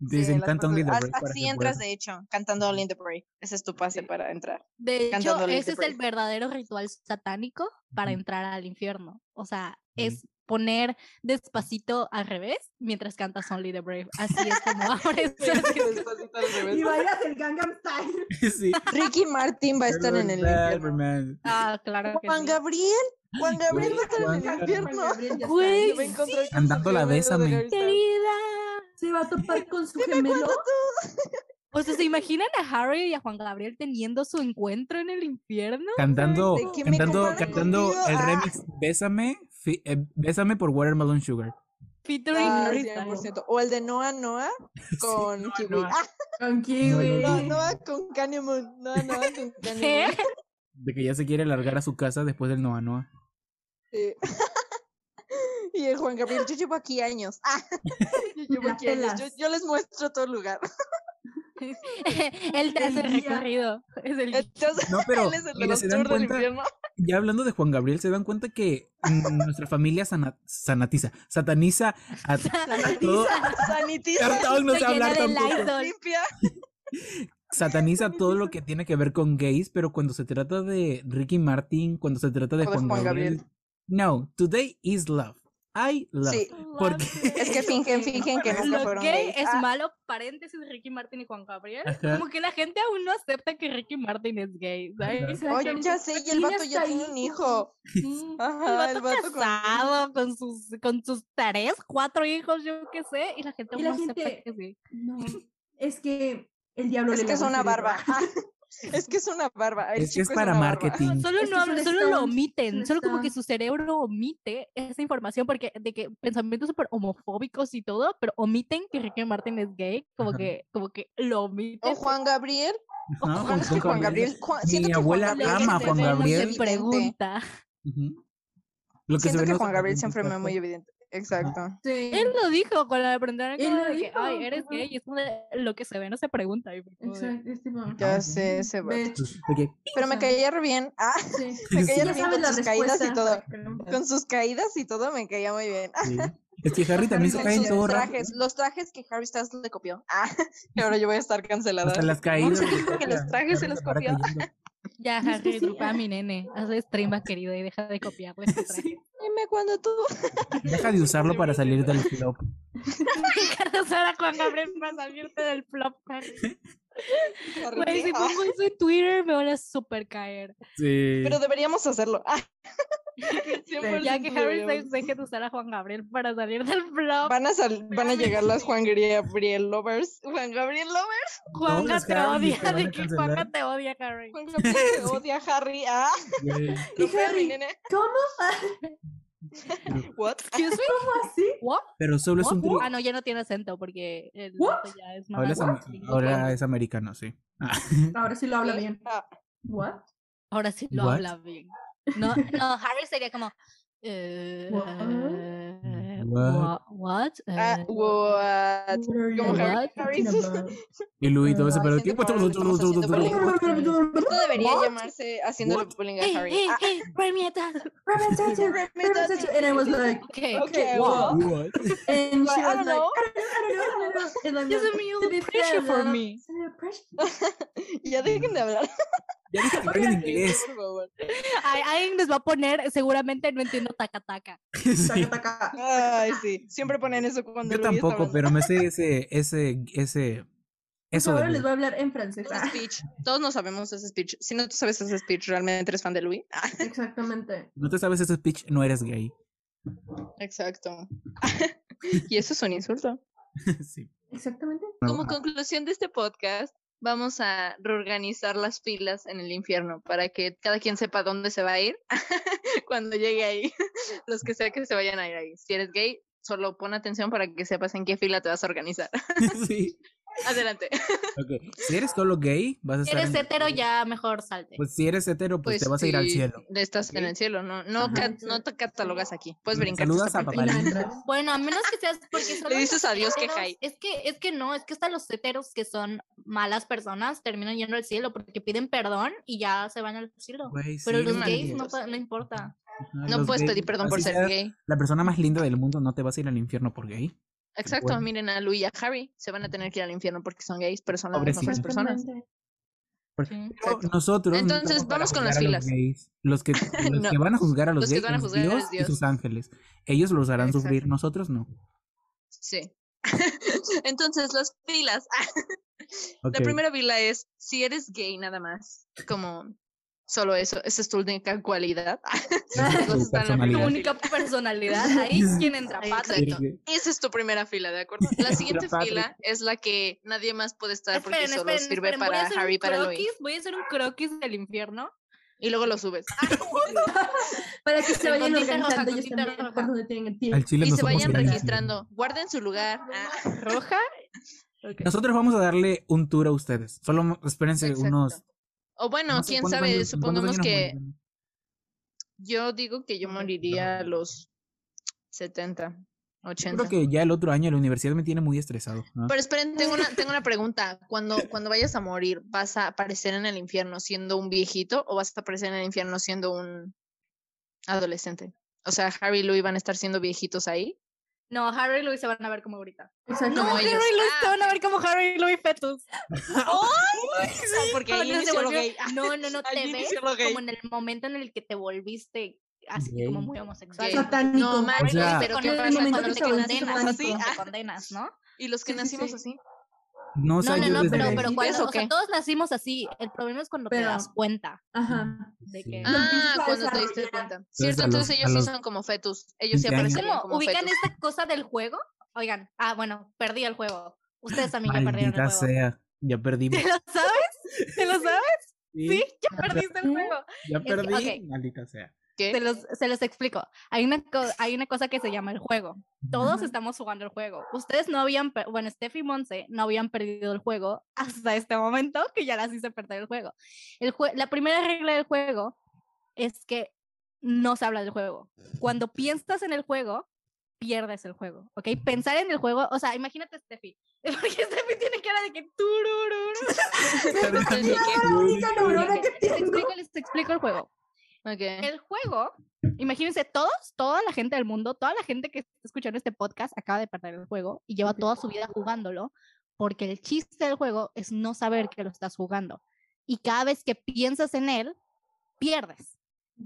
S1: las
S2: Desencanta Only the
S1: puertas-
S2: Brave.
S1: as-
S2: para
S1: Así
S2: que
S1: entras,
S2: puedas-
S1: de hecho, cantando Only the Brave. Ese es tu pase para entrar.
S6: De hecho,
S1: Cantando Live the
S6: ese es el
S1: Brave.
S6: verdadero ritual satánico para
S2: Ujú.
S6: entrar al infierno. O sea,
S2: Ujú.
S6: es poner despacito al revés mientras cantas Only the Brave. Así es como abres.
S1: Despacito al
S5: Y
S1: revés.
S5: bailas el Gangnam Style.
S2: Sí.
S1: Ricky Martin va a estar en el infierno.
S2: Superman.
S6: ah, claro que
S1: Juan
S6: sí.
S1: Gabriel. Juan Gabriel va a estar
S2: Juan
S1: en el
S2: Gabriel.
S1: infierno.
S5: Juan Gabriel ya
S6: Güey,
S1: Yo me encontré con
S2: Cantando
S1: su
S2: la
S1: gemelo de
S2: Bésame.
S1: Harry Styles.
S6: Querida.
S5: Se va a topar con su gemelo.
S6: O sea, ¿se imaginan a Harry y a Juan Gabriel teniendo su encuentro en el infierno?
S2: Cantando,
S1: ¿De qué me
S2: cantando,
S1: comparan
S2: cantando
S1: contigo?
S2: el
S1: Ah.
S2: remix Bésame, fi- eh, Bésame por Watermelon Sugar.
S6: Featuring
S1: Ah,
S6: Harry
S1: 100%. O el de Noah Noah con
S2: Noah
S1: Kiwi.
S2: Noah.
S1: Ah,
S5: Con
S2: No,
S5: Kiwi.
S1: Noah Noah con Canyon Noah Noah con Kanye
S6: ¿Qué?
S1: Moon.
S2: De que ya se quiere largar a su casa después del Noa Noa.
S1: Sí. Y el Juan Gabriel, yo llevo aquí años. Ah, yo llevo
S5: La
S1: aquí años. Yo,
S5: pelas.
S1: yo les muestro todo el lugar.
S6: Styles. Él te hace el
S5: Del día.
S6: recorrido. Es el
S1: Entonces,
S2: No, pero
S1: él es el de
S2: mira,
S1: los
S2: se dan
S1: tours del
S2: cuenta,
S1: infierno.
S2: ya hablando de Juan Gabriel, se dan cuenta que mm, nuestra familia sana- sanatiza, sataniza a todo,
S1: Sanitiza,
S2: Cartón no
S6: Se
S2: sabe hablar
S6: llena de
S2: tampoco.
S6: Lysol.
S1: limpia.
S2: sataniza todo lo que tiene que ver con gays, pero cuando se trata de Ricky Martin, cuando se trata
S1: O de
S2: de Juan,
S1: Juan
S2: Gabriel,
S1: Gabriel.
S2: No, today is love. I love.
S1: Sí,
S2: Porque-
S1: es que fingen, fingen que nunca
S6: Lo
S1: fueron
S6: gay
S1: gays.
S6: es
S1: Ah,
S6: malo, paréntesis, Ricky Martin y Juan Gabriel.
S2: Ajá.
S6: Como que la gente aún no acepta que Ricky Martin es gay, ¿sabes?
S1: Oye, ya sé, y el vato ya tiene un hijo.
S6: Mm,
S1: Ajá,
S6: el
S1: el
S6: vato
S1: vato con-
S6: casado, con... sus, con sus tres, cuatro hijos, yo qué sé, y la gente
S5: Y
S6: aún
S5: la
S6: no acepta
S5: gente-
S6: que sí.
S5: No. Es que el diablo
S1: Es
S5: le
S1: que es
S5: ganó
S1: una
S5: al cerebro.
S1: barba. Ah, Es que es una barba. El
S2: Es que es
S1: chico
S2: para
S1: una barba.
S2: marketing.
S6: Solo,
S5: Es que
S6: no
S5: es un
S6: hablan- solo lo
S5: stunt,
S6: omiten,
S5: un
S6: solo como que
S5: stunt.
S6: su cerebro omite esa información porque de que pensamientos súper homofóbicos y todo, pero omiten que Ricky Martin es gay, como
S2: Ajá.
S6: que como que lo omiten.
S1: O Juan Gabriel.
S2: Ajá,
S1: Ojalá
S2: con
S1: que Juan Gabriel. Juan-
S2: Mi
S1: siento que Juan
S2: abuela
S1: Gabriel
S2: ama a
S1: se
S2: Juan
S1: ve muy
S2: Gabriel.
S6: Se
S1: evidente.
S6: pregunta.
S2: Ujú. Lo
S1: Siento
S2: ven
S1: que
S2: los
S1: Juan Gabriel
S2: zapatos
S1: siempre me ve muy
S2: exactos.
S1: evidente. Exacto.
S5: Sí.
S6: Él lo dijo cuando le preguntaron
S5: Él
S6: como
S5: lo
S6: de que,
S5: dijo,
S6: ay, eres
S5: ajá.
S6: gay, y es como de, lo que se ve no se pregunta. y fue como de,
S5: Exacto, es tipo,
S1: Ya
S2: Ah,
S1: sé ese vato.
S5: bitch,
S2: Ok.
S1: Pero me
S5: Ajá.
S1: caía re bien. Ah,
S5: sí.
S1: me
S2: Sí,
S1: caía
S5: Ya
S1: re bien
S5: sabes
S1: con
S5: la
S1: sus caídas
S5: respuesta.
S1: y todo.
S5: Pero-
S1: Con sus caídas y todo me caía muy bien.
S2: sí. Es que Harry también se
S1: Con
S2: cae en
S1: sus
S2: todo rápido.
S1: trajes, los trajes que Harry Styles le copió. Ah, y ahora yo voy a estar cancelada.
S2: Hasta las caídas.
S1: No sé,
S2: le
S1: que
S2: copia,
S1: los trajes se
S2: Harry
S1: los
S2: para
S1: copió.
S2: cayendo.
S6: Ya,
S5: Y es que
S6: Harry,
S5: sí,
S6: drupa a
S5: ah.
S6: mi nene, hazle stream, querido, y deja de copiarle ese traje.
S1: Dime cuando tú.
S2: Deja de usarlo para salir del flop.
S6: Cada Sara cuando abren para salirte del flop, Harry.
S1: ¿Por
S6: Güey,
S1: qué?
S6: si
S1: Ah,
S6: pongo eso en Twitter, me van a super caer.
S2: Sí.
S1: Pero deberíamos hacerlo. Ah, 100%
S6: Ya que Harry Styles
S1: deberíamos.
S6: deje de usar a Juan Gabriel para salir del flop.
S1: Van a, sal- van a llegar las Juan Gabriel Lovers. Juan Gabriel Lovers.
S6: Juanga
S2: los
S6: te
S2: Harrys te
S6: odia,
S2: van a
S6: de que Juanga
S2: cancelar.
S6: te odia, Harry.
S1: Juan Gabriel te odia a Harry. Ah,
S2: Güey,
S5: Y
S1: lo fue a mi
S5: Harry,
S1: nene.
S5: ¿cómo?
S1: What?
S6: Excuse me,
S5: ¿Cómo así?
S6: what?
S2: Pero solo es un
S6: What?
S2: trío.
S6: Ah, no, ya no tiene acento porque el
S5: What?
S6: vato ya es
S2: Ahora,
S6: más.
S2: es, am- ahora es americano, sí. Ah,
S5: Ahora sí lo habla
S1: Sí,
S5: bien.
S1: ah,
S5: What?
S6: Ahora sí lo
S2: What?
S6: habla bien. No, no, Harry sería como. eh,
S5: What?
S6: eh,
S2: What?
S6: wha- What?
S1: ah,
S6: Eh,
S1: what?
S5: What are you
S1: Como Harry,
S6: What?
S1: Harry
S5: talking
S1: sus-
S5: about?
S2: y Louis todo ese
S1: Ay,
S2: pedo.
S1: siento
S2: Tiempo,
S1: que ahora
S2: chau,
S1: le
S2: chau, chau,
S1: estamos
S2: chau,
S1: haciendo
S2: chau, chau.
S1: Esto debería llamarse haciéndole bullying
S6: Hey,
S1: a Harry.
S6: hey,
S1: Ah,
S6: hey, Premieta.
S5: Ramen tattoo, ramen tattoo. And I was like,
S6: Okay.
S1: okay,
S5: okay,
S1: what?
S5: what?
S2: What?
S5: And she
S1: I don't know.
S5: was like, I don't know, I don't know, I don't know. And I'm
S6: Doesn't
S5: like,
S6: mean you
S5: to be
S6: look pressure
S5: fair,
S6: for
S5: though,
S6: me.
S5: it's a pressure.
S1: ya dejen de hablar.
S2: Ya dije que hablen en inglés.
S1: Por favor.
S6: Ay, alguien les va a poner, seguramente no entiendo taca taca.
S2: Sí.
S5: Taca, taca.
S1: Ay, sí. Siempre ponen eso cuando
S2: Yo
S1: Louis está
S2: tampoco,
S1: hablando.
S2: pero me sé ese, ese, ese,
S5: Pues
S2: eso
S5: ahora
S2: de Louis.
S5: les voy a hablar en francés.
S2: Ah.
S5: Ah,
S1: Ese speech. Todos no sabemos ese speech. Si no tú sabes ese speech, ¿realmente eres fan de Louis? Ah,
S5: Ah, exactamente.
S2: No te sabes ese speech, no eres gay.
S1: exacto. y eso es un insulto.
S2: Sí.
S5: Exactamente.
S1: Como conclusión de este podcast, vamos a reorganizar las filas en el infierno para que cada quien sepa dónde se va a ir cuando llegue ahí. Los que sea que se vayan a ir ahí. Si eres gay, solo pon atención para que sepas en qué fila te vas a organizar.
S2: Sí.
S1: Adelante.
S2: Ok. Si eres solo gay, vas a estar.
S6: Eres
S2: en-
S6: hetero, ya mejor salte.
S2: Pues si eres hetero, pues, te vas a ir al
S1: sí,
S2: cielo.
S1: Estás en
S2: Ok.
S1: el cielo, no, no,
S2: Ajá. Pues
S1: cat- no te catalogas aquí. Puedes brincar.
S2: Saludas a
S5: Y no
S2: Vale.
S5: entras.
S6: Bueno, a menos que seas porque solo los
S1: dices adiós que
S6: heteros-
S1: jai.
S6: Es que es que no, es que hasta los heteros que son malas personas terminan yendo al cielo porque piden perdón y ya se van al cielo.
S2: Güey,
S6: Pero
S2: sí,
S6: los
S2: man.
S6: gays no,
S1: malditos.
S6: pa- no importa.
S2: Ajá,
S1: No
S2: los
S1: puedes
S2: gays,
S1: pedir perdón por
S2: así
S1: ser
S2: seas
S1: gay.
S2: La persona más linda del mundo no te vas a ir al infierno por gay.
S1: Exacto,
S2: bueno.
S1: miren a Louis y a Harry, se van a tener que ir al infierno porque son gays, pero son las
S2: Pobrecitos.
S1: mejores personas.
S5: Exactamente.
S6: Sí.
S2: Pero
S1: Exacto.
S2: nosotros. no
S1: Entonces,
S2: estamos para
S1: vamos con
S2: juzgar
S1: las
S2: a
S1: filas.
S2: los gays. Los, que, los
S1: No.
S2: que van a juzgar a los,
S1: Los que
S2: gays
S1: van a
S2: es
S1: juzgar a
S2: Dios
S1: los
S2: y
S1: Dios.
S2: sus ángeles. Ellos los harán
S1: Exacto.
S2: sufrir, nosotros no.
S1: Sí. Entonces, las filas.
S2: Ok.
S1: La primera fila es si eres gay nada más, como solo eso, esa es tu única cualidad. Ah,
S2: Esa
S1: Vas
S2: es
S1: a
S2: tu
S1: estar en la
S2: personalidad.
S6: Tu
S1: primera
S6: única personalidad ahí quien entra pato.
S1: Exacto. Esa es tu primera fila, ¿de acuerdo? La siguiente
S2: Patrick.
S1: fila es la que nadie más puede estar porque
S6: Esperen,
S1: solo
S6: esperen,
S1: sirve
S6: esperen, voy a
S1: para
S6: hacer
S1: Harry y
S6: un
S1: para Louis.
S6: croquis, voy a hacer un croquis del infierno.
S1: Y luego lo subes.
S5: Para que se
S6: Con
S5: vayan
S6: tintita roja,
S5: organizando
S6: con
S5: ellos
S6: tintita
S5: también
S6: roja.
S5: por donde tengan tiempo.
S2: Al chile
S1: y
S2: no
S1: se
S2: somos
S1: vayan
S2: gays, güey.
S1: registrando. Guarden su lugar. Ah,
S6: Roja. Ok.
S2: Nosotros vamos a darle un tour a ustedes. Solo mo- espérense
S1: Exacto.
S2: unos.
S1: O bueno,
S2: no sé
S1: quién
S2: cuántos
S1: sabe,
S2: años- en cuántos
S1: supongamos
S2: años nos
S1: que
S2: moriremos.
S1: yo digo que yo moriría a los 70,
S2: Yo
S1: 80.
S2: Creo que ya el otro año la universidad me tiene muy estresado. ¿no?
S1: Pero esperen, tengo una, tengo una pregunta. Cuando, cuando vayas a morir, ¿vas a aparecer en el infierno siendo un viejito o vas a aparecer en el infierno siendo un adolescente? O sea, Harry y Louis van a estar siendo viejitos ahí.
S6: No, Harry y Louis se van a ver como ahorita.
S5: Exactamente.
S6: No,
S1: Como
S6: Harry y
S1: ellos.
S6: Louis
S1: Ah,
S6: se van a ver como Harry y Louis fetus.
S1: O sea, porque ahí
S6: Cuando se
S1: inició lo
S6: volvió-
S1: gay. Ah,
S6: No, no, no
S1: ahí
S6: te ves
S1: inició lo gay.
S6: como en el momento en el que te volviste así
S2: Gay.
S6: como muy homosexual.
S1: Gay.
S5: Satánico.
S1: No,
S2: O
S1: manches,
S2: sea-
S1: pero ¿qué
S6: Con el
S1: pasa
S5: momento
S1: cuando
S5: que
S1: te
S5: te volviste
S1: condenas
S5: satánico.
S1: así?
S6: te
S1: Ah,
S6: condenas, ¿no?
S1: y los que
S5: Sí, sí,
S1: nacimos
S5: sí.
S1: así.
S2: No, o
S6: No,
S2: sea,
S6: no,
S2: yo
S6: no,
S2: desde-
S6: pero, pero
S1: ¿Ves
S6: cuando,
S1: o
S6: o sea,
S1: qué?
S6: todos nacimos así. El problema es cuando te
S5: Pero-
S6: das cuenta
S5: Ajá.
S6: de
S2: Sí.
S6: que...
S2: Lo
S1: Ah,
S5: empiezas a
S1: cuando te diste
S5: desarrollar.
S1: cuenta.
S2: a
S1: Cierto,
S2: los-
S1: entonces
S2: a
S1: ellos sí
S2: los
S1: son como fetus. Ellos sí
S2: 15 años.
S1: aparecen
S6: ¿Cómo
S1: como
S6: ubican
S1: fetus.
S6: esta cosa del juego? Oigan, ah, bueno, perdí el juego. Ustedes también ya perdieron el
S2: Maldita
S6: juego.
S2: sea. Ya perdimos.
S6: ¿Te lo sabes? ¿Te lo sabes?
S2: Sí,
S6: Sí, ya perdiste el juego.
S2: Ya
S6: que-
S2: perdí.
S6: ok.
S2: Maldita sea.
S6: Se
S1: ¿Qué?
S6: los, se los explico. Hay una, co- hay una cosa que se llama el juego. Todos
S5: Ujú.
S6: estamos jugando el juego. Ustedes no habían, per- bueno, Steph y Monse no habían perdido el juego hasta este momento que ya las hice perder el juego. El jue- la primera regla del juego es que no se habla del juego. Cuando piensas en el juego, pierdes el juego, ¿ok? Pensar en el juego, o sea, imagínate a Steffi. Porque Steffi tiene cara de que turururu.
S5: La única neurona que
S6: Les
S5: tengo.
S6: explico, les explico el juego.
S1: Ok.
S6: El juego, imagínense todos, toda la gente del mundo, toda la gente que está escuchando este podcast acaba de perder el juego y lleva toda su vida jugándolo, porque el chiste del juego es no saber que lo estás jugando. Y cada vez que piensas en él, pierdes.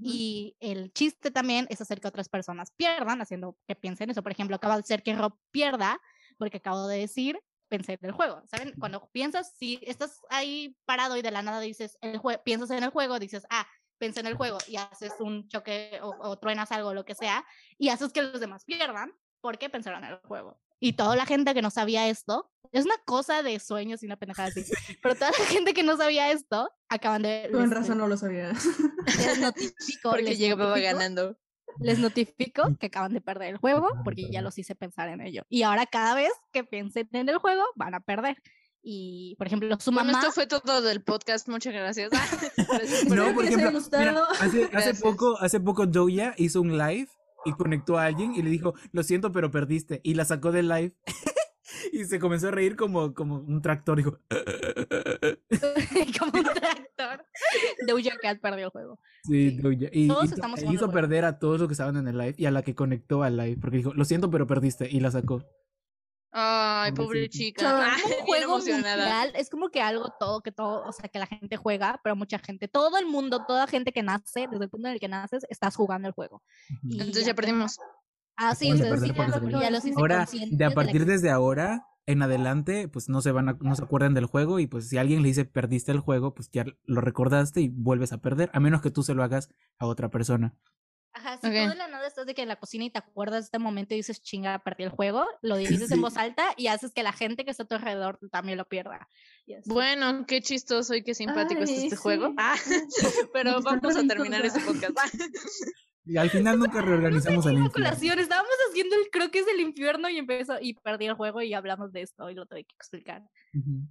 S6: Y el chiste también es hacer que otras personas pierdan, haciendo que piensen eso. Por ejemplo, acaba de ser que Rob pierda, porque acabo de decir, pensé en el juego. ¿Saben? Cuando piensas, si estás ahí parado y de la nada dices, el jue- piensas en el juego, dices, ah, pensé en el juego y haces un choque o, o truenas algo, lo que sea, y haces que los demás pierdan porque pensaron en el juego. Y toda la gente que no sabía esto, es una cosa de sueños y una pendejada así, pero toda la gente que no sabía esto, acaban de...
S5: Con
S6: les-
S5: razón no lo sabía.
S6: les notifico,
S1: Porque
S6: les
S1: llegaba
S6: notifico,
S1: ganando.
S6: Les notifico que acaban de perder el juego porque ya los hice pensar en ello. Y ahora cada vez que piensen en el juego van a perder. Y, por ejemplo, su
S1: Bueno,
S6: mamá...
S1: esto fue todo del podcast. Muchas gracias. Gracias por-
S2: No, por
S5: les haya
S2: ejemplo, mira,
S5: gustado.
S2: hace, hace
S1: Gracias.
S2: poco, hace poco Doja hizo un live y conectó a alguien y le dijo, lo siento, pero perdiste. Y la sacó del live. y se comenzó a reír como, como un tractor. Dijo,
S6: como un tractor. Doja Cat perdió el juego.
S2: sí,
S6: Sí.
S2: Doja. Y,
S6: Todos
S2: y-
S6: estamos
S2: e
S6: jugando
S2: hizo
S6: al
S2: perder a todos los que estaban en el live y a la que conectó al live. Porque dijo, lo siento, pero perdiste. Y la sacó.
S1: Ay, pobre
S2: Pobrecita.
S1: chica. Ah,
S6: Es como
S1: Bien
S6: un juego
S1: emocionada.
S6: mundial, es como que algo todo que todo, o sea, que la gente juega, pero mucha gente, todo el mundo, toda gente que nace, desde el punto en el que naces, estás jugando el juego. Y
S1: Entonces ya perdimos.
S6: Ah, sí,
S2: Vamos a
S6: ustedes
S2: perder
S6: sí
S2: porque
S6: ya
S2: se
S6: lo-
S2: murió.
S6: ya los hice
S2: Ahora,
S6: conscientes
S2: de a
S6: la
S2: partir
S6: que-
S2: desde ahora en adelante, pues no se van a, no se acuerdan del juego y pues si alguien le dice perdiste el juego, pues ya lo recordaste y vuelves a perder, a menos que tú se lo hagas a otra persona.
S6: Ajá, si
S1: Ok.
S6: tú de la nada estás de que en la cocina y te acuerdas de este momento y dices, chinga, perdí el juego, lo dices en voz alta y haces que la gente que está a tu alrededor también lo pierda. Y así.
S1: Bueno, qué chistoso y qué simpático es
S5: Ay,
S1: este
S5: sí.
S1: juego. Ah, pero
S5: Están
S1: vamos a
S5: bonitos,
S1: terminar
S5: ¿verdad?
S1: este podcast.
S2: Y al final nunca reorganizamos el
S6: Una
S2: infierno.
S6: colación, estábamos haciendo el croquis del infierno y empezó y perdí el juego y hablamos de esto y lo tuve que explicar.
S2: Ujú.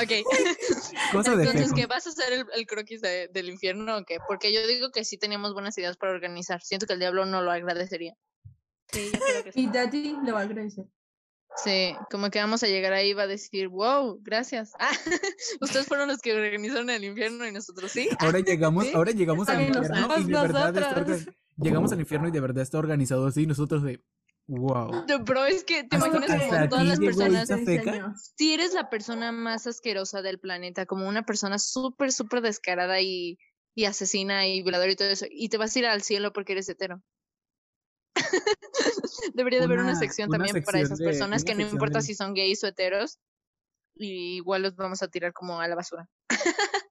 S1: Ok.
S2: Cosa de
S1: Entonces,
S2: jefe.
S1: ¿qué vas a hacer el, el croquis de- del infierno o qué? Porque yo digo que sí teníamos buenas ideas para organizar. Siento que el diablo no lo agradecería.
S6: Sí, yo creo que sí.
S5: Y Daddy le va a agradecer.
S1: Sí, como que vamos a llegar ahí y va a decir, wow, gracias. Ah, ustedes fueron los que organizaron el infierno y nosotros sí.
S2: Ahora llegamos,
S1: Sí,
S2: ahora llegamos al
S5: también nos
S2: infierno y de
S6: amas
S2: verdad está
S6: nosotros.
S2: organ- llegamos al infierno y de verdad está organizado así, y nosotros de wow.
S1: No, Pero es que te
S2: Hasta-
S1: imaginas
S2: hasta
S1: como todas
S2: aquí
S1: las
S5: Pues
S2: llegó
S1: personas
S2: esta feca.
S1: si eres la persona más asquerosa del planeta, como una persona súper, súper descarada y, y asesina y violadora y todo eso, y te vas a ir al cielo porque eres hetero. Debería de haber una
S2: Una-
S1: sección
S2: una
S1: también para
S2: sección
S1: esas
S2: de-
S1: personas
S2: una
S1: que no
S2: sección
S1: importa
S2: de-
S1: si son gays o heteros, y igual los vamos a tirar como a la basura.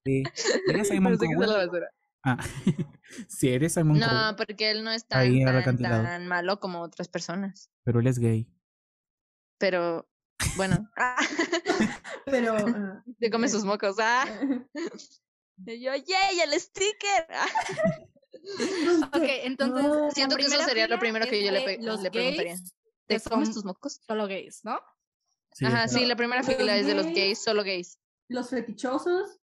S2: Sí. ¿Eres Simon
S1: Pero sé que es a
S2: Cowell?
S1: la basura.
S2: Ah. si eres Simon
S1: No,
S2: Cowell,
S1: porque él no es tan,
S2: Ahí al
S1: tan,
S2: acantilado.
S1: tan malo como otras personas.
S2: pero él es gay.
S1: Pero bueno, ah,
S5: Pero. ah,
S1: se
S2: Eh.
S1: come sus mocos. Ah, Y yo, yay, el sticker. Ah.
S6: Ok, entonces.
S5: No,
S6: la
S1: Siento que eso
S6: primera
S1: sería lo
S6: fila
S1: primero que
S6: es
S1: yo le,
S6: de
S1: pe-
S6: los
S1: le preguntaría.
S6: gays,
S1: ¿Te
S6: que
S1: comes
S6: son
S1: tus mocos?
S6: Solo gays, ¿no?
S2: Sí,
S1: Ajá,
S2: es-
S1: sí, la primera
S5: Los
S1: fila es de los
S5: gays.
S1: gays, solo gays.
S5: Los fetichosos.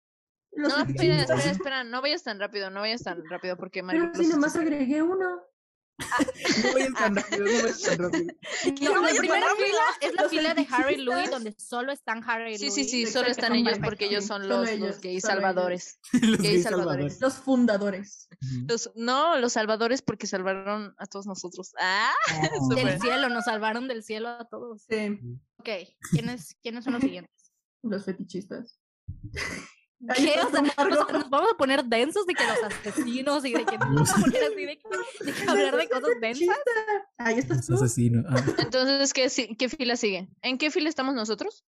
S5: Los
S1: No, espera,
S5: fetichistas.
S1: espera, espera, no vayas tan rápido, no vayas tan rápido porque Mario
S5: Pero si nomás agregué uno.
S2: No vayas tan rápido, no vayas tan rápido.
S5: No,
S6: la
S5: no,
S6: primera
S5: no,
S6: fila es la
S5: los
S6: fila de Harry y Louis,
S5: fetichistas.
S6: donde solo están Harry y
S1: Sí,
S6: Louis.
S1: sí, sí, solo
S6: que
S1: están
S6: son
S1: ellos
S6: perfectos.
S1: porque ellos son
S5: Solo
S1: los, los
S5: ellos,
S1: gays
S5: solo ellos.
S1: salvadores.
S2: Los
S1: Gays
S2: gays
S1: salvadores.
S2: salvadores.
S5: Los fundadores.
S2: Ujú.
S1: Los, no, los salvadores porque salvaron a todos nosotros. Ah,
S2: Oh.
S1: Súper.
S6: Del cielo, nos salvaron del cielo a todos.
S5: Sí,
S6: Ok, ¿quiénes, ¿quiénes son los siguientes?
S5: los fetichistas. Ahí
S6: ¿Qué?
S5: está
S6: O sea,
S5: tu
S6: nos,
S5: Margot.
S6: nos vamos a poner densos de que los asesinos y de que nos vamos a poner así de que- de que hablar de cosas densas.
S5: Fetichista. Ahí estás
S2: Los
S5: tú.
S2: asesinos. Ah,
S1: entonces, ¿qué, si- qué fila sigue? ¿En qué fila estamos nosotros?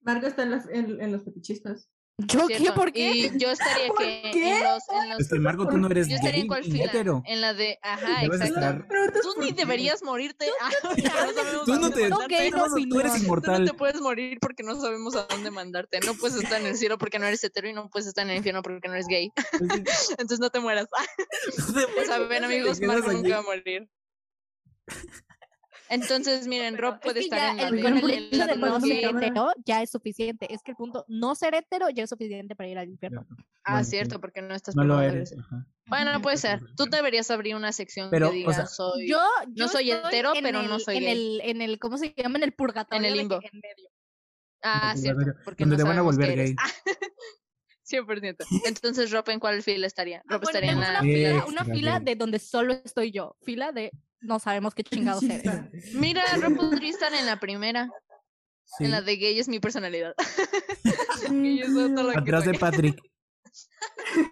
S5: Margo está en, las- en- en los fetichistas.
S6: ¿Yo qué?
S1: Cierto,
S6: ¿Por qué?
S1: Y yo estaría
S5: ¿Por
S1: que
S5: qué?
S1: en los, en los-
S2: Es que Margo, tú no eres
S1: yo estaría
S2: gay
S1: en cuál
S2: ni
S1: fila? Eh,
S2: hetero.
S1: En la de, ajá,
S2: Debes
S1: exacto.
S2: estar-
S5: Preguntas
S1: Tú
S5: por
S1: ni
S5: qué.
S1: deberías morirte. Ah, porque no sabemos
S2: Tú
S1: a
S2: no
S1: dónde
S2: te,
S6: Ok,
S1: mandarte.
S2: tú no- tú eres
S6: opinión.
S1: Tú no te
S2: inmortal.
S1: puedes morir porque no sabemos a dónde mandarte. No puedes estar en el cielo porque no eres hetero y no puedes estar en el infierno porque no eres gay.
S2: Pues
S1: Entonces no te mueras. Ah,
S2: Tú te
S1: saben, amigos,
S2: quedas
S1: Marco
S2: aquí.
S1: nunca va a morir. Entonces, miren, Rob puede
S6: es que ya
S1: estar en la de-
S6: el, con el
S5: Con
S6: hecho
S5: la
S6: de
S5: de
S6: no ser
S5: poligamia.
S6: hetero ya es suficiente. Es que el punto no ser hetero ya es suficiente para ir al infierno.
S1: Ah,
S2: Bueno,
S1: cierto,
S2: sí.
S1: porque no estás
S2: No lo
S1: probando
S2: eres.
S1: eso.
S2: ajá.
S1: Bueno, puede ser. Tú deberías abrir una sección
S2: Pero, o
S1: que diga
S2: sea,
S1: soy.
S6: Yo,
S1: No
S6: yo
S1: soy
S6: estoy
S1: hetero,
S6: en
S1: pero no
S6: el-
S1: soy
S6: en
S1: gay.
S6: el, en el, ¿cómo se llama? En el purgatorio. de que
S1: limbo.
S6: en medio.
S1: ah,
S2: Donde
S1: cierto.
S2: te van a-
S1: Porque
S2: donde
S1: no
S2: te van a
S1: sabemos qué
S2: volver
S1: eres. Ah,
S2: gay.
S1: 100%. Entonces, Rob, ¿en cuál fila estaría?
S6: Ah,
S1: Rob
S6: bueno,
S1: estaría en
S6: tengo
S1: la
S6: una
S1: fila.
S2: Sí,
S6: fila,
S1: de-
S6: una
S2: extra
S6: fila
S2: gay.
S6: de donde solo estoy yo. Fila de no sabemos qué chingados eres.
S1: Mira, Rob podría estar en la primera.
S2: Sí.
S1: En la de gay es mi personalidad. Gay es todo lo que
S2: Atrás de
S1: soy.
S2: Patrick.
S1: Sí,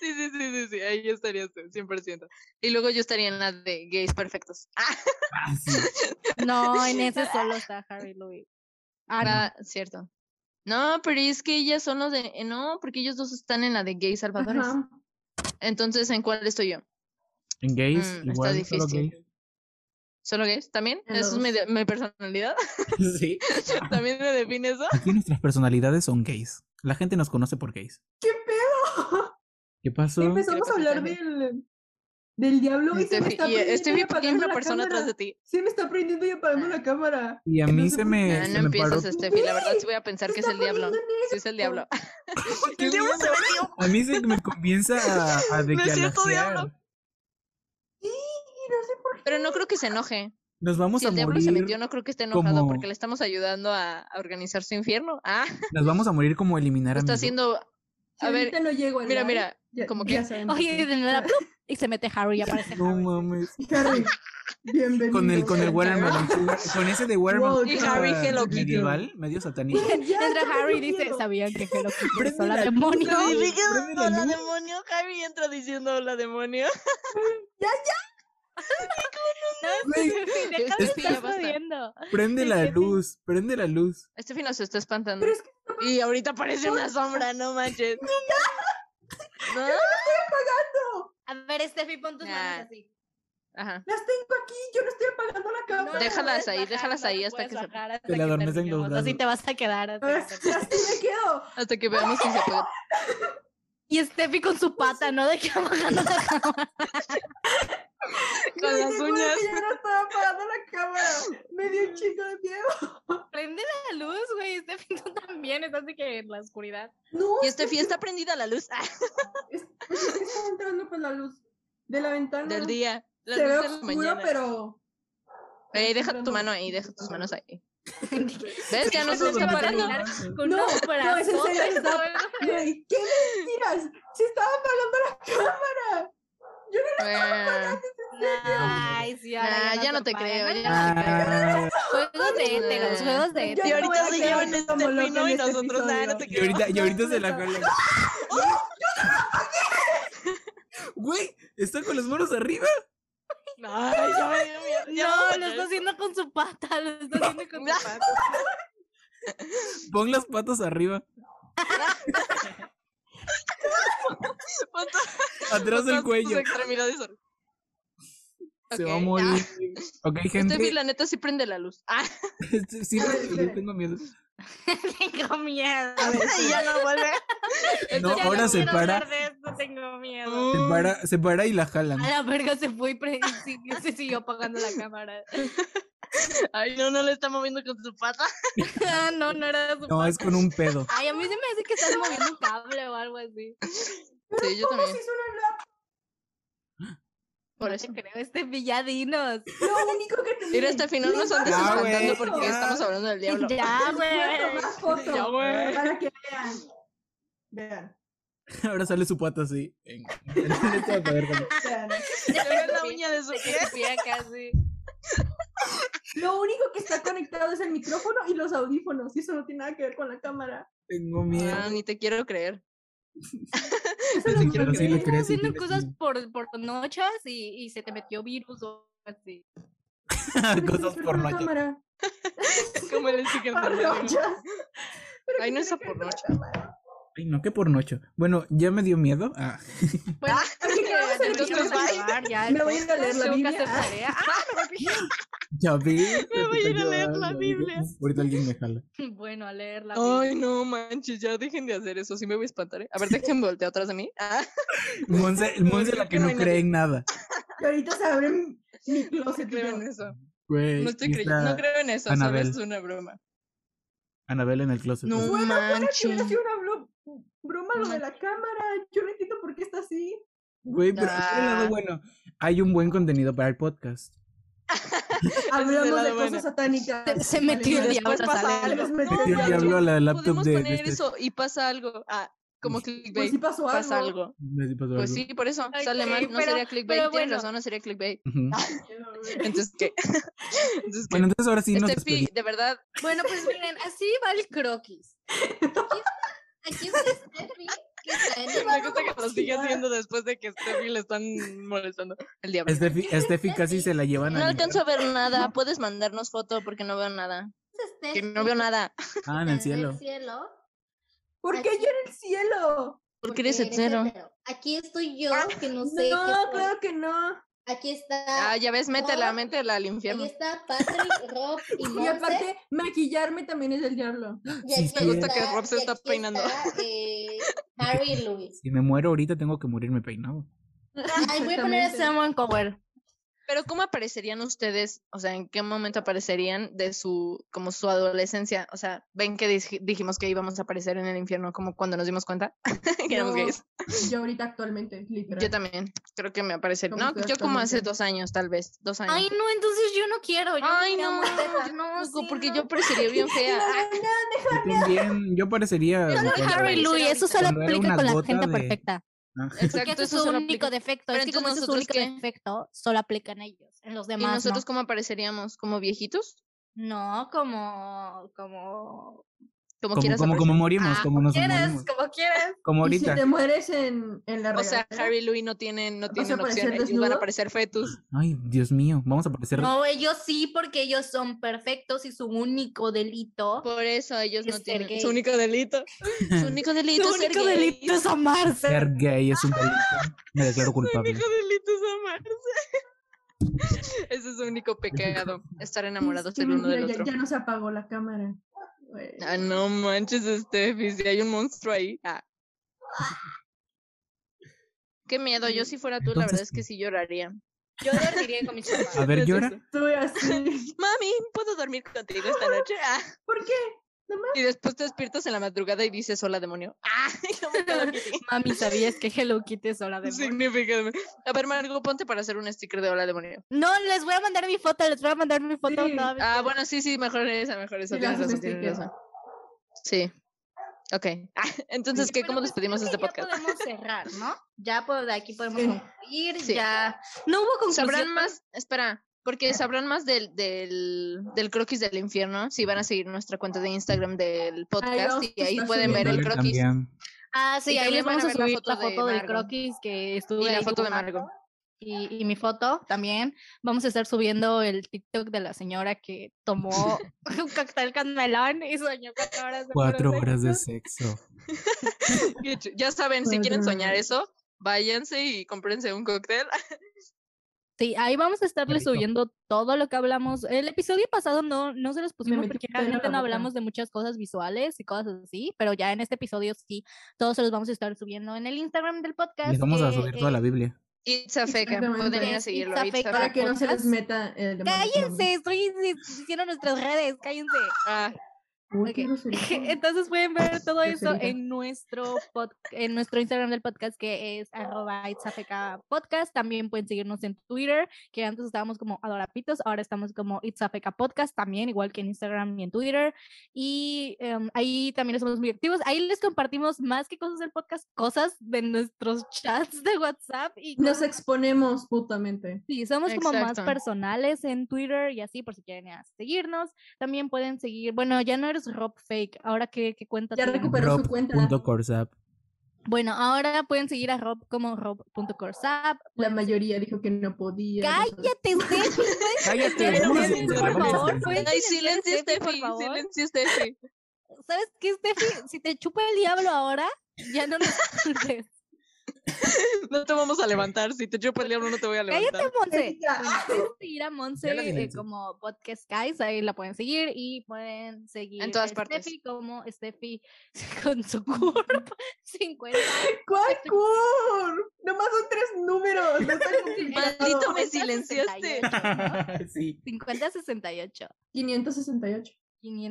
S1: sí, sí, sí, sí, ahí estarías tú, 100%. Y luego yo estaría en la de gays perfectos. Ah,
S2: Ah, sí.
S6: No, en ese solo está Harry Louis. Ah, no.
S1: ah, cierto. No, pero es que ellas son los de... eh, No, porque ellos dos están en la de gays salvadores.
S5: Ajá.
S1: Entonces, ¿en cuál estoy yo?
S2: En gays,
S1: Mm,
S2: igual.
S1: está
S2: solo
S1: difícil. ¿Solo gays? ¿También?
S5: En
S1: ¿Eso es mi,
S5: los-
S1: de- mi personalidad?
S2: gays. Sí.
S1: ¿También me define eso?
S2: Aquí nuestras personalidades son gays. La gente nos conoce por gays.
S5: ¿Qué pedo?
S2: ¿Qué pasó?
S5: Empezamos a
S1: Creo que sí
S5: hablar del, del diablo y se me
S1: Estefi-
S5: está
S1: y, eh,
S5: prendiendo
S1: Estefi,
S5: y
S1: ¿por qué hay
S5: apagando
S1: una
S5: la
S1: persona
S5: cámara.
S1: atrás de ti?
S5: Se me está prendiendo y apagando la cámara.
S2: Y a
S5: No
S2: mí
S5: sé
S2: se
S5: por
S2: me,
S5: qué.
S1: Ah,
S2: se
S1: no
S2: me paró.
S1: empieces, Estefi. La verdad sí voy a pensar
S5: Se
S1: que es el
S5: está
S1: diablo.
S5: poniendo
S1: Sí, es el diablo. Ah,
S2: ¡Qué
S1: ¡El diablo se
S2: miedo!
S1: metió!
S2: A mí se me comienza a, a de
S1: No es
S2: que a
S1: cierto, diablo.
S2: lacear.
S5: Sí, no sé por qué.
S1: Pero no creo que se enoje.
S2: Nos vamos
S1: Si
S2: a
S1: el diablo se
S2: morir.
S1: metió, no creo que esté enojado
S2: como-
S1: porque le estamos ayudando a, a organizar su infierno. Ah,
S2: Nos vamos a morir como eliminar
S1: lo
S2: a
S1: está
S2: mi
S1: haciendo.
S5: Si
S1: A ver,
S5: ahorita no llego al
S1: Mira,
S5: live,
S1: mira,
S5: ya-
S1: como
S5: ya
S1: que-
S5: sabemos
S6: Oye,
S5: que-
S6: de la nada, ¡plup! y se mete Harry y aparece
S2: No
S6: Harry.
S2: mames.
S5: Harry, bienvenido.
S2: Con el, con el
S1: Harry.
S2: watermelon. Con ese de watermelon.
S5: Y
S1: Harry Hello Kitty.
S2: medieval, medio satánico.
S6: Entra Harry y dice, sabían que Hello Kitty es
S2: Prende
S6: sola
S2: la luz,
S6: demonio.
S2: Harry.
S1: Dice,
S2: prende la
S1: hola
S2: luz".
S1: demonio, Javi entra diciendo hola demonio.
S2: Güey,
S6: Deja de
S1: Es que ya
S6: estar
S1: basta.
S6: jodiendo.
S2: Prende la luz, prende la luz.
S1: Este fin nos está espantando.
S5: Pero es que
S1: Y ahorita aparece una sombra, no manches. ¿No?
S3: A ver, Steffi, pon tus
S1: Nah.
S3: manos así.
S1: Ajá.
S5: las tengo aquí, yo no estoy apagando la cámara.
S1: Déjalas ahí, déjalas ahí hasta que se-
S2: Te la duermes en los
S6: Así
S2: brazos.
S6: te vas a quedar. hasta que
S5: Así me quedo.
S1: Hasta que veamos si se apaga.
S6: Y Steffi con su pata, ¿no? De que bajando la cámara.
S1: Con
S5: Ay,
S1: las
S5: qué bueno
S1: uñas.
S5: que Yo no estaba apagando la cámara. Me dio un chico de miedo.
S6: Prende la luz, güey. Steffi, tú también estás de que en la oscuridad.
S5: No,
S1: Y Estefi está prendida la luz ah,
S5: es- pues es que estaba entrando con la luz de la ventana.
S1: del día. La
S5: Se ve
S1: luz de la
S5: oscuro,
S1: mañana.
S5: pero.
S1: Ey, deja tu mano ahí, deja tus manos ahí. ¿Ves que ya no
S6: Nos
S1: se
S6: Esteffi
S1: está
S6: va a
S1: apagando?
S6: terminar con
S5: No,
S6: unos
S5: No, es en
S6: brazos.
S5: serio. está- Güey, ¡Qué mentiras! ¡Se estaba apagando la cámara!
S1: Ah,
S6: Ay, sí, ahora
S1: nah, ya no
S6: se
S1: te
S6: apaga,
S1: creo,
S6: ¿no?
S1: ya no te creo.
S2: Ah,
S6: Juegos de héteros, juegos
S1: Y
S6: de
S5: Yo no
S6: héteros.
S5: voy a
S1: ahorita
S5: quedar
S1: dijeron
S5: como
S1: este
S5: loca en
S1: pino y
S5: este
S1: nosotros, nah, no te
S2: y
S1: creo.
S2: ahorita, y ahorita se la jala. Güey, está con los moros arriba.
S1: Ay, ya me dio miedo, ya vamos
S6: No,
S1: a
S6: lo está
S1: caer.
S6: haciendo con su pata, lo está haciendo con su pata.
S2: Pon las patas arriba.
S1: Pon to-
S2: Atrás
S1: pon todas
S2: del
S1: tus
S2: cuello.
S1: extremidades.
S2: Se va a
S1: Ok,
S2: morir. Ok,
S1: ah, Steffi,
S2: gente.
S1: la neta sí prende la luz. Ah,
S2: este, Sí, yo tengo miedo.
S6: Tengo miedo.
S5: A ver,
S1: y ya no vuelve. Este
S2: No,
S6: Ya
S2: ahora se
S6: quiero
S2: para,
S6: hablar de esto, tengo miedo.
S2: se para, se para y la jalan.
S6: A la verga se fue y pre- y sí- y se siguió apagando la cámara.
S1: Ay, no, no le está moviendo con su pata.
S6: Ah, no, no era su
S2: No,
S6: pata.
S2: es con un pedo.
S6: Ay, a mí se me hace que estás moviendo un cable o algo así.
S1: Sí, yo
S5: ¿Cómo se
S1: también.
S5: hizo una lap?
S1: Por
S6: no
S1: eso.
S6: te creo, este villadinos.
S5: Lo único que tenía.
S1: Mira, Steffi, no nos andes
S2: Ya,
S1: espantando
S2: güey,
S1: porque
S2: ya.
S1: estamos hablando del diablo.
S6: Ya, güey.
S5: Más foto
S1: Ya, güey.
S5: para que vean. Vean.
S2: Ahora sale su pata así. Venga. Esto va este a poder con-
S5: vean.
S1: Se ve la uña de su pie.
S6: Ya casi.
S5: Lo único que está conectado es el micrófono y los audífonos. Y eso no tiene nada que ver con la cámara.
S2: Tengo miedo.
S1: Ah, ni te quiero creer.
S5: Eso
S2: Ni
S5: no
S2: siquiera
S5: puede
S2: sí
S5: ser.
S2: le crees. sí
S6: haciendo
S2: tienes
S6: cosas
S2: miedo.
S6: por, por noches y, y se te metió virus o algo así.
S5: Pero eso
S2: Cosas
S5: no es
S2: por
S5: una
S2: noche.
S5: cámara.
S1: Como el sticker
S5: Por
S1: del diablo.
S5: noches. Pero
S1: Ay,
S5: ¿qué
S1: no es
S5: tiene que ver
S1: por
S5: con la
S1: noche.
S5: cámara?
S2: Ay, no, qué pornocho. Bueno, ya me dio miedo. Ah,
S6: Bueno,
S5: Así que vamos a
S1: Entonces,
S5: elegir
S1: bye.
S5: otra.
S6: ya,
S5: Me voy a ir a leer
S6: tengo
S5: la
S6: que
S5: Biblia.
S6: hacer tarea.
S2: ya vi.
S1: Me voy a ir a leer la Biblia.
S2: Ahorita alguien me jala.
S6: Ah, bueno, a leer la Biblia.
S1: Ay, no manches, ya dejen de hacer eso, sí me voy a espantar. ¿eh? A ver, dejen voltear atrás de mí. Ah,
S2: Monse, Monse la que no cree en nada.
S5: Y ahorita se abren mi closet.
S1: creo en
S5: y yo,
S1: eso.
S2: Güey,
S1: No estoy
S2: y
S1: creyendo,
S2: está
S1: no creo en eso,
S2: Anabel.
S1: solo es una broma.
S2: Anabel en el closet.
S1: No
S2: pues.
S5: Si hubiera
S1: manches.
S5: sido una blo- broma lo de la cámara, yo no entiendo por qué está así.
S2: Güey, pero ese es el lado
S1: Nah.
S2: bueno. Hay un buen contenido para el podcast.
S5: Hablamos de
S1: lado bueno.
S5: cosas satánicas.
S6: Se- se metió el
S5: Vale,
S6: diablo,
S1: Después pasa
S6: sale.
S5: algo.
S1: algo.
S5: Nos metió
S1: No,
S5: el
S2: Yo
S5: diablo.
S2: Este, ya hablo a la laptop
S1: Podemos
S2: de, de
S1: poner
S2: este-
S1: eso y pasa algo. Ah, como
S5: Pues
S1: clickbait.
S5: sí pasó algo.
S1: pasa algo.
S2: No sé si pasó
S1: Pues
S2: algo.
S1: sí, por eso.
S6: Ok,
S1: sale mal. No
S6: pero-
S1: sería clickbait.
S6: pero
S1: Tienes
S6: bueno.
S1: razón, no sería clickbait.
S2: Ujú.
S1: Entonces, ¿qué? Entonces, ¿qué?
S2: Bueno, entonces ahora sí nos
S1: Steffi,
S2: despedimos.
S1: de verdad,
S3: Bueno, pues miren, así va el croquis. Aquí está, aquí está Steffi, que está en el
S1: me gusta que lo sigue haciendo después de que Steffi le están molestando. El diablo.
S2: Steffi, Steffi casi se la llevan
S1: este No
S2: a
S1: alcanzo a ver nada. Puedes mandarnos foto porque no veo nada. Que
S3: Steffi,
S1: no veo nada.
S2: Ah, en el
S1: Este
S2: cielo.
S3: cielo.
S5: ¿Por qué yo en el cielo?
S1: Porque eres hetero.
S3: Aquí estoy yo, que no sé. qué
S5: No,
S3: soy.
S5: claro que no.
S3: Aquí está.
S1: Ah, ya ves, métela,
S3: Rob,
S1: métela al
S3: Ahí
S1: infierno.
S3: está Patrick, Rob y
S5: Y
S3: Monse.
S5: aparte, maquillarme también es del diablo.
S3: Y
S2: Sí,
S3: aquí
S2: me gusta
S1: que
S3: está-
S1: Rob se
S3: y
S1: está
S3: aquí
S1: peinando.
S3: está, eh, Harry y Louis.
S2: Si me muero ahorita tengo que morirme peinado.
S6: Ay, voy a poner
S5: Exactamente.
S6: Someone Cover.
S1: Pero ¿cómo aparecerían ustedes? O sea, ¿en qué momento aparecerían de su, como su adolescencia? O sea, ¿ven que dij- dijimos que íbamos a aparecer en el infierno como cuando nos dimos cuenta que éramos
S5: No,
S1: gays?
S5: Yo ahorita actualmente, literal.
S1: Yo también, creo que me aparecería.
S5: Como
S1: No,
S5: ustedes
S1: yo como hace
S5: actualmente.
S1: dos años, tal vez, dos años.
S6: Ay, no, entonces yo no quiero. Yo
S1: Ay,
S6: quiero
S1: no,
S6: mujeres, no,
S1: Loco,
S6: sí,
S1: porque
S6: no.
S1: yo parecería bien fea. Ah,
S2: Yo también, yo parecería...
S1: Yo no
S2: como cuando-
S6: Harry Louis, eso solo
S2: Cuando era
S6: aplica
S2: una
S6: con la
S2: gota
S6: gente
S2: de-
S6: perfecta.
S2: Ah,
S6: Porque
S1: Exacto,
S6: ese es
S1: eso
S6: su
S1: solo
S6: único
S1: aplica.
S6: defecto.
S1: Pero
S6: es que
S1: entonces
S6: como ese es su
S1: nosotros,
S6: único
S1: ¿qué?
S6: defecto, solo aplican ellos. En los
S1: ¿Y
S6: demás.
S1: nosotros cómo apareceríamos? ¿Como viejitos?
S6: no. no, como. como.
S1: Como,
S2: Como,
S1: quieras
S2: como, como
S1: aparecer.
S2: morimos,
S6: Ah,
S2: como nos morimos.
S6: Quieres, como quieras.
S2: Como
S5: Y si
S2: ahorita.
S5: te mueres en, en la
S1: O sea,
S5: regadera,
S1: Harry y Louis no tienen, no
S5: ¿Vas a
S1: tienen opción.
S5: aparecer
S1: Ellos van a
S5: desnudo?
S1: aparecer fetus.
S2: Ay, Dios mío, vamos a aparecer...
S6: No, ellos sí, porque ellos son perfectos y su único delito.
S1: Por eso ellos
S6: Es
S1: no
S6: ser
S1: tienen.
S6: gay.
S1: Su único delito.
S5: pues,
S1: Su único delito es ser gay.
S6: es amarse.
S2: Ser gay es un delito. Me declaro culpable.
S1: Hijo delito es amarse. Ese es su único pecado, estar enamorados
S5: qué
S1: el uno del
S5: mentira,
S1: otro.
S5: este ya, ya no se apagó la cámara. Güey.
S1: Ah, no manches, Steffi, si hay un monstruo ahí. Ah. Qué miedo, yo si fuera tú, la verdad
S2: Entonces-
S1: es que sí lloraría.
S6: Yo dormiría con mis papás.
S2: A ver,
S1: Es
S2: llora.
S1: eso.
S5: Estoy así.
S1: Mami, ¿puedo dormir contigo esta noche? Ah.
S5: ¿Por qué?
S1: Y después te despiertas en la madrugada y dices, hola demonio. Ah, yo me Hello Kitty.
S6: Mami, ¿sabías que Hello Kitty es hora de morir?
S1: Significa. A ver, Margo, ponte para hacer un sticker de hola demonio.
S6: No, les voy a mandar mi foto, les voy a mandar mi foto.
S5: Sí.
S6: no, mi-
S1: Ah, bueno, sí, sí, mejor esa, mejor esa.
S5: Sí,
S1: Tienes
S5: las
S1: razón, tienes
S5: stickers.
S1: razón. Sí. Ok. Ah, entonces, ¿qué?
S6: Bueno,
S1: ¿Cómo
S6: pues
S1: despedimos
S6: creo
S1: este
S6: que ya
S1: podcast?
S6: podemos cerrar, ¿no? Ya por de aquí podemos
S5: Sí.
S6: concluir,
S1: Sí.
S6: ya. No hubo conclusión.
S1: ¿Sabrán más? Espera, porque sabrán más del, del, del croquis del infierno si van a seguir nuestra cuenta de Instagram del podcast
S5: vamos
S1: y
S5: a
S1: ahí
S5: estar
S1: pueden ver el
S2: Dale
S1: croquis
S2: también.
S6: Ah, sí,
S1: Y
S6: ahí
S1: también
S6: les
S1: van a
S6: vamos a,
S1: ver la
S6: subir
S1: foto
S6: la
S1: de
S6: foto del
S1: Margo.
S6: croquis que estuve
S1: y la
S6: ahí
S1: foto de
S6: dibujando.
S1: Margo.
S6: y, y mi foto también. Vamos a estar subiendo el TikTok de la señora que tomó un cactal con melón y soñó cuatro horas de
S2: Cuatro
S6: puro
S2: horas de
S6: sexo.
S2: sexo.
S1: Qué chu- Ya saben, si quieren soñar eso, váyanse y cómprense un cóctel.
S6: Sí, ahí vamos a estarle
S2: rico.
S6: subiendo todo lo que hablamos. El episodio pasado no, no se los pusimos
S5: metí
S6: porque
S5: un pelo en
S6: realmente
S5: la
S6: no
S5: boca.
S6: hablamos de muchas cosas visuales y cosas así, pero ya en este episodio sí, todos se los vamos a estar subiendo en el Instagram del podcast. eh,
S2: Les vamos a
S6: que
S2: subir toda
S6: es-
S5: Eh,
S2: la Biblia.
S1: It's a feca.
S5: Exactamente.
S1: Pueden ir a
S6: It's
S1: seguirlo.
S6: a
S1: It's a
S6: feca.
S1: feca.
S5: Para que no se les
S6: podcast.
S5: meta el demonio.
S6: ¡Cállense! Estoy dic- diciendo nuestras redes, cállense.
S1: Ah,
S5: Uy, qué
S6: Ok.
S5: grosería.
S6: Entonces pueden ver todo eso
S5: Groserita.
S6: en nuestro pod- en nuestro Instagram del podcast que es arroba itzafeka podcast. También pueden seguirnos en Twitter, que antes estábamos como adorapitos, ahora estamos como itzafeka podcast también, igual que en Instagram y en Twitter. Y em, ahí también somos muy activos. Ahí les compartimos más que cosas del podcast, cosas de nuestros chats de WhatsApp y
S5: Nos
S6: cosas
S5: exponemos putamente.
S6: Sí, somos como más
S1: Exacto.
S6: personales en Twitter y así, por si quieren ya seguirnos. También pueden seguir. Bueno, ya no eres Rob Fake. Ahora que, cuenta.
S5: Ya
S6: tienes?
S5: recuperé eh, Pero su cuenta.
S2: Rob.corsap.
S6: Bueno, ahora pueden seguir a Rob como rob.corsap.
S1: Pues.
S5: La mayoría dijo que no podía.
S6: Cállate, Steffi.
S2: Cállate,
S6: Pero
S2: vamos a
S6: bien,
S2: silenciar,
S6: por
S2: vamos a
S6: favor,
S2: silenciar.
S6: fue-
S1: Ay,
S6: silenciar,
S1: silencio,
S6: Steffi, por
S1: Steffi.
S6: favor.
S1: Silencio, Steffi.
S6: ¿Sabes qué, Steffi? Si te chupa el diablo ahora, ya no nos culpes.
S1: No te vamos a levantar. Si te chupa el diablo, no te voy a levantar.
S4: Cállate, Monse.
S5: Erika.
S4: Bueno, pueden seguir a Monse
S2: Ya la
S4: eh,
S2: silencio.
S4: como Podcast Guys, ahí la pueden seguir y pueden seguir
S1: En todas
S4: a
S1: partes.
S4: Steffi como Steffi con su cuerpo 50.
S5: ¿Cuál cur? Nomás son tres números. No está complicado.
S1: Maldito, me silenciaste.
S4: 68, ¿no?
S2: sí.
S4: 5068.
S5: 568.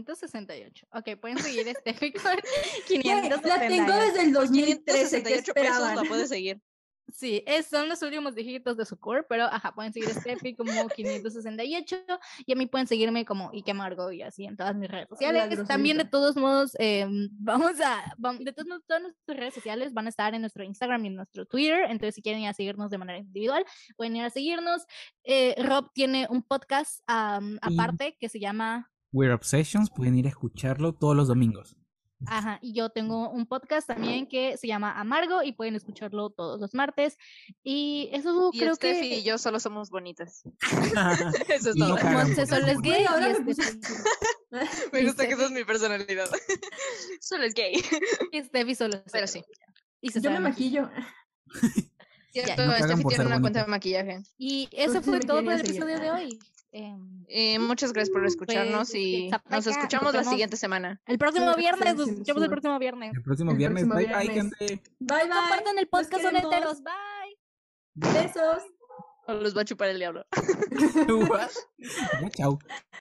S4: 568. Ok, pueden seguir este a Steffi con 568.
S5: La tengo desde el 2013. ¿Qué
S1: 568 pesos la
S5: esperaban?
S1: puedes seguir.
S4: Sí, es- son los últimos dígitos de su core, pero ajá, pueden seguir a Steffi como 568 y a mí pueden seguirme como Ike Margo y así en todas mis redes sociales. También de
S5: groserita.
S4: todos modos, em, vamos a, vam- de todos modos, todas nuestras redes sociales van a estar en nuestro Instagram y en nuestro Twitter, entonces si quieren ir a seguirnos de manera individual, pueden ir a seguirnos. Eh, Rob tiene un podcast am,
S2: Y-
S4: aparte que se llama...
S2: We're Obsessions, pueden ir a escucharlo todos los domingos.
S4: Ajá, y yo tengo un podcast también que se llama Amargo y pueden escucharlo todos los martes. Y eso
S1: Y
S4: creo
S1: Steffi
S4: que...
S1: y yo solo somos bonitas. Eso es
S2: Y no
S1: todo.
S2: cagan.
S4: Monse solo es gay.
S5: Güey, ahora
S4: y
S5: me
S4: Steffi-
S5: puse-
S1: Me
S4: Y
S1: gusta que esa es
S4: Steffi-
S1: mi personalidad. Solo es gay.
S4: y Steffi solo es
S1: Pero
S4: hetero.
S1: sí.
S4: Y se
S5: Yo me
S4: sabe maquillar.
S5: maquillo.
S1: Cierto,
S2: No cagan
S1: Steffi
S2: por
S1: tiene
S2: ser
S1: una cuenta
S2: bonitas.
S1: de maquillaje.
S4: Y eso
S5: Entonces
S4: fue
S5: me
S4: todo por el
S5: quería
S4: episodio de
S5: seguir.
S4: hoy. Em,
S1: Eh, muchas gracias por escucharnos
S4: Pues,
S1: y
S4: hasta
S1: nos
S4: acá.
S1: escuchamos
S4: Nos
S1: la
S4: vemos.
S1: siguiente semana.
S4: el próximo
S5: gracias,
S4: viernes, nos
S5: sin
S4: escuchamos el
S5: censura.
S4: próximo viernes.
S2: El próximo
S5: El
S2: viernes.
S5: próximo
S2: bye, bye,
S5: viernes.
S2: gente.
S5: Bye, bye.
S4: Compartan el podcast, son
S5: queremos.
S4: heteros. Bye.
S5: Besos.
S1: O los va a chupar el diablo.
S2: Ya, chao.